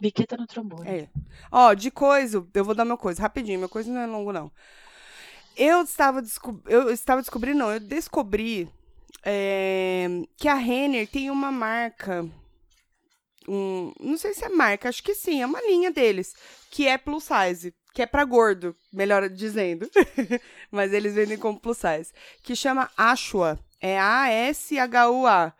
S1: Biqueta no trombone.
S2: É. Ó, de coisa, eu vou dar meu coisa rapidinho, meu coisa não é longo, não. Eu estava, desco- eu estava descobrindo, não, eu descobri é, que a Renner tem uma marca. um- não sei se é marca, acho que sim, é uma linha deles, que é plus size, que é pra gordo, melhor dizendo. Mas eles vendem como plus size. Que chama Ashua. É A-S-H-U-A.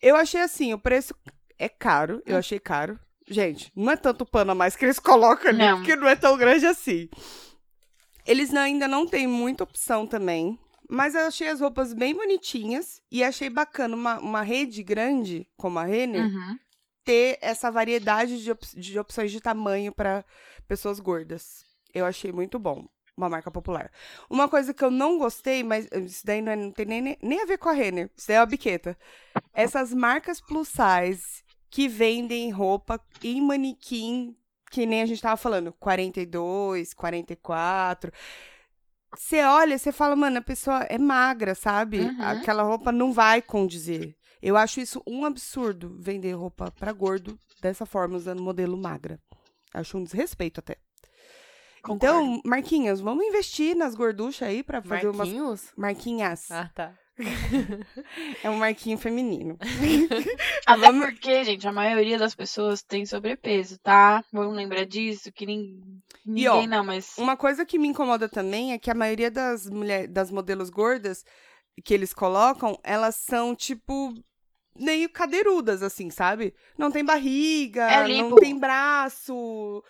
S2: Eu achei assim, o preço é caro, eu achei caro. Gente, não é tanto pano a mais que eles colocam ali,
S1: Não.
S2: porque não é tão grande assim. Eles não- ainda não têm muita opção também. Mas eu achei as roupas bem bonitinhas e achei bacana uma, uma rede grande, como a Renner,
S1: Uhum.
S2: ter essa variedade de, op- de opções de tamanho para pessoas gordas. Eu achei muito bom. Uma marca popular. Uma coisa que eu não gostei, mas eh, isso daí não, é- não tem nem, nem a ver com a Renner. Isso daí é uma biqueta. Essas marcas plus size que vendem roupa em manequim, que nem a gente tava falando, 42, 44. Você olha, você fala, mano, a pessoa é magra, sabe?
S1: Uhum.
S2: Aquela roupa não vai condizer. Eu acho isso um absurdo vender roupa pra gordo dessa forma, usando modelo magra. Acho um desrespeito até.
S1: Concordo.
S2: Então, Marquinhos, vamos investir nas gorduchas aí pra fazer umas.
S3: Marquinhos?
S2: Marquinhas.
S3: né? Ah, tá.
S2: É um marquinho feminino.
S1: Até porque, gente, a maioria das pessoas tem sobrepeso, tá? Vamos lembrar disso, que nin- ninguém
S2: ó, um
S1: não, mas
S2: Uma coisa que me incomoda também é que a maioria das mulher, das modelos gordas que eles colocam, elas são tipo meio cadeirudas assim, sabe? Não tem barriga,
S1: É
S2: não
S1: lipo.
S2: tem braço.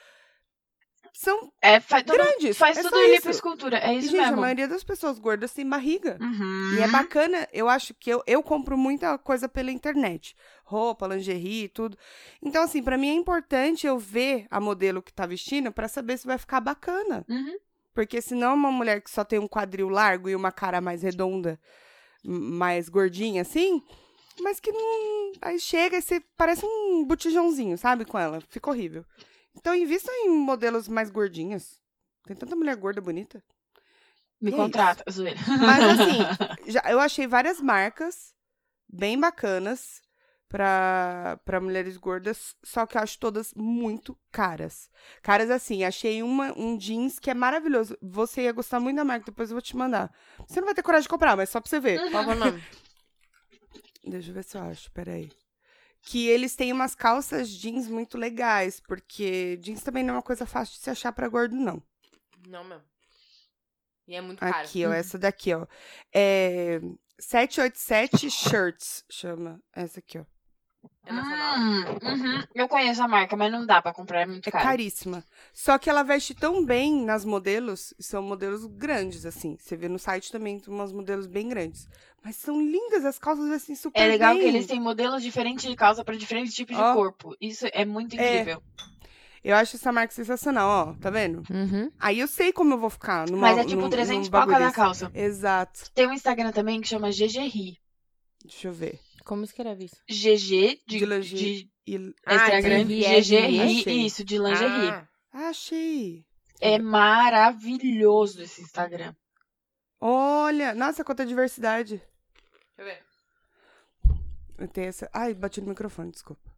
S2: São
S1: é, faz tudo,
S2: grandes.
S1: faz
S2: é
S1: tudo
S2: só
S1: em
S2: isso.
S1: lipoescultura, é
S2: E,
S1: isso
S2: gente, a
S1: mesmo.
S2: maioria das pessoas gordas tem barriga.
S1: Uhum.
S2: E é bacana, eu acho que eu, eu compro muita coisa pela internet. Roupa, lingerie, e tudo. Então, assim, pra mim é importante eu ver a modelo que tá vestindo pra saber se vai ficar bacana.
S1: Uhum.
S2: Porque senão uma mulher que só tem um quadril largo e uma cara mais redonda, m- mais gordinha, assim, mas que não. Aí chega e você parece um botijãozinho, sabe? Com ela. Fica horrível. Então, invista em modelos mais gordinhas. Tem tanta mulher gorda bonita.
S1: Me
S2: é
S1: contrata, zoeira.
S2: Mas assim, já- eu achei várias marcas bem bacanas pra, pra mulheres gordas, só que eu acho todas muito caras. Caras assim, achei uma, um jeans que é maravilhoso. Você ia gostar muito da marca, depois eu vou te mandar. Você não vai ter
S3: Hum.
S2: coragem de comprar, mas só pra você ver.
S3: Qual que é o nome?
S2: Deixa eu ver se eu acho, peraí. que eles têm umas calças jeans muito legais, porque jeans também não é uma coisa fácil de se achar pra gordo, não.
S3: Não, meu. E é muito caro.
S2: Aqui, ó, essa daqui, ó. É 787 Shirts, chama essa aqui, ó.
S3: É nacional.
S1: Hum, uhum. Eu conheço a marca, mas não dá pra comprar, é muito
S2: É
S1: caro.
S2: caríssima. Só que ela veste tão bem nas modelos, e são modelos grandes, assim. Você vê no site também tem umas modelos bem grandes. Mas são lindas, as calças vestem super
S1: É legal
S2: bem.
S1: que eles têm modelos diferentes de calça pra diferentes tipos de
S2: Ó.
S1: corpo. Isso é muito
S2: É.
S1: incrível.
S2: Eu acho essa marca sensacional, ó, tá vendo?
S3: Uhum.
S2: Aí eu sei como eu vou ficar numa
S1: mas é tipo
S2: num-
S1: 300
S2: num
S1: pau
S2: bagulho
S1: cada
S2: desse.
S1: calça.
S2: Exato.
S1: Tem um Instagram também que chama GGRI.
S2: Deixa eu ver.
S3: Como escreve isso?
S1: GG de,
S2: De
S1: de,
S2: lingerie. E-
S3: Ah,
S1: Instagram
S3: de
S1: GGRI.
S2: é lingerie.
S1: Isso, de lingerie.
S3: Ah,
S2: Achei.
S1: É maravilhoso esse Instagram.
S2: Olha, nossa, quanta diversidade.
S3: deixa eu ver.
S2: Eu tenho essa. Ai, bati no microfone, desculpa.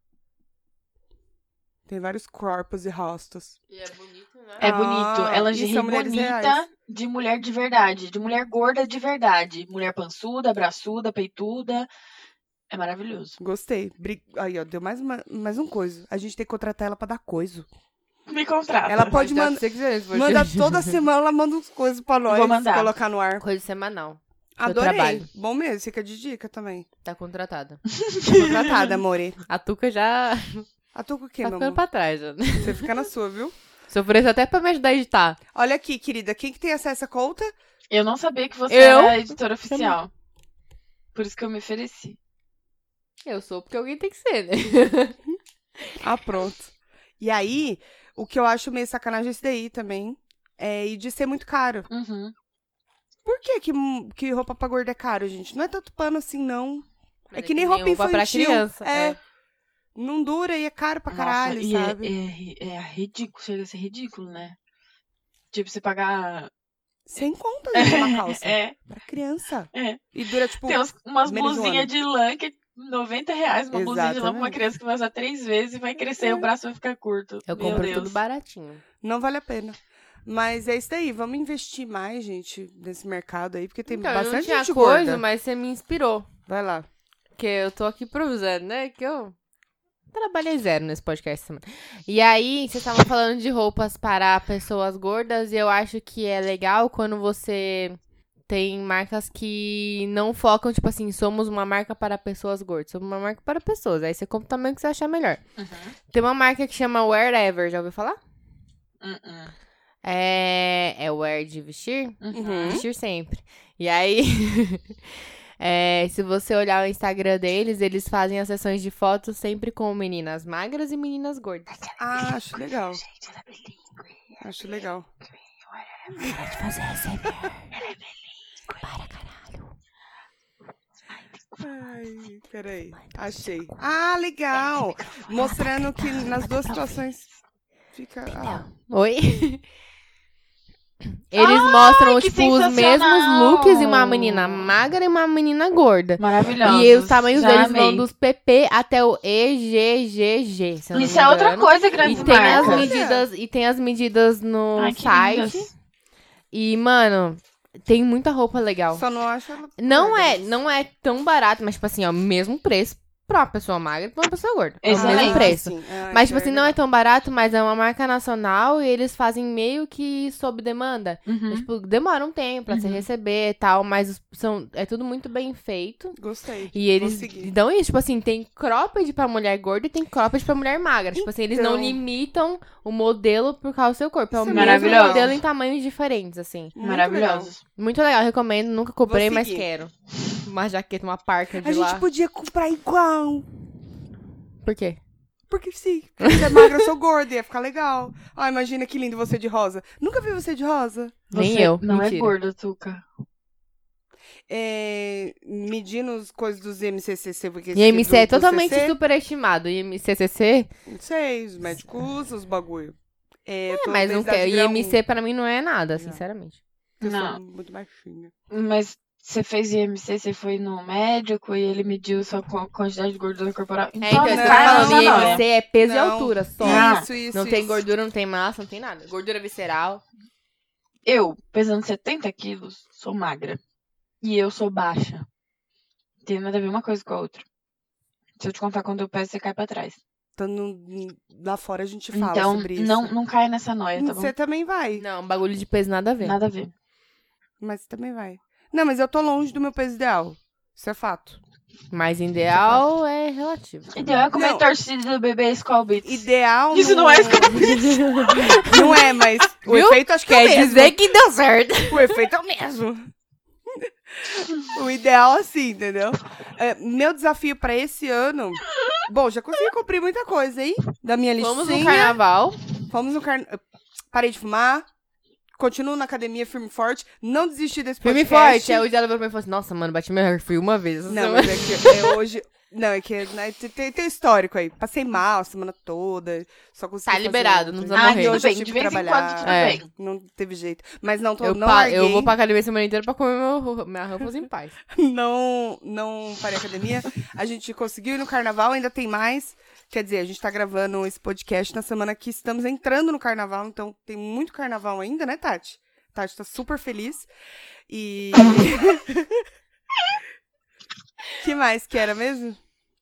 S2: Tem vários corpos e rostos.
S3: E é bonito, né?
S1: É
S2: Ah,
S1: bonito. É
S2: e
S1: lingerie
S2: são mulheres
S1: bonita
S2: reais.
S1: de mulher de verdade. De mulher gorda de verdade. Mulher pançuda, braçuda, peituda. É maravilhoso.
S2: Gostei. Bri- Aí, ó, deu mais, uma, mais um coisa. A gente tem que contratar ela pra dar coisa.
S1: Me contrata.
S2: Ela pode
S3: dar
S2: mandar.
S3: pra você quiser, se for
S2: Manda
S3: gente.
S2: toda semana, ela manda uns coisas pra nós
S1: Vou mandar.
S2: colocar no ar.
S3: Coisa semanal.
S2: Adorei.
S3: trabalho.
S2: Bom mesmo, fica de dica também.
S3: Tá contratada.
S2: Contratada, amore.
S3: A Tuca já
S2: A tu com o quê,
S3: tá
S2: meu
S3: ficando
S2: amor?
S3: pra trás. né?
S2: Você fica na sua, viu?
S3: Se eu ofereço até é pra me ajudar a editar.
S2: Olha aqui, querida, quem que tem acesso à conta?
S1: Eu não sabia que você
S3: Eu?
S1: era a editora oficial. Por isso que eu me ofereci.
S3: Eu sou porque alguém tem que ser, né?
S2: Ah, pronto. E aí, o que eu acho meio sacanagem é esse daí também. É, e de ser muito caro.
S1: Uhum.
S2: Por que, que que roupa pra gorda é caro, gente? Não é tanto pano assim, não. É que nem roupa
S3: pra
S2: infantil,
S3: criança.
S2: é. Não dura e é caro pra
S1: Nossa,
S2: caralho,
S1: e é-
S2: sabe?
S1: É, ri- é ridículo, chega a ser ridículo, né? Tipo, você pagar.
S2: Sem conta né, uma calça.
S1: É,
S2: Pra criança.
S1: É.
S2: E dura, tipo,
S1: tem uns- umas
S2: menos de um
S1: blusinhas
S2: ano.
S1: de lã que é 90 reais, uma blusinha de lã pra uma
S2: Exatamente.
S1: criança que vai usar três vezes e vai crescer, o braço vai ficar curto.
S3: Eu
S1: Meu
S3: compro
S1: Deus.
S3: tudo baratinho.
S2: não vale a pena. Mas é isso daí, vamos investir mais, gente, nesse mercado aí, porque tem
S3: então, eu não
S2: bastante
S3: tinha
S2: gente
S3: coisa,
S2: gorda.
S3: mas você me inspirou.
S2: Vai lá.
S3: Porque eu tô aqui improvisando, né? Que eu trabalhei zero nesse podcast essa semana. E aí, vocês estavam falando de roupas para pessoas gordas, e eu acho que é legal quando você tem marcas que não focam, tipo assim, somos uma marca para pessoas gordas, somos uma marca para pessoas. Aí você compra o tamanho que você achar melhor.
S1: Uhum.
S3: Tem uma marca que chama Wherever, já ouviu falar?
S1: Uhum.
S3: É. É wear de vestir?
S1: Uhum.
S3: Vestir sempre. E aí. é, se você olhar o Instagram deles, eles fazem as sessões de fotos sempre com meninas magras e meninas gordas.
S2: Ah, acho legal.
S1: Gente, ela é bilíngue.
S2: Acho legal.
S3: Para de fazer
S1: é,
S3: Para,
S2: Ai, peraí. Achei. Ah, legal! Mostrando que nas duas situações fica. Ah,
S3: Oi? Eles mostram,
S1: que
S3: tipo, os mesmos
S1: sensacional!
S3: looks de uma menina magra e uma menina gorda.
S1: Maravilhoso.
S3: E os tamanhos deles vão
S1: amei.
S3: dos PP até o EGGG. se eu não
S1: Isso
S3: me
S1: é outra
S3: engano.
S1: coisa,
S3: E
S1: grande
S3: tem as
S2: marcas.
S3: medidas e tem as medidas no
S1: Ai, que
S3: site.
S1: lindas.
S3: E mano, tem muita roupa legal.
S2: só não acho. ela
S3: Não
S2: gorda,
S3: é,
S2: mas-
S3: não é tão barato, mas tipo assim, é o mesmo preço pra uma pessoa magra e pra uma pessoa gorda. É o
S1: Excelente.
S3: mesmo preço.
S2: sim. Ah,
S3: Mas
S2: então
S3: tipo assim, não é tão barato, mas é uma marca nacional e eles fazem meio que sob demanda. Então,
S1: Uhum.
S3: Tipo, demora um tempo pra você
S1: Uhum.
S3: receber e tal, mas os- são é tudo muito bem feito.
S2: Gostei.
S3: E eles
S2: Consegui.
S3: dão isso, tipo assim, tem cropped pra mulher gorda e tem cropped pra mulher magra. Tipo assim, eles não
S2: Então.
S3: limitam o modelo por causa do seu corpo. É o
S2: Isso é
S3: mesmo
S1: maravilhoso.
S3: modelo em tamanhos diferentes, assim.
S2: Muito legal.
S1: Maravilhosos.
S3: Muito legal, recomendo. Nunca comprei,
S2: Vou
S3: mas
S2: seguir.
S3: quero. Uma jaqueta, uma parca de
S2: A
S3: lá.
S2: gente podia comprar igual.
S3: Por quê?
S2: Porque sim, porque você é magra, eu sou gorda, ia ficar legal. Ah, imagina que lindo você de rosa. Nunca vi você de rosa.
S3: Nem
S1: Você
S3: eu,
S1: Não é
S3: mentira.
S1: gorda, Tuca.
S2: É, medindo as coisas dos MCCC. Porque
S3: E IMC é totalmente
S2: super.
S3: superestimado. E IMCCC,
S2: Não sei, os médicos usam os bagulho. É,
S3: é, mas não quero.
S2: quer.
S3: E IMC pra mim não é nada,
S2: Não.
S3: sinceramente.
S2: Eu sou
S1: Não.
S2: muito baixinha.
S1: Mas você fez IMC, você foi no médico e ele mediu sua co- quantidade de gordura corporal.
S3: É, então,
S2: não,
S3: isso
S1: esse
S3: que eu tô
S1: cara
S2: não,
S3: falando.
S1: é
S2: não.
S3: IMC é peso e
S2: Não.
S3: altura só.
S1: Ah,
S2: Isso, isso,
S3: não tem
S2: isso.
S3: gordura, não tem massa, não tem nada. Gordura visceral.
S1: Eu, pesando 70 quilos, sou magra. E eu sou baixa. Tem nada a ver uma coisa com a outra. Se eu te contar quando eu peço, você cai pra trás.
S2: Então, no- lá fora a gente fala
S1: então,
S2: sobre isso.
S1: não, não cai nessa
S3: É,
S1: noia, tá bom?
S2: Você também vai.
S3: Não, um bagulho de peso nada a ver.
S1: Nada a ver.
S2: Mas você também vai. Não, mas eu tô longe do meu peso ideal. Isso é fato.
S3: Mas ideal é relativo.
S1: Ideal é comer
S2: Não.
S1: torcida do bebê Skull Beats.
S2: Ideal.
S1: Isso não é
S2: Não é, mas o
S3: Viu?
S2: efeito acho que é o
S3: Quer
S2: mesmo.
S3: dizer que deu certo.
S2: O efeito é o mesmo. o ideal assim, entendeu? É, meu desafio pra esse ano. Bom, já consegui cumprir muita coisa, hein? Da minha listinha.
S3: Vamos no carnaval.
S2: Fomos no carnaval. Parei de fumar. Continuo na academia firme e forte. Não desisti desse
S3: Filme
S2: podcast.
S3: forte. Aí o dia ela virou pra mim e falou assim, nossa, mano, bati meu recorde uma vez. essa
S2: Não,
S3: semana."
S2: mas é que é hoje. Não, é que né, tem- tem, tem histórico aí. Passei mal a semana toda. Só consegui.
S3: Tá
S2: fazer
S3: liberado,
S2: ontem.
S3: não precisa
S1: Ah,
S3: morrer.
S2: E
S1: tudo
S2: hoje eu
S1: bem. De
S2: tive que
S1: vez em
S2: trabalhar.
S1: quando, tudo
S3: É.
S1: bem.
S2: Não teve jeito. Mas não tô.
S3: eu,
S2: não
S3: pa-
S2: larguei,
S3: eu vou pra academia a semana inteira pra comer meu, minha Ruffles em paz.
S2: não, não parei a academia. A gente conseguiu ir no carnaval, ainda tem mais. Quer dizer, a gente tá gravando esse podcast na semana que estamos entrando no carnaval, então tem muito carnaval ainda, né, Tati? Tati tá super feliz. E. que mais que era mesmo?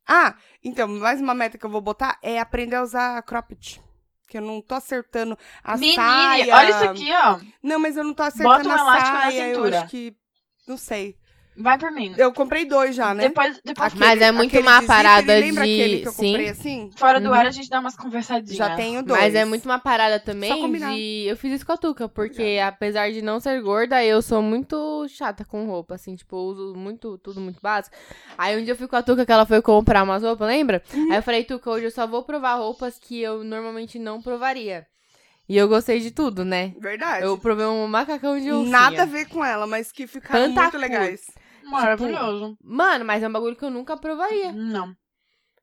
S2: Ah, então, mais uma meta que eu vou botar é aprender a usar cropped. Que eu não tô acertando a
S1: Menine,
S2: saia.
S1: olha isso aqui, ó.
S2: Não, mas eu não tô
S1: Bota
S2: acertando
S1: um
S2: a
S1: elástico na
S2: saia. Eu
S1: cintura.
S2: acho que. Não sei.
S1: Vai por mim.
S2: Eu comprei dois já, né?
S1: Depois, depois
S2: Aquele-
S3: Mas é muito
S2: aquele de
S3: uma
S2: zíper,
S3: parada
S2: lembra
S3: de-
S2: aquele que eu
S3: sim.
S2: comprei assim?
S1: fora do
S3: Uhum.
S1: ar a gente dá umas conversadinhas.
S2: Já tenho dois.
S3: Mas é muito uma parada também
S2: Só combinar. é.
S3: de... Eu fiz isso com a Tuca, porque apesar de não ser gorda, eu sou muito chata com roupa, assim. Tipo, eu uso muito, tudo muito básico. Aí um dia eu fui com a Tuca que ela foi comprar umas roupas, lembra?
S2: Uhum.
S3: Aí eu falei, Tuca, hoje eu só vou provar roupas que eu normalmente não provaria. E eu gostei de tudo, né?
S2: Verdade.
S3: Eu provei um macacão de oncinha.
S2: Nada a ver com ela, mas que ficaram
S3: Tanta
S2: muito
S3: cor.
S2: legais.
S1: Maravilhoso.
S3: Mano, mas é um bagulho que eu nunca
S2: Tipo, é.
S3: provaria.
S1: Não.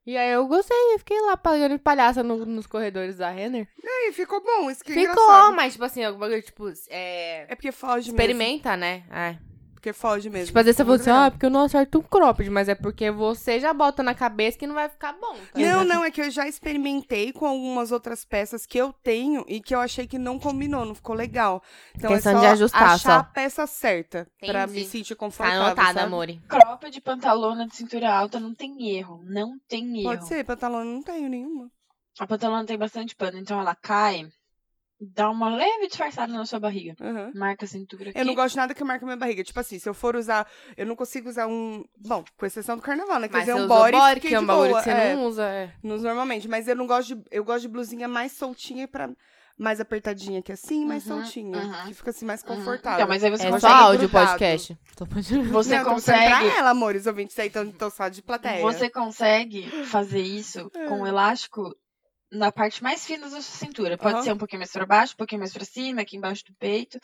S3: E aí eu gostei, eu fiquei lá pagando de palhaça no- nos corredores da Renner.
S2: E ficou bom, isso que é
S3: Ficou,
S2: engraçado.
S3: mas tipo assim, é um bagulho, tipo, é.
S2: É porque foge mesmo.
S3: Experimenta, né? É.
S2: Porque foge mesmo.
S3: Tipo, às vezes você fala
S2: Muito
S3: assim,
S2: legal.
S3: ah, porque eu não acerto um cropped, mas é porque você já bota na cabeça que não vai ficar bom. tá
S2: Não,
S3: ligado?
S2: não, é que eu já experimentei com algumas outras peças que eu tenho e que eu achei que não combinou, não ficou legal. Então
S3: Questão
S2: é só
S3: de ajustar,
S2: achar
S3: só.
S2: a peça certa pra
S3: Entendi.
S2: me sentir
S3: Tá
S2: confortável.
S3: anotada,
S2: sabe?
S3: amore.
S1: Cropa de pantalona de cintura alta não tem erro. Não tem erro.
S2: Pode ser, pantalão não tenho nenhuma.
S1: A pantalona tem bastante pano, então ela cai, dá uma leve disfarçada na sua barriga.
S2: Aham.
S1: Marca a cintura aqui.
S2: Eu não gosto de nada que marca minha barriga. Tipo assim, se eu for usar, eu não consigo usar um. Bom, com exceção do carnaval, né? Quer
S3: Mas
S2: dizer,
S3: você
S2: um
S3: usa o
S2: body,
S3: body,
S2: fiquei
S3: que é um
S2: de
S3: bagulho
S2: boa,
S3: que você
S2: é,
S3: não usa. É.
S2: nos- normalmente. Mas eu não gosto de. Eu gosto de blusinha mais soltinha pra. Mais apertadinha que assim, mais
S1: Uhum,
S2: soltinha.
S1: uhum.
S2: Que fica assim mais
S1: Uhum.
S2: confortável.
S1: Então, mas aí você
S3: É só
S1: consegue.
S3: áudio o
S2: grudado.
S3: podcast. Tô podindo-
S1: Você
S2: não, eu tô mostrando
S1: consegue.
S2: Pra ela, amores, ouvintes aí, tão tão só de plateia.
S1: Você consegue fazer isso
S2: É.
S1: com o elástico na parte mais fina da sua cintura. Pode
S2: Aham.
S1: ser um pouquinho mais pra baixo, um pouquinho mais pra cima, aqui embaixo do peito.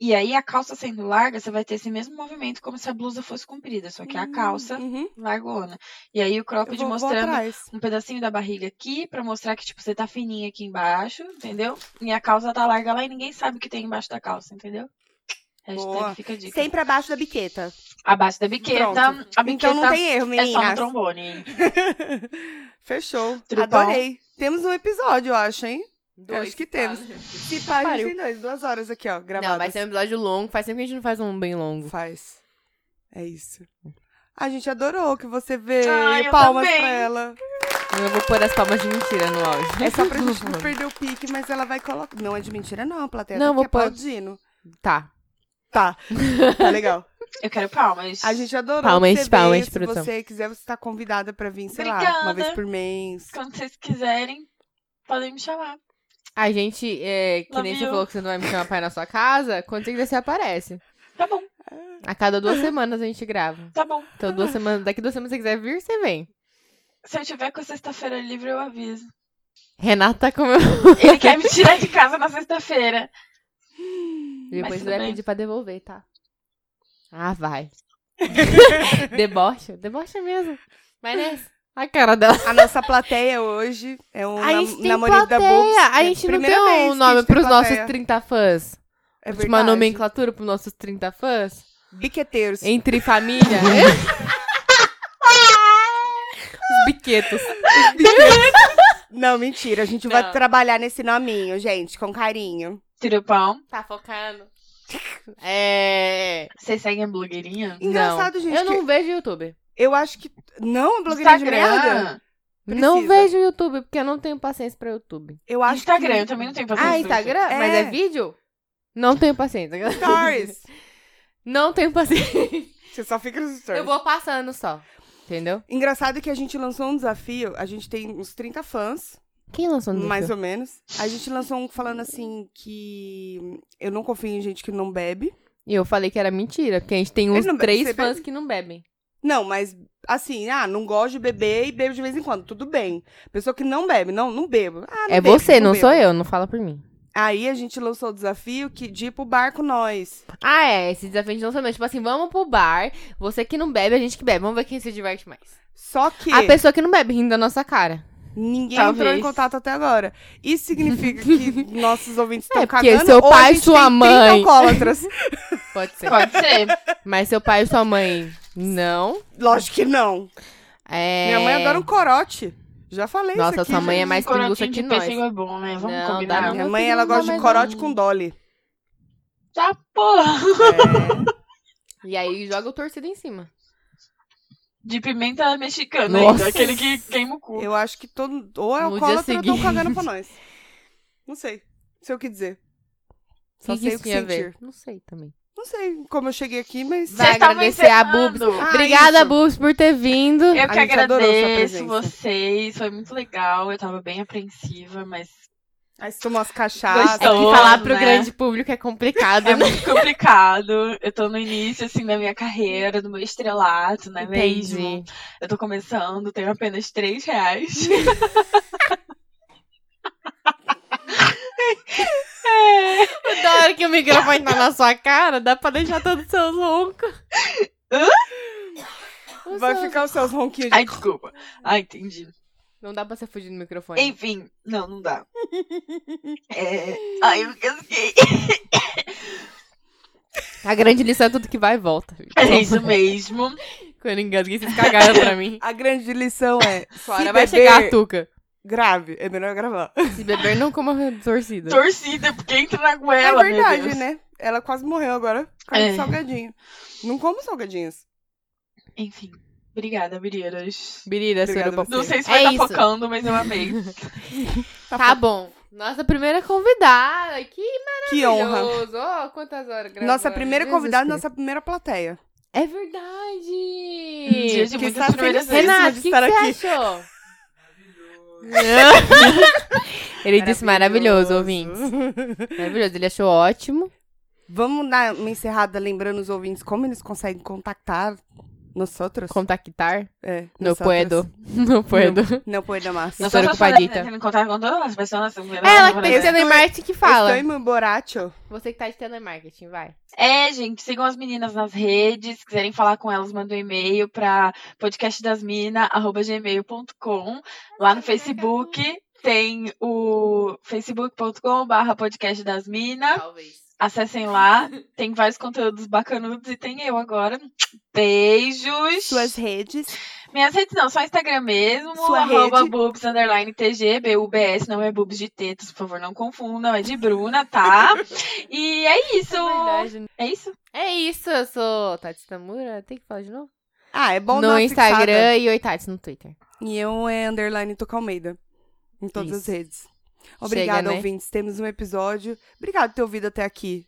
S1: E aí, a calça sendo larga, você vai ter esse mesmo movimento como se a blusa fosse comprida, só que é a calça
S2: Uhum.
S1: largona. E aí, o
S2: Eu
S1: cropped
S2: vou, vou
S1: mostrando
S2: atrás.
S1: um pedacinho da barriga aqui pra mostrar que, tipo, você tá fininha aqui embaixo, entendeu? E a calça tá larga lá e ninguém sabe o que tem embaixo da calça, entendeu? Hashtag
S2: Boa.
S1: fica a dica.
S2: Sempre abaixo da biqueta.
S1: Abaixo da biqueta,
S2: Pronto.
S1: a biqueta
S2: Então não tem erro,
S1: é só no
S2: meninas.
S1: trombone.
S2: Fechou.
S1: Tudo bom?
S2: Adorei. Temos um episódio, eu acho, hein? Acho que temos. Se pá, a gente
S3: Pariu.
S2: tem dois, duas horas aqui, ó, gravadas.
S3: Não, vai ser um episódio longo. Faz tempo que a gente não faz um bem longo.
S2: Faz. É isso. A gente adorou que você vê
S1: Ai, eu
S2: palmas
S1: também.
S2: pra ela.
S3: Eu vou pôr as palmas de mentira no áudio.
S2: É só pra gente não perder o pique, mas ela vai colocar. Não é de mentira, não, a plateia.
S3: Não,
S2: tá
S3: vou
S2: aqui
S3: pôr.
S2: aplaudindo.
S3: Tá.
S2: Tá. Tá legal.
S1: Eu quero palmas.
S2: A gente adorou.
S3: Palmas,
S2: que você
S3: palmas,
S2: veio. Se
S3: produção.
S2: você quiser, você tá convidada pra vir, sei lá, uma
S1: Obrigada.
S2: vez por mês.
S1: Quando vocês quiserem, podem me chamar.
S3: A gente, é, que
S1: Love
S3: nem você
S1: you.
S3: falou que você não vai me chamar pra ir na sua casa, quando você quiser você aparece.
S1: Tá bom,
S3: A cada duas semanas a gente grava.
S1: tá bom.
S3: Então, duas semanas, daqui duas semanas se você quiser vir, você vem.
S1: Se eu tiver com a sexta-feira livre, eu aviso.
S3: Renata comeu.
S1: Ele quer me tirar de casa na sexta-feira.
S3: Depois
S1: tudo
S3: você vai
S1: bem.
S3: pedir pra devolver, tá? Ah, vai. Debocha. Debocha mesmo. Mas nessa. A cara dela.
S2: A nossa plateia hoje é um
S3: a gente
S2: nam-
S3: tem
S2: namorido da Bobs.
S3: plateia. A
S2: É
S3: gente não
S2: primeira
S3: tem
S2: vez que
S3: um
S2: a
S3: nome
S2: gente tem
S3: pros
S2: plateia.
S3: nossos 30 fãs.
S2: É
S3: Última
S2: verdade.
S3: nomenclatura pros nossos 30 fãs.
S2: Biqueteiros.
S3: Entre família. Os biquetos.
S2: Não, mentira. A gente
S3: Não.
S2: vai trabalhar nesse nominho, gente, com carinho.
S1: Tirupão,
S3: Tá focando. É.
S1: vocês seguem a blogueirinha?
S2: Engraçado,
S3: não.
S2: gente,
S3: Eu
S2: que-
S3: não vejo YouTube.
S2: Eu acho que. Não, blogueirinha de merda?
S3: Não
S2: Precisa.
S3: vejo YouTube, porque eu não tenho paciência pra YouTube.
S2: Eu acho que-
S1: Instagram, eu também não tenho paciência.
S3: Ah,
S1: pra
S3: Instagram?
S2: É.
S3: Mas é vídeo? Não tenho paciência.
S2: Stories.
S3: Não tenho paciência.
S2: Você só fica nos stories.
S3: Eu vou passando só. Entendeu?
S2: Engraçado que a gente lançou um desafio, a gente tem uns 30 fãs,
S3: Quem lançou no
S2: mais
S3: desafio?
S2: ou menos. A gente lançou um falando assim que eu não confio em gente que não bebe.
S3: E eu falei que era mentira, porque a gente tem
S2: Ele
S3: uns
S2: não bebe,
S3: três
S2: você
S3: fãs que não bebem.
S2: Não, mas assim, ah, não gosto de beber e bebo de vez em quando, tudo bem. Pessoa que não bebe, não, não bebo. Ah, não
S3: é
S2: bebo,
S3: você, não
S2: bebo.
S3: sou eu, não fala por mim.
S2: Aí a gente lançou o desafio que de ir pro bar com nós.
S3: Ah, é, esse desafio de lançamento. Tipo assim, vamos pro bar, você que não bebe, a gente que bebe. Vamos ver quem se diverte mais.
S2: Só que
S3: A pessoa que não bebe rindo da nossa cara.
S2: ninguém entrou
S1: Talvez.
S2: em contato até agora. Isso significa que nossos ouvintes estão
S3: É, porque
S2: cagando
S3: seu
S2: ou
S3: pai
S2: a
S3: e
S2: gente
S3: sua
S2: tem 30
S3: mãe.
S2: alcoólatras.
S3: Pode ser.
S1: Pode ser.
S3: Mas seu pai e sua mãe, não.
S2: Lógico que não.
S3: É...
S2: Minha mãe adora um corote. Já falei isso
S3: Nossa,
S2: aqui.
S3: sua mãe é
S2: gente.
S3: mais pinguça
S1: Corotinho
S3: que
S1: de
S3: nós.
S1: pêssego é bom, né? Vamos
S3: Não, dá
S1: combinar.
S3: não.
S2: Minha
S3: Meu
S2: mãe,
S3: filho
S2: ela
S3: não dá
S2: gosta de
S3: mais
S2: corote
S3: um.
S2: com dolly. É,
S1: Tá, porra.
S3: E aí joga o torcido em cima.
S1: De pimenta mexicana,
S3: Nossa.
S1: ainda, aquele que queima o cu.
S2: Eu acho que todo... Ou é
S3: No
S2: alcoólatra
S3: dia
S2: ou estão
S3: seguinte.
S2: cagando pra nós. Não sei. Não sei o que dizer. Só
S3: que
S2: sei
S3: isso
S2: o que
S3: tinha a
S2: sentir.
S3: ver? Não sei também.
S2: Não sei como eu cheguei aqui, mas...
S3: Vai
S1: Vocês tavam
S3: agradecer a
S1: encerrando.
S3: Bubs.
S2: Ah,
S3: Obrigada,
S2: isso.
S3: Bubs, por ter vindo.
S1: Eu
S2: A
S1: que
S2: gente adorou sua
S1: agradeço
S2: presença.
S1: vocês, foi muito legal. Eu tava bem apreensiva, mas
S2: Aí você tomou as cachaças.
S3: É que
S1: Gostoso,
S3: falar pro
S1: né?
S3: grande público é complicado,
S1: é
S3: né?
S1: muito complicado. Eu tô no início, assim, da minha carreira, do meu estrelato, não é mesmo? Eu tô começando, tenho apenas 3 reais.
S3: Da hora que o microfone tá na sua cara, dá pra deixar todos os seus roncos. Os
S2: Vai
S3: seus-
S2: ficar os seus ronquinhos.
S1: Ai, desculpa. Ai, entendi.
S3: Não dá pra você fugir do microfone.
S1: Enfim, não, não dá. É... Ai, eu esqueci.
S3: A grande lição é tudo que vai e volta.
S1: É isso mesmo.
S3: Quando engasguei, vocês cagaram pra mim.
S2: A grande lição é... se
S3: Sua hora vai
S2: beber,
S3: chegar a tuca.
S2: Grave. É melhor gravar.
S3: Se beber, não coma torcida.
S1: Torcida, porque entra na goela,
S2: é verdade,
S1: meu Deus.
S2: né? Ela quase morreu agora. por causa de
S1: É.
S2: salgadinho. Não como salgadinhos.
S1: Enfim, obrigada, Miriras.
S3: Birira,
S2: Obrigada,
S3: suruba.
S1: Não sei se
S3: É
S1: vai estar
S3: isso.
S1: focando, mas eu amei. Um
S3: Tá bom. Nossa primeira convidada. Que
S2: Que honra.
S3: maravilhoso. Ó, quantas horas gravando.
S2: Nossa primeira
S3: Jesus
S2: convidada,
S3: Cristo.
S2: nossa primeira plateia.
S3: É
S1: Dia
S3: verdade.
S1: de
S2: que
S1: muitas
S2: está
S1: primeiras vezes.
S2: feliz.
S3: Renato,
S2: Um de
S3: o que, que
S2: estar aqui.
S3: você achou? Maravilhoso. Ele disse maravilhoso, ouvintes. Maravilhoso, ele achou ótimo.
S2: Vamos dar uma encerrada lembrando os ouvintes como eles conseguem contactar nós outros.
S3: tá Contactar.
S2: é,
S3: No
S2: nós outros.
S3: puedo. No puedo.
S2: Não puedo mais.
S1: Não sou
S3: Estou
S1: só
S3: ocupadita.
S1: sozinha, tendo contato com todas as pessoas. não vendo
S3: É, Ela que
S1: nada,
S3: tem
S1: né?
S3: telemarketing que fala.
S2: Estou em Boracho.
S3: Você que tá de telemarketing, vai.
S1: É, gente, sigam as meninas nas redes. Se quiserem falar com elas, mandem um e-mail para podcastdasmina.gmail.com. Lá no Facebook tem o facebook.com.br podcastdasmina.
S3: Talvez.
S1: Acessem lá. Tem vários conteúdos bacanudos e tem eu agora. Beijos.
S2: Suas redes.
S1: Minhas redes não, só Instagram mesmo.
S2: Sua
S1: arroba
S2: rede.
S1: boobs underline TG, BUBS, não é boobs de tetas, por favor, não confundam, é de Bruna, tá? e é isso. É isso.
S3: É isso, eu sou Tati Tamura. Tem que falar de novo?
S2: Ah, é bom dar
S3: no
S2: uma
S3: Instagram
S2: fixada.
S3: e oi Tati no Twitter.
S2: E eu é underline Toca Almeida. Em todas as
S3: Isso.
S2: redes. Obrigada,
S3: né?
S2: ouvintes. Temos um episódio. Obrigado por ter ouvido até aqui.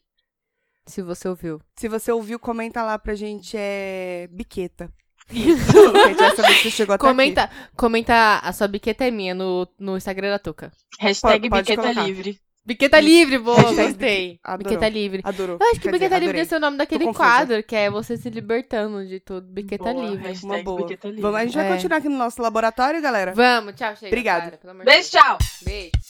S3: Se você ouviu.
S2: Se você ouviu, comenta lá pra gente. É biqueta.
S1: Isso.
S2: A gente vai saber se você chegou até tá aqui.
S3: Comenta, comenta a sua biqueta é minha no, no Instagram da Tuca.
S1: Hashtag
S2: Pode- pode
S1: biqueta
S2: colocar.
S1: livre.
S3: Biqueta livre, boa,
S2: Hashtag
S3: gostei.
S2: bique- adorou.
S3: Biqueta livre.
S2: Adorou.
S3: Eu acho que
S2: Quer
S3: biqueta
S2: dizer,
S3: livre
S2: adorei.
S3: deve ser o nome daquele
S2: confusa.
S3: quadro, que é você se libertando de tudo. Biqueta
S1: Boa,
S3: livre.
S1: hashtag
S2: Uma boa.
S1: biqueta livre.
S2: Vamos, a gente
S3: É.
S2: vai continuar aqui no nosso laboratório, galera?
S3: Vamos, tchau, chega.
S2: Obrigada.
S3: para, pelo amor de
S1: Beijo, tchau.
S3: Deus. Beijo.